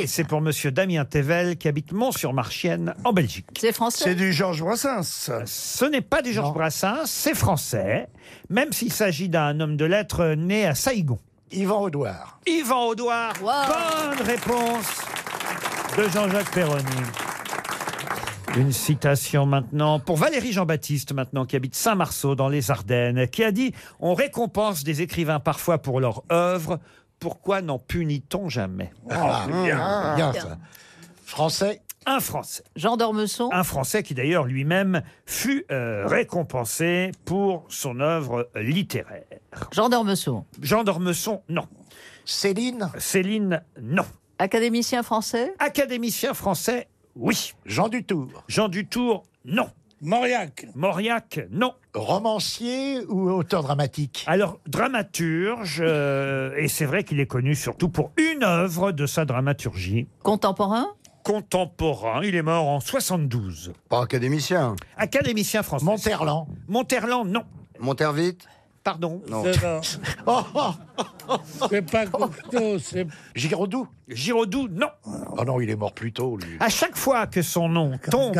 [SPEAKER 4] Et c'est pour Monsieur Damien Tevel qui habite Mont-sur-Marchienne en Belgique.
[SPEAKER 14] C'est français.
[SPEAKER 4] C'est du Georges Brassens. Ce n'est pas du Georges Brassens, c'est français, même s'il s'agit d'un homme de lettres né à Saïgon.
[SPEAKER 9] Yvan Audouard.
[SPEAKER 4] Yvan Audouard, bonne réponse de Jean-Jacques Perroni. Une citation maintenant pour Valérie Jean-Baptiste, maintenant qui habite Saint-Marceau dans les Ardennes, qui a dit On récompense des écrivains parfois pour leur œuvre, pourquoi n'en punit-on jamais
[SPEAKER 9] Ah, bien, bien, ça.
[SPEAKER 4] Français Un Français.
[SPEAKER 14] Jean Dormesson
[SPEAKER 4] Un Français qui d'ailleurs lui-même fut euh, récompensé pour son œuvre littéraire.
[SPEAKER 14] Jean Dormesson.
[SPEAKER 4] Jean Dormesson, non.
[SPEAKER 9] Céline
[SPEAKER 4] Céline, non.
[SPEAKER 14] Académicien français
[SPEAKER 4] Académicien français, oui.
[SPEAKER 9] Jean Dutour.
[SPEAKER 4] Jean Dutour, non.
[SPEAKER 5] Mauriac.
[SPEAKER 4] Mauriac, non.
[SPEAKER 9] Romancier ou auteur dramatique
[SPEAKER 4] Alors, dramaturge, euh, et c'est vrai qu'il est connu surtout pour une œuvre de sa dramaturgie.
[SPEAKER 14] Contemporain
[SPEAKER 4] Contemporain, il est mort en 72.
[SPEAKER 7] Pas académicien.
[SPEAKER 4] Académicien français.
[SPEAKER 9] Monterland.
[SPEAKER 4] Monterland, non.
[SPEAKER 7] Montervite
[SPEAKER 4] Pardon.
[SPEAKER 7] Non.
[SPEAKER 5] C'est pas Cocteau, c'est.
[SPEAKER 9] Giraudoux
[SPEAKER 4] Giraudoux, non.
[SPEAKER 9] Ah non, il est mort plus tôt, lui.
[SPEAKER 4] À chaque fois que son nom tombe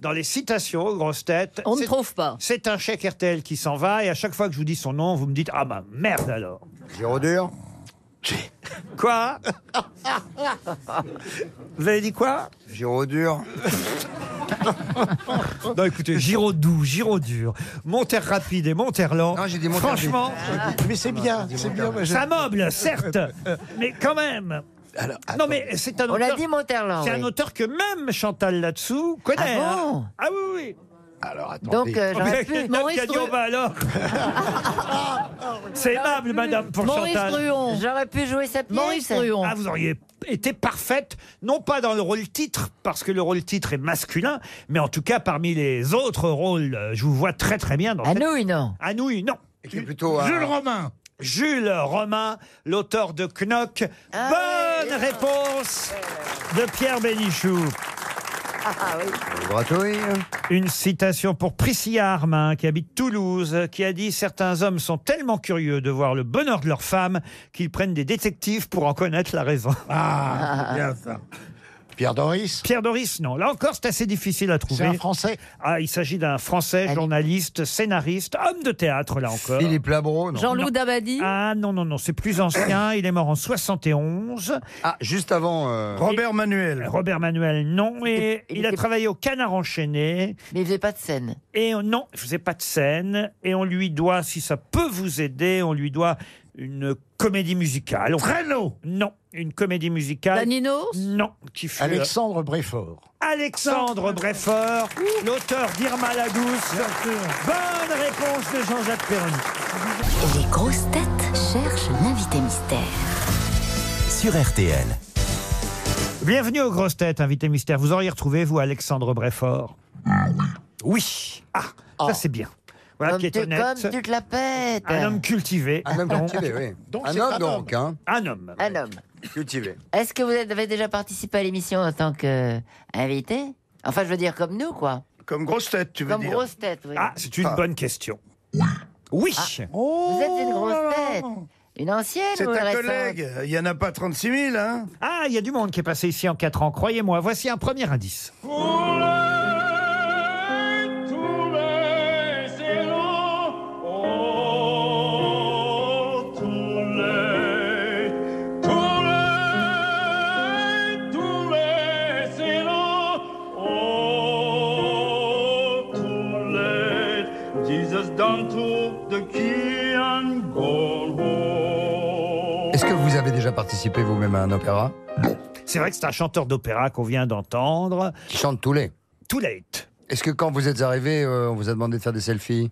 [SPEAKER 4] dans les citations aux grosses têtes,
[SPEAKER 14] On ne
[SPEAKER 4] c'est-
[SPEAKER 14] trouve pas.
[SPEAKER 4] C'est un chèque RTL qui s'en va, et à chaque fois que je vous dis son nom, vous me dites Ah bah merde alors.
[SPEAKER 7] Giraudur
[SPEAKER 4] Quoi Vous avez dit quoi
[SPEAKER 7] Giraudur.
[SPEAKER 4] Non, écoutez, Giraudoux, Giraudur, Monterre Rapide et Monterland.
[SPEAKER 7] Non, j'ai dit Ah. Montervite.
[SPEAKER 4] Franchement,
[SPEAKER 9] Mais c'est bien, c'est bien. moi, je-
[SPEAKER 4] ça meuble, certes, mais quand même. non, mais c'est un
[SPEAKER 8] On
[SPEAKER 4] auteur.
[SPEAKER 8] l'a dit, Monterland,
[SPEAKER 4] C'est
[SPEAKER 8] oui.
[SPEAKER 4] un auteur que même Chantal là-dessous connaît.
[SPEAKER 8] Ah bon
[SPEAKER 4] hein. Ah oui, oui.
[SPEAKER 9] Alors,
[SPEAKER 8] Donc,
[SPEAKER 7] Ah,
[SPEAKER 8] euh, j'aurais pu-
[SPEAKER 4] Notre
[SPEAKER 8] Maurice
[SPEAKER 4] Gagnon,
[SPEAKER 8] Dru-
[SPEAKER 4] bah alors. C'est aimable, madame, pour Chantal.
[SPEAKER 8] J'aurais pu jouer sa pièce.
[SPEAKER 4] Ah, vous auriez été parfaite, non pas dans le rôle titre, parce que le rôle titre est masculin, mais en tout cas parmi les autres rôles, euh, je vous vois très très bien dans
[SPEAKER 8] Anouilh, non.
[SPEAKER 4] Anouilh, non.
[SPEAKER 7] plutôt, euh, Jules
[SPEAKER 4] Romain. Jules Romain, l'auteur de Knock.
[SPEAKER 8] Ah
[SPEAKER 4] Bonne réponse de Pierre Bénichou.
[SPEAKER 8] Ah oui.
[SPEAKER 4] Une citation pour Priscilla Armin, qui habite Toulouse, qui a dit Certains hommes sont tellement curieux de voir le bonheur de leur femme qu'ils prennent des détectives pour en connaître la raison.
[SPEAKER 5] Ah, c'est bien ça.
[SPEAKER 9] Pierre Doris
[SPEAKER 4] Pierre Doris, non. Là encore, c'est assez difficile à trouver.
[SPEAKER 9] C'est un Français
[SPEAKER 4] Ah, il s'agit d'un Français, journaliste, scénariste, homme de théâtre, là encore.
[SPEAKER 7] Philippe Labro, non.
[SPEAKER 14] Jean-Loup Dabadi
[SPEAKER 4] Ah non, non, non, c'est plus ancien. Il est mort en 71.
[SPEAKER 7] Ah, juste avant. euh,
[SPEAKER 6] Robert Manuel.
[SPEAKER 4] Robert Manuel, non. Et
[SPEAKER 8] Il
[SPEAKER 4] il a
[SPEAKER 8] était-
[SPEAKER 4] travaillé au Canard Enchaîné.
[SPEAKER 8] Mais il faisait pas de scène.
[SPEAKER 4] Et on- non, il faisait pas de scène. Et on lui doit, si ça peut vous aider, on lui doit une comédie musicale. On-
[SPEAKER 5] Traîneau.
[SPEAKER 4] Non, une comédie musicale.
[SPEAKER 14] Daninos
[SPEAKER 4] Non, qui fut...
[SPEAKER 9] Alexandre Bréfort.
[SPEAKER 4] Alexandre Breffort, l'auteur d'Irma la Douce. Bonne réponse de Jean-Jacques Perroni.
[SPEAKER 3] Les grosses têtes cherchent l'invité mystère.
[SPEAKER 13] Sur RTL.
[SPEAKER 4] Bienvenue aux grosses têtes, invité mystère. Vous auriez retrouvé, vous, Alexandre Breffort Oui. Ah, ça c'est bien. Voilà,
[SPEAKER 8] Comme
[SPEAKER 4] qui est
[SPEAKER 8] tu-
[SPEAKER 4] honnête.
[SPEAKER 8] comme tu te la pètes.
[SPEAKER 4] Un homme cultivé.
[SPEAKER 8] Un homme
[SPEAKER 4] donc.
[SPEAKER 8] cultivé, oui. Donc,
[SPEAKER 7] Un
[SPEAKER 8] c'est
[SPEAKER 7] homme
[SPEAKER 8] un
[SPEAKER 7] donc,
[SPEAKER 8] homme.
[SPEAKER 7] hein.
[SPEAKER 4] Un homme.
[SPEAKER 8] Un homme.
[SPEAKER 7] Cultivé.
[SPEAKER 8] Est-ce que vous avez déjà participé à l'émission en tant qu'invité Enfin, je veux dire comme nous, quoi.
[SPEAKER 6] Comme grosse tête, tu veux
[SPEAKER 8] Comme
[SPEAKER 6] dire.
[SPEAKER 8] grosse tête, oui.
[SPEAKER 4] Ah, c'est une bonne question. Oui.
[SPEAKER 8] Ah. vous êtes une grosse tête. Une ancienne
[SPEAKER 6] Oh. C'est
[SPEAKER 8] ou une
[SPEAKER 6] un
[SPEAKER 8] récente
[SPEAKER 6] collègue. Il n'y en a pas 36 000, hein
[SPEAKER 4] Ah, il y a du monde qui est passé ici en 4 ans, croyez-moi. Voici un premier indice.
[SPEAKER 7] Est-ce que vous avez déjà participé vous-même à un opéra
[SPEAKER 4] C'est vrai que c'est un chanteur d'opéra qu'on vient d'entendre.
[SPEAKER 7] Qui chante tous les.
[SPEAKER 4] Too late.
[SPEAKER 7] Est-ce que quand vous êtes arrivé, euh, on vous a demandé de faire des selfies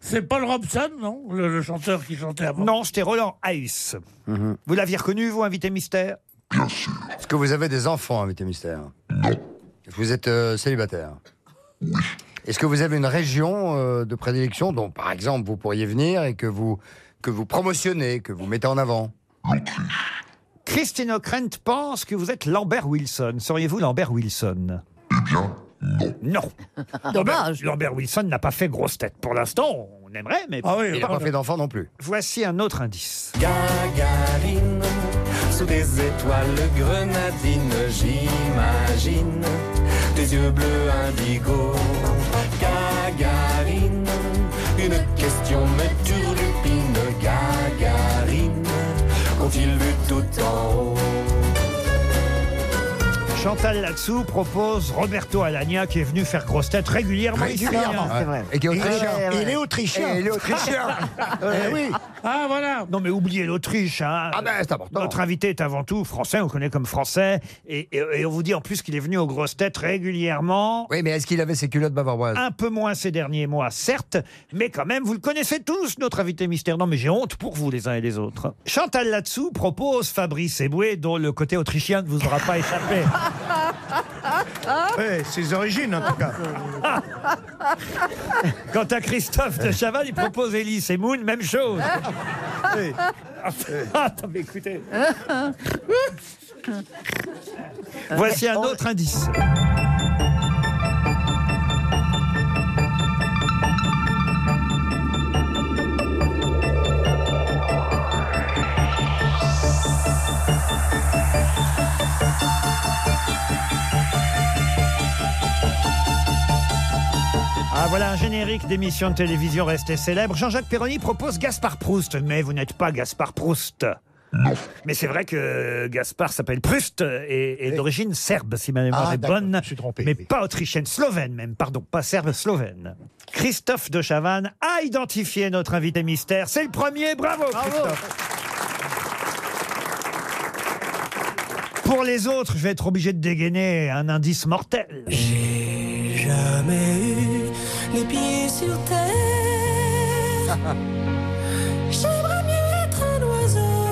[SPEAKER 5] C'est Paul Robson, non le, le chanteur qui chantait avant.
[SPEAKER 4] Non, c'était Roland Haïs.
[SPEAKER 7] Mhm.
[SPEAKER 4] Vous l'aviez reconnu, vous, invité mystère
[SPEAKER 7] Est-ce que vous avez des enfants, invité mystère Vous êtes euh, célibataire Est-ce que vous avez une région euh, de prédilection dont, par exemple, vous pourriez venir et que vous, que vous promotionnez, que vous mettez en avant
[SPEAKER 4] Christine O'Krent pense que vous êtes Lambert Wilson. Seriez-vous Lambert Wilson Eh bien, non. Non. Dommage. Lambert Wilson n'a pas fait grosse tête. Pour l'instant, on aimerait, mais...
[SPEAKER 7] Ah oui, Il n'a pas fait d'enfant non plus.
[SPEAKER 4] Voici un autre indice.
[SPEAKER 15] Gagarine, sous des étoiles grenadines, j'imagine tes yeux bleus indigo. Gagarine, une question me turlupine. Gagarine, qu'ont-ils vu tout en haut
[SPEAKER 4] Chantal là-dessous propose Roberto Alagna qui est venu faire grosse tête régulièrement. ici.
[SPEAKER 9] Régulièrement, c'est vrai.
[SPEAKER 7] Et qui est
[SPEAKER 9] Il est-
[SPEAKER 7] autrichien.
[SPEAKER 9] il est autrichien.
[SPEAKER 7] Et il est autrichien.
[SPEAKER 4] Eh
[SPEAKER 7] oui.
[SPEAKER 5] Ah voilà.
[SPEAKER 4] Non mais oubliez l'Autriche. Hein.
[SPEAKER 7] Ah ben, c'est important.
[SPEAKER 4] Notre invité est avant tout français, on le connaît comme français, et, et- et on vous dit en plus qu'il est venu aux grosses têtes régulièrement.
[SPEAKER 7] Oui, mais est-ce qu'il avait ses culottes bavaroises
[SPEAKER 4] Un peu moins ces derniers mois, certes, mais quand même, vous le connaissez tous, notre invité mystère. Non, mais j'ai honte pour vous les uns et les autres. Chantal là-dessous propose Fabrice Eboué, dont le côté autrichien ne vous aura pas échappé.
[SPEAKER 6] Ouais, ses origines, en tout cas.
[SPEAKER 4] Quant à Christophe de Chaval, il propose Élise et Moon, même chose. Ah, Attends, mais écoutez.
[SPEAKER 15] Euh,
[SPEAKER 4] Voici
[SPEAKER 6] Oh.
[SPEAKER 4] un autre indice. Ah, voilà un générique d'émission de télévision restée célèbre. Jean-Jacques Perroni propose Gaspard Proust, mais vous n'êtes pas Gaspard Proust. Mais c'est vrai que Gaspard s'appelle Proust euh, et est d'origine serbe, si ma mémoire
[SPEAKER 9] Ah,
[SPEAKER 4] est
[SPEAKER 9] d'accord,
[SPEAKER 4] bonne. mais pas autrichienne, slovène même, pardon, pas serbe, slovène. Christophe de Chavannes a identifié notre invité mystère. C'est le premier, bravo, Christophe. Pour les autres, je vais être obligé de dégainer un indice mortel.
[SPEAKER 15] jamais eu les pieds sur terre. J'aimerais mieux être un oiseau.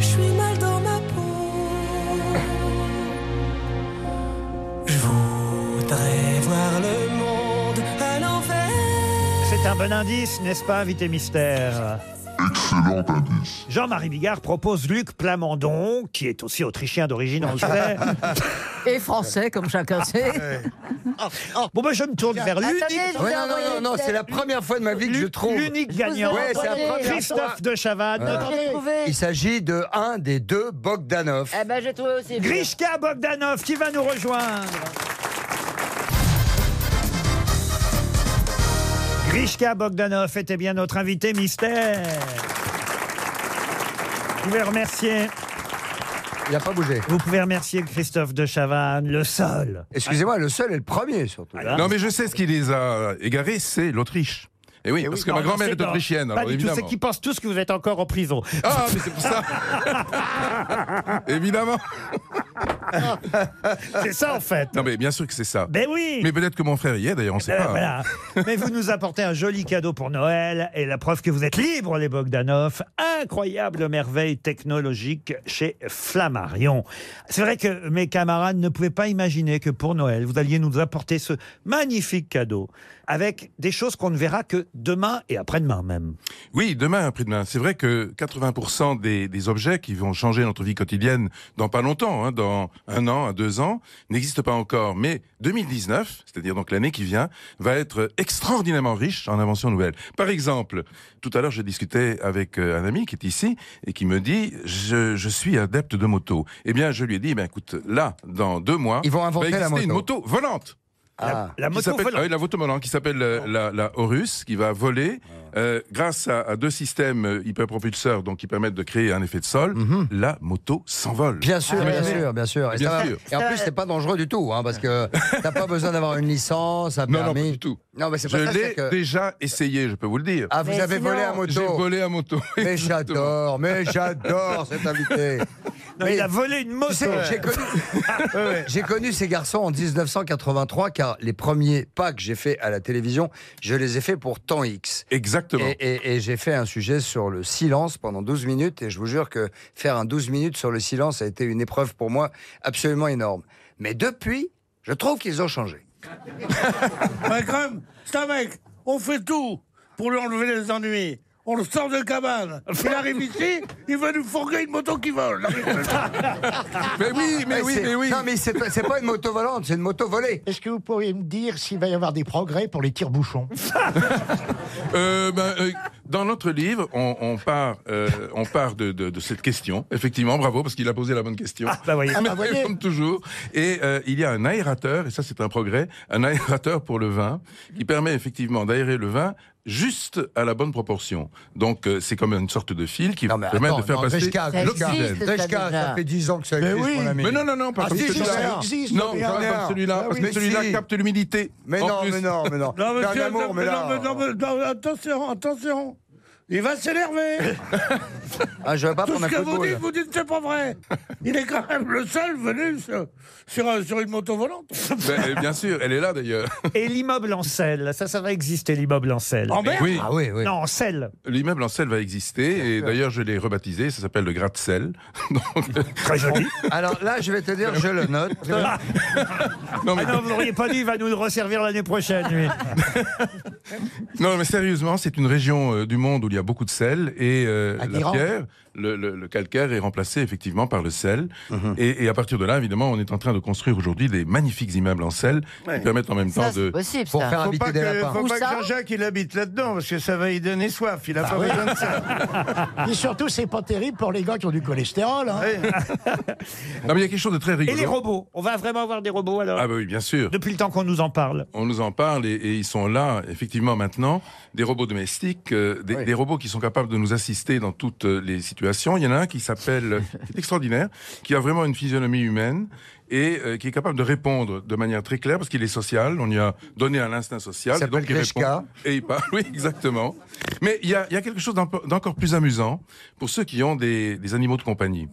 [SPEAKER 15] Je suis mal dans ma peau. Je voudrais voir le monde à l'envers.
[SPEAKER 4] C'est un bon indice, n'est-ce pas, invité mystère
[SPEAKER 16] Excellent indice.
[SPEAKER 4] Jean-Marie Bigard propose Luc Plamondon, qui est aussi autrichien d'origine, on le sait.
[SPEAKER 2] Et français, comme chacun sait.
[SPEAKER 4] Bon, ben, je me tourne vers l'unique.
[SPEAKER 2] Attendez, je vous ai
[SPEAKER 7] Ouais, non, non, non, non, c'est la première fois de ma vie que je trouve.
[SPEAKER 4] L'unique gagnant,
[SPEAKER 7] Ouais, c'est la première fois.
[SPEAKER 4] Christophe de Chavannes.
[SPEAKER 7] Ouais.
[SPEAKER 8] J'ai trouvé.
[SPEAKER 7] Il s'agit de un des deux Bogdanov.
[SPEAKER 8] Eh ben, j'ai trouvé aussi.
[SPEAKER 4] Grishka Bogdanov qui va nous rejoindre. Grishka Bogdanov était bien notre invité mystère. Vous pouvez remercier,
[SPEAKER 7] Il n'a pas bougé.
[SPEAKER 4] vous pouvez remercier Christophe de Chavannes, le seul.
[SPEAKER 7] Excusez-moi, le seul est le premier surtout.
[SPEAKER 16] Non, mais je sais ce qui les
[SPEAKER 4] euh,
[SPEAKER 16] a égarés, c'est l'Autriche. Et Eh oui, parce que ma grand-mère est
[SPEAKER 4] Eh Non, c'est pas-
[SPEAKER 16] autrichienne,
[SPEAKER 4] Pas
[SPEAKER 16] alors
[SPEAKER 4] du tout,
[SPEAKER 16] évidemment.
[SPEAKER 4] c'est qu'ils pensent tous que vous êtes encore en prison.
[SPEAKER 16] Ah, mais c'est pour ça Évidemment
[SPEAKER 4] C'est ça, en fait
[SPEAKER 16] Non, mais bien sûr que c'est ça.
[SPEAKER 4] Ben oui
[SPEAKER 16] Mais peut-être que mon frère y est, d'ailleurs, on sait
[SPEAKER 4] Euh,
[SPEAKER 16] pas. hein.
[SPEAKER 4] voilà. Mais vous nous apportez un joli cadeau pour Noël et la preuve que vous êtes libre, les Bogdanov. Un d'incroyables merveilles technologiques chez Flammarion. C'est vrai que mes camarades ne pouvaient pas imaginer que pour Noël, vous alliez nous apporter ce magnifique cadeau avec des choses qu'on ne verra que demain et après-demain même.
[SPEAKER 16] Oui, demain, après-demain. C'est vrai que 80% des, des objets qui vont changer notre vie quotidienne dans pas longtemps, hein, dans un an, à deux ans, n'existent pas encore. Mais 2019, c'est-à-dire donc l'année qui vient, va être extraordinairement riche en inventions nouvelles. Par exemple, tout à l'heure, je discutais avec euh, un ami qui est ici et qui me dit je, je suis adepte de moto. Eh bien, je lui ai dit ben écoute, là, dans deux mois,
[SPEAKER 7] Ils vont inventer
[SPEAKER 16] va
[SPEAKER 7] la
[SPEAKER 16] exister une
[SPEAKER 7] moto.
[SPEAKER 16] moto volante.
[SPEAKER 7] Ah.
[SPEAKER 4] La- la
[SPEAKER 16] Qui
[SPEAKER 4] moto
[SPEAKER 16] s'appelle-
[SPEAKER 4] volante.
[SPEAKER 16] ah oui, la moto volante qui s'appelle euh, la, la Horus, qui va voler
[SPEAKER 7] Ah.
[SPEAKER 16] euh, grâce à, à deux systèmes euh, hyperpropulseurs donc qui permettent de créer un effet de sol. La moto s'envole.
[SPEAKER 7] Mhm. Bien sûr,
[SPEAKER 16] Vous
[SPEAKER 7] bien
[SPEAKER 16] imaginez
[SPEAKER 7] sûr, bien sûr. Et,
[SPEAKER 16] Bien
[SPEAKER 7] ça va-
[SPEAKER 16] sûr.
[SPEAKER 7] et en plus, c'est pas dangereux du tout, hein, parce que t'as pas besoin d'avoir une licence, un
[SPEAKER 16] Non, non,
[SPEAKER 7] permis.
[SPEAKER 16] pas du tout.
[SPEAKER 7] Non, mais c'est
[SPEAKER 16] Je
[SPEAKER 7] pas ça.
[SPEAKER 16] l'ai
[SPEAKER 7] c'est que-
[SPEAKER 16] déjà essayé, je peux vous le dire.
[SPEAKER 7] Ah, vous Mais avez volé sinon- à moto.
[SPEAKER 16] J'ai volé à moto.
[SPEAKER 7] Mais j'adore, mais j'adore cet invité.
[SPEAKER 4] Non, il a volé une moto. Ah,
[SPEAKER 7] Tu sais, j'ai connu, j'ai connu ces garçons en 1983 car les premiers pas que j'ai fait à la télévision, je les ai fait pour temps X.
[SPEAKER 16] Exactement.
[SPEAKER 7] Et, et- et j'ai fait un sujet sur le silence pendant 12 minutes et je vous jure que faire un 12 minutes sur le silence a été une épreuve pour moi absolument énorme. Mais depuis, je trouve qu'ils ont changé.
[SPEAKER 16] Ah,
[SPEAKER 5] Mais quand même, c'est un mec, on fait tout pour lui enlever les ennuis. On le sort de cabane. Il arrive ici, il va nous fourguer une moto qui vole.
[SPEAKER 16] Mais oui,
[SPEAKER 7] Ouais, c'est- Non, Ah, mais c'est pas, c'est pas une moto volante, c'est une moto volée.
[SPEAKER 17] Est-ce que vous pourriez me dire s'il va y avoir des progrès pour les tire-bouchons
[SPEAKER 16] Euh, ben, euh, dans notre livre, on, on part, euh, on part de, de- de cette question. Effectivement, bravo, parce qu'il a posé la bonne question. Ah,
[SPEAKER 4] bah voyez.
[SPEAKER 17] Ah, bah voyez.
[SPEAKER 16] Comme toujours. Et euh, il y a un aérateur, et ça c'est un progrès, un aérateur pour le vin, qui permet effectivement d'aérer le vin juste à la bonne proportion. Donc euh, c'est comme une sorte de fil qui permet
[SPEAKER 7] attends,
[SPEAKER 16] de faire
[SPEAKER 7] non,
[SPEAKER 16] passer
[SPEAKER 7] Dreschka, Ça Dreschka,
[SPEAKER 16] l'oxygène.
[SPEAKER 7] existe, ça, Dreschka, déjà. ça fait 10 ans que ça
[SPEAKER 16] Eh ben. Mais
[SPEAKER 7] existe, mon ami.
[SPEAKER 16] Mais non, non, non, pas
[SPEAKER 7] Ah,
[SPEAKER 16] comme
[SPEAKER 7] si, si,
[SPEAKER 16] celui-là.
[SPEAKER 7] ça existe,
[SPEAKER 16] Non,
[SPEAKER 7] mais
[SPEAKER 16] pas
[SPEAKER 7] alors.
[SPEAKER 16] comme celui-là,
[SPEAKER 7] Ah
[SPEAKER 16] parce
[SPEAKER 7] oui,
[SPEAKER 16] que celui-là
[SPEAKER 7] si.
[SPEAKER 16] capte l'humidité.
[SPEAKER 7] Mais
[SPEAKER 16] En
[SPEAKER 7] non,
[SPEAKER 16] plus.
[SPEAKER 7] mais non, mais non.
[SPEAKER 5] Non,
[SPEAKER 7] C'est un
[SPEAKER 5] monsieur,
[SPEAKER 7] amour,
[SPEAKER 5] non,
[SPEAKER 7] mais là-
[SPEAKER 5] non, mais non, mais non, attention, attention. Il va s'énerver.
[SPEAKER 7] Ah, je vais pas
[SPEAKER 5] Tout
[SPEAKER 7] prendre
[SPEAKER 5] ce
[SPEAKER 7] un
[SPEAKER 5] que
[SPEAKER 7] coup de
[SPEAKER 5] vous
[SPEAKER 7] boule.
[SPEAKER 5] dites, vous dites c'est pas vrai. Il est quand même le seul venu sur, sur, un- sur une moto volante.
[SPEAKER 16] Ben, bien sûr, elle est là d'ailleurs.
[SPEAKER 4] Et l'immeuble en selle, ça, ça va exister l'immeuble en selle.
[SPEAKER 5] En mer
[SPEAKER 16] Oui. Ah oui, oui.
[SPEAKER 4] Non, en selle.
[SPEAKER 16] L'immeuble en selle va exister, et d'ailleurs je l'ai rebaptisé, ça s'appelle le gratte-sel.
[SPEAKER 4] Très joli.
[SPEAKER 7] Alors là, je vais te dire, je le note.
[SPEAKER 16] Non, mais-
[SPEAKER 4] Ah non, vous l'auriez pas dit, il va nous le resservir l'année prochaine, lui.
[SPEAKER 16] Non, mais sérieusement, c'est une région euh, du monde où il y a beaucoup de sel et euh, la
[SPEAKER 17] Guérande.
[SPEAKER 16] pierre, le, le- le calcaire est remplacé effectivement par le sel.
[SPEAKER 4] Mhm.
[SPEAKER 16] et, et à partir de là, évidemment, on est en train de construire aujourd'hui des magnifiques immeubles en sel
[SPEAKER 6] Ouais.
[SPEAKER 16] qui permettent en même temps de.
[SPEAKER 6] Faut pas que- Faut pas que Jean-Jacques il habite là-dedans parce que ça va y donner soif. Il a pas besoin de ça.
[SPEAKER 17] Bah Et surtout, c'est pas terrible pour les gars qui ont du cholestérol. hein.
[SPEAKER 16] Non, mais il y a quelque chose de très rigolo.
[SPEAKER 4] Et les robots On va vraiment avoir des robots alors
[SPEAKER 16] Ah bah oui, bien sûr.
[SPEAKER 4] Depuis le temps qu'on nous en parle.
[SPEAKER 16] On nous en parle et, et ils sont là, effectivement, maintenant. Des robots domestiques, euh, des, des robots qui sont capables de nous assister dans toutes euh, les situations. Il y en a un qui s'appelle, euh, qui est extraordinaire, qui a vraiment une physionomie humaine et euh, qui est capable de répondre de manière très claire parce qu'il est social. On lui a donné un instinct social.
[SPEAKER 7] Il s'appelle
[SPEAKER 16] donc il répond.
[SPEAKER 7] Grishka.
[SPEAKER 16] Et il parle, oui, exactement. Mais il y a, il y a quelque chose d'empo- d'encore plus amusant pour ceux qui ont des, des animaux de compagnie.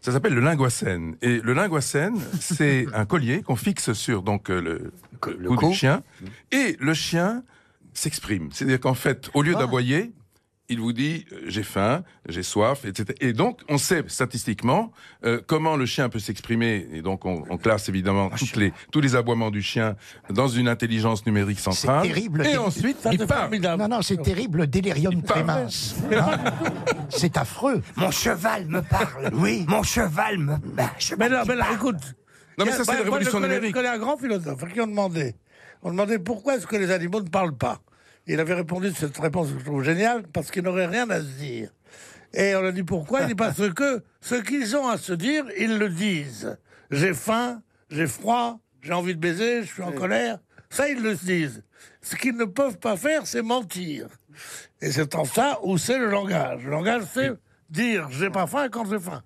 [SPEAKER 16] Ça s'appelle le linguacène. Et le linguacène, c'est un collier qu'on fixe sur donc euh, le, le cou
[SPEAKER 7] cou.
[SPEAKER 16] du chien. Et le chien s'exprime. C'est-à-dire qu'en fait, au lieu d'aboyer, il vous dit euh, j'ai faim, j'ai soif, etc. Et donc, on sait statistiquement euh, comment le chien peut s'exprimer. Et donc, on, on classe évidemment toutes les, tous les aboiements du chien dans une intelligence numérique centrale.
[SPEAKER 17] terrible.
[SPEAKER 16] Hein? Et
[SPEAKER 17] Dé-
[SPEAKER 16] ensuite, il parle.
[SPEAKER 17] Non, non, c'est terrible, le délirium tremens. Hein c'est affreux.
[SPEAKER 6] Mon cheval me parle. Oui. Mon cheval me.
[SPEAKER 5] Mais non, mais là, écoute.
[SPEAKER 16] Non, mais
[SPEAKER 5] Tiens,
[SPEAKER 16] ça, c'est la
[SPEAKER 5] bah, moi- moi,
[SPEAKER 16] révolution
[SPEAKER 5] je connais-
[SPEAKER 16] numérique.
[SPEAKER 5] Je connais un grand philosophe à qui on demandait. On demandait pourquoi est-ce que les animaux ne parlent pas. Et il avait répondu cette réponse que je trouve géniale, parce qu'ils n'auraient rien à se dire. Et on a dit pourquoi Il dit parce que ce qu'ils ont à se dire, ils le disent. J'ai faim, j'ai froid, j'ai envie de baiser, je suis en colère. Ça, ils le disent. Ce qu'ils ne peuvent pas faire, c'est mentir. Et c'est en ça où c'est le langage. Le langage, c'est dire j'ai pas faim quand j'ai faim.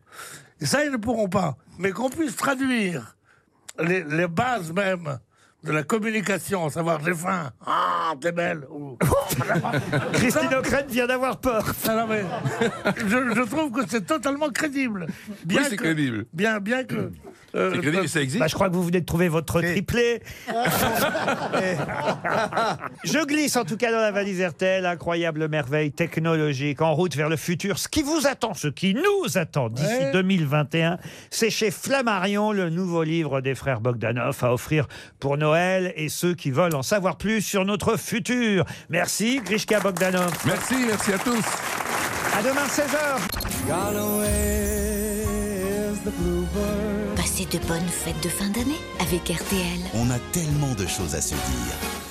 [SPEAKER 5] Et ça, ils ne pourront pas. Mais qu'on puisse traduire les, les bases même de la communication, à savoir j'ai faim, ah, t'es belle. ou-
[SPEAKER 4] Christine O'Krent vient d'avoir peur.
[SPEAKER 5] Ah non, mais je, je trouve que c'est totalement crédible.
[SPEAKER 16] Oui, c'est
[SPEAKER 5] que-
[SPEAKER 16] crédible.
[SPEAKER 5] Bien, bien que Euh,
[SPEAKER 16] C'est crédible, ça existe
[SPEAKER 4] Bah, je crois que vous venez de trouver votre triplé. Je glisse en tout cas dans la valise RTL, incroyable merveille technologique, en route vers le futur. Ce qui vous attend, ce qui nous attend d'ici 2021, c'est chez Flammarion, le nouveau livre des frères Bogdanov à offrir pour Noël et ceux qui veulent en savoir plus sur notre futur. Merci, Grishka Bogdanov.
[SPEAKER 16] Merci, merci à tous.
[SPEAKER 4] À demain 16h.
[SPEAKER 3] Passez de bonnes fêtes de fin d'année avec RTL.
[SPEAKER 13] On a tellement de choses à se dire.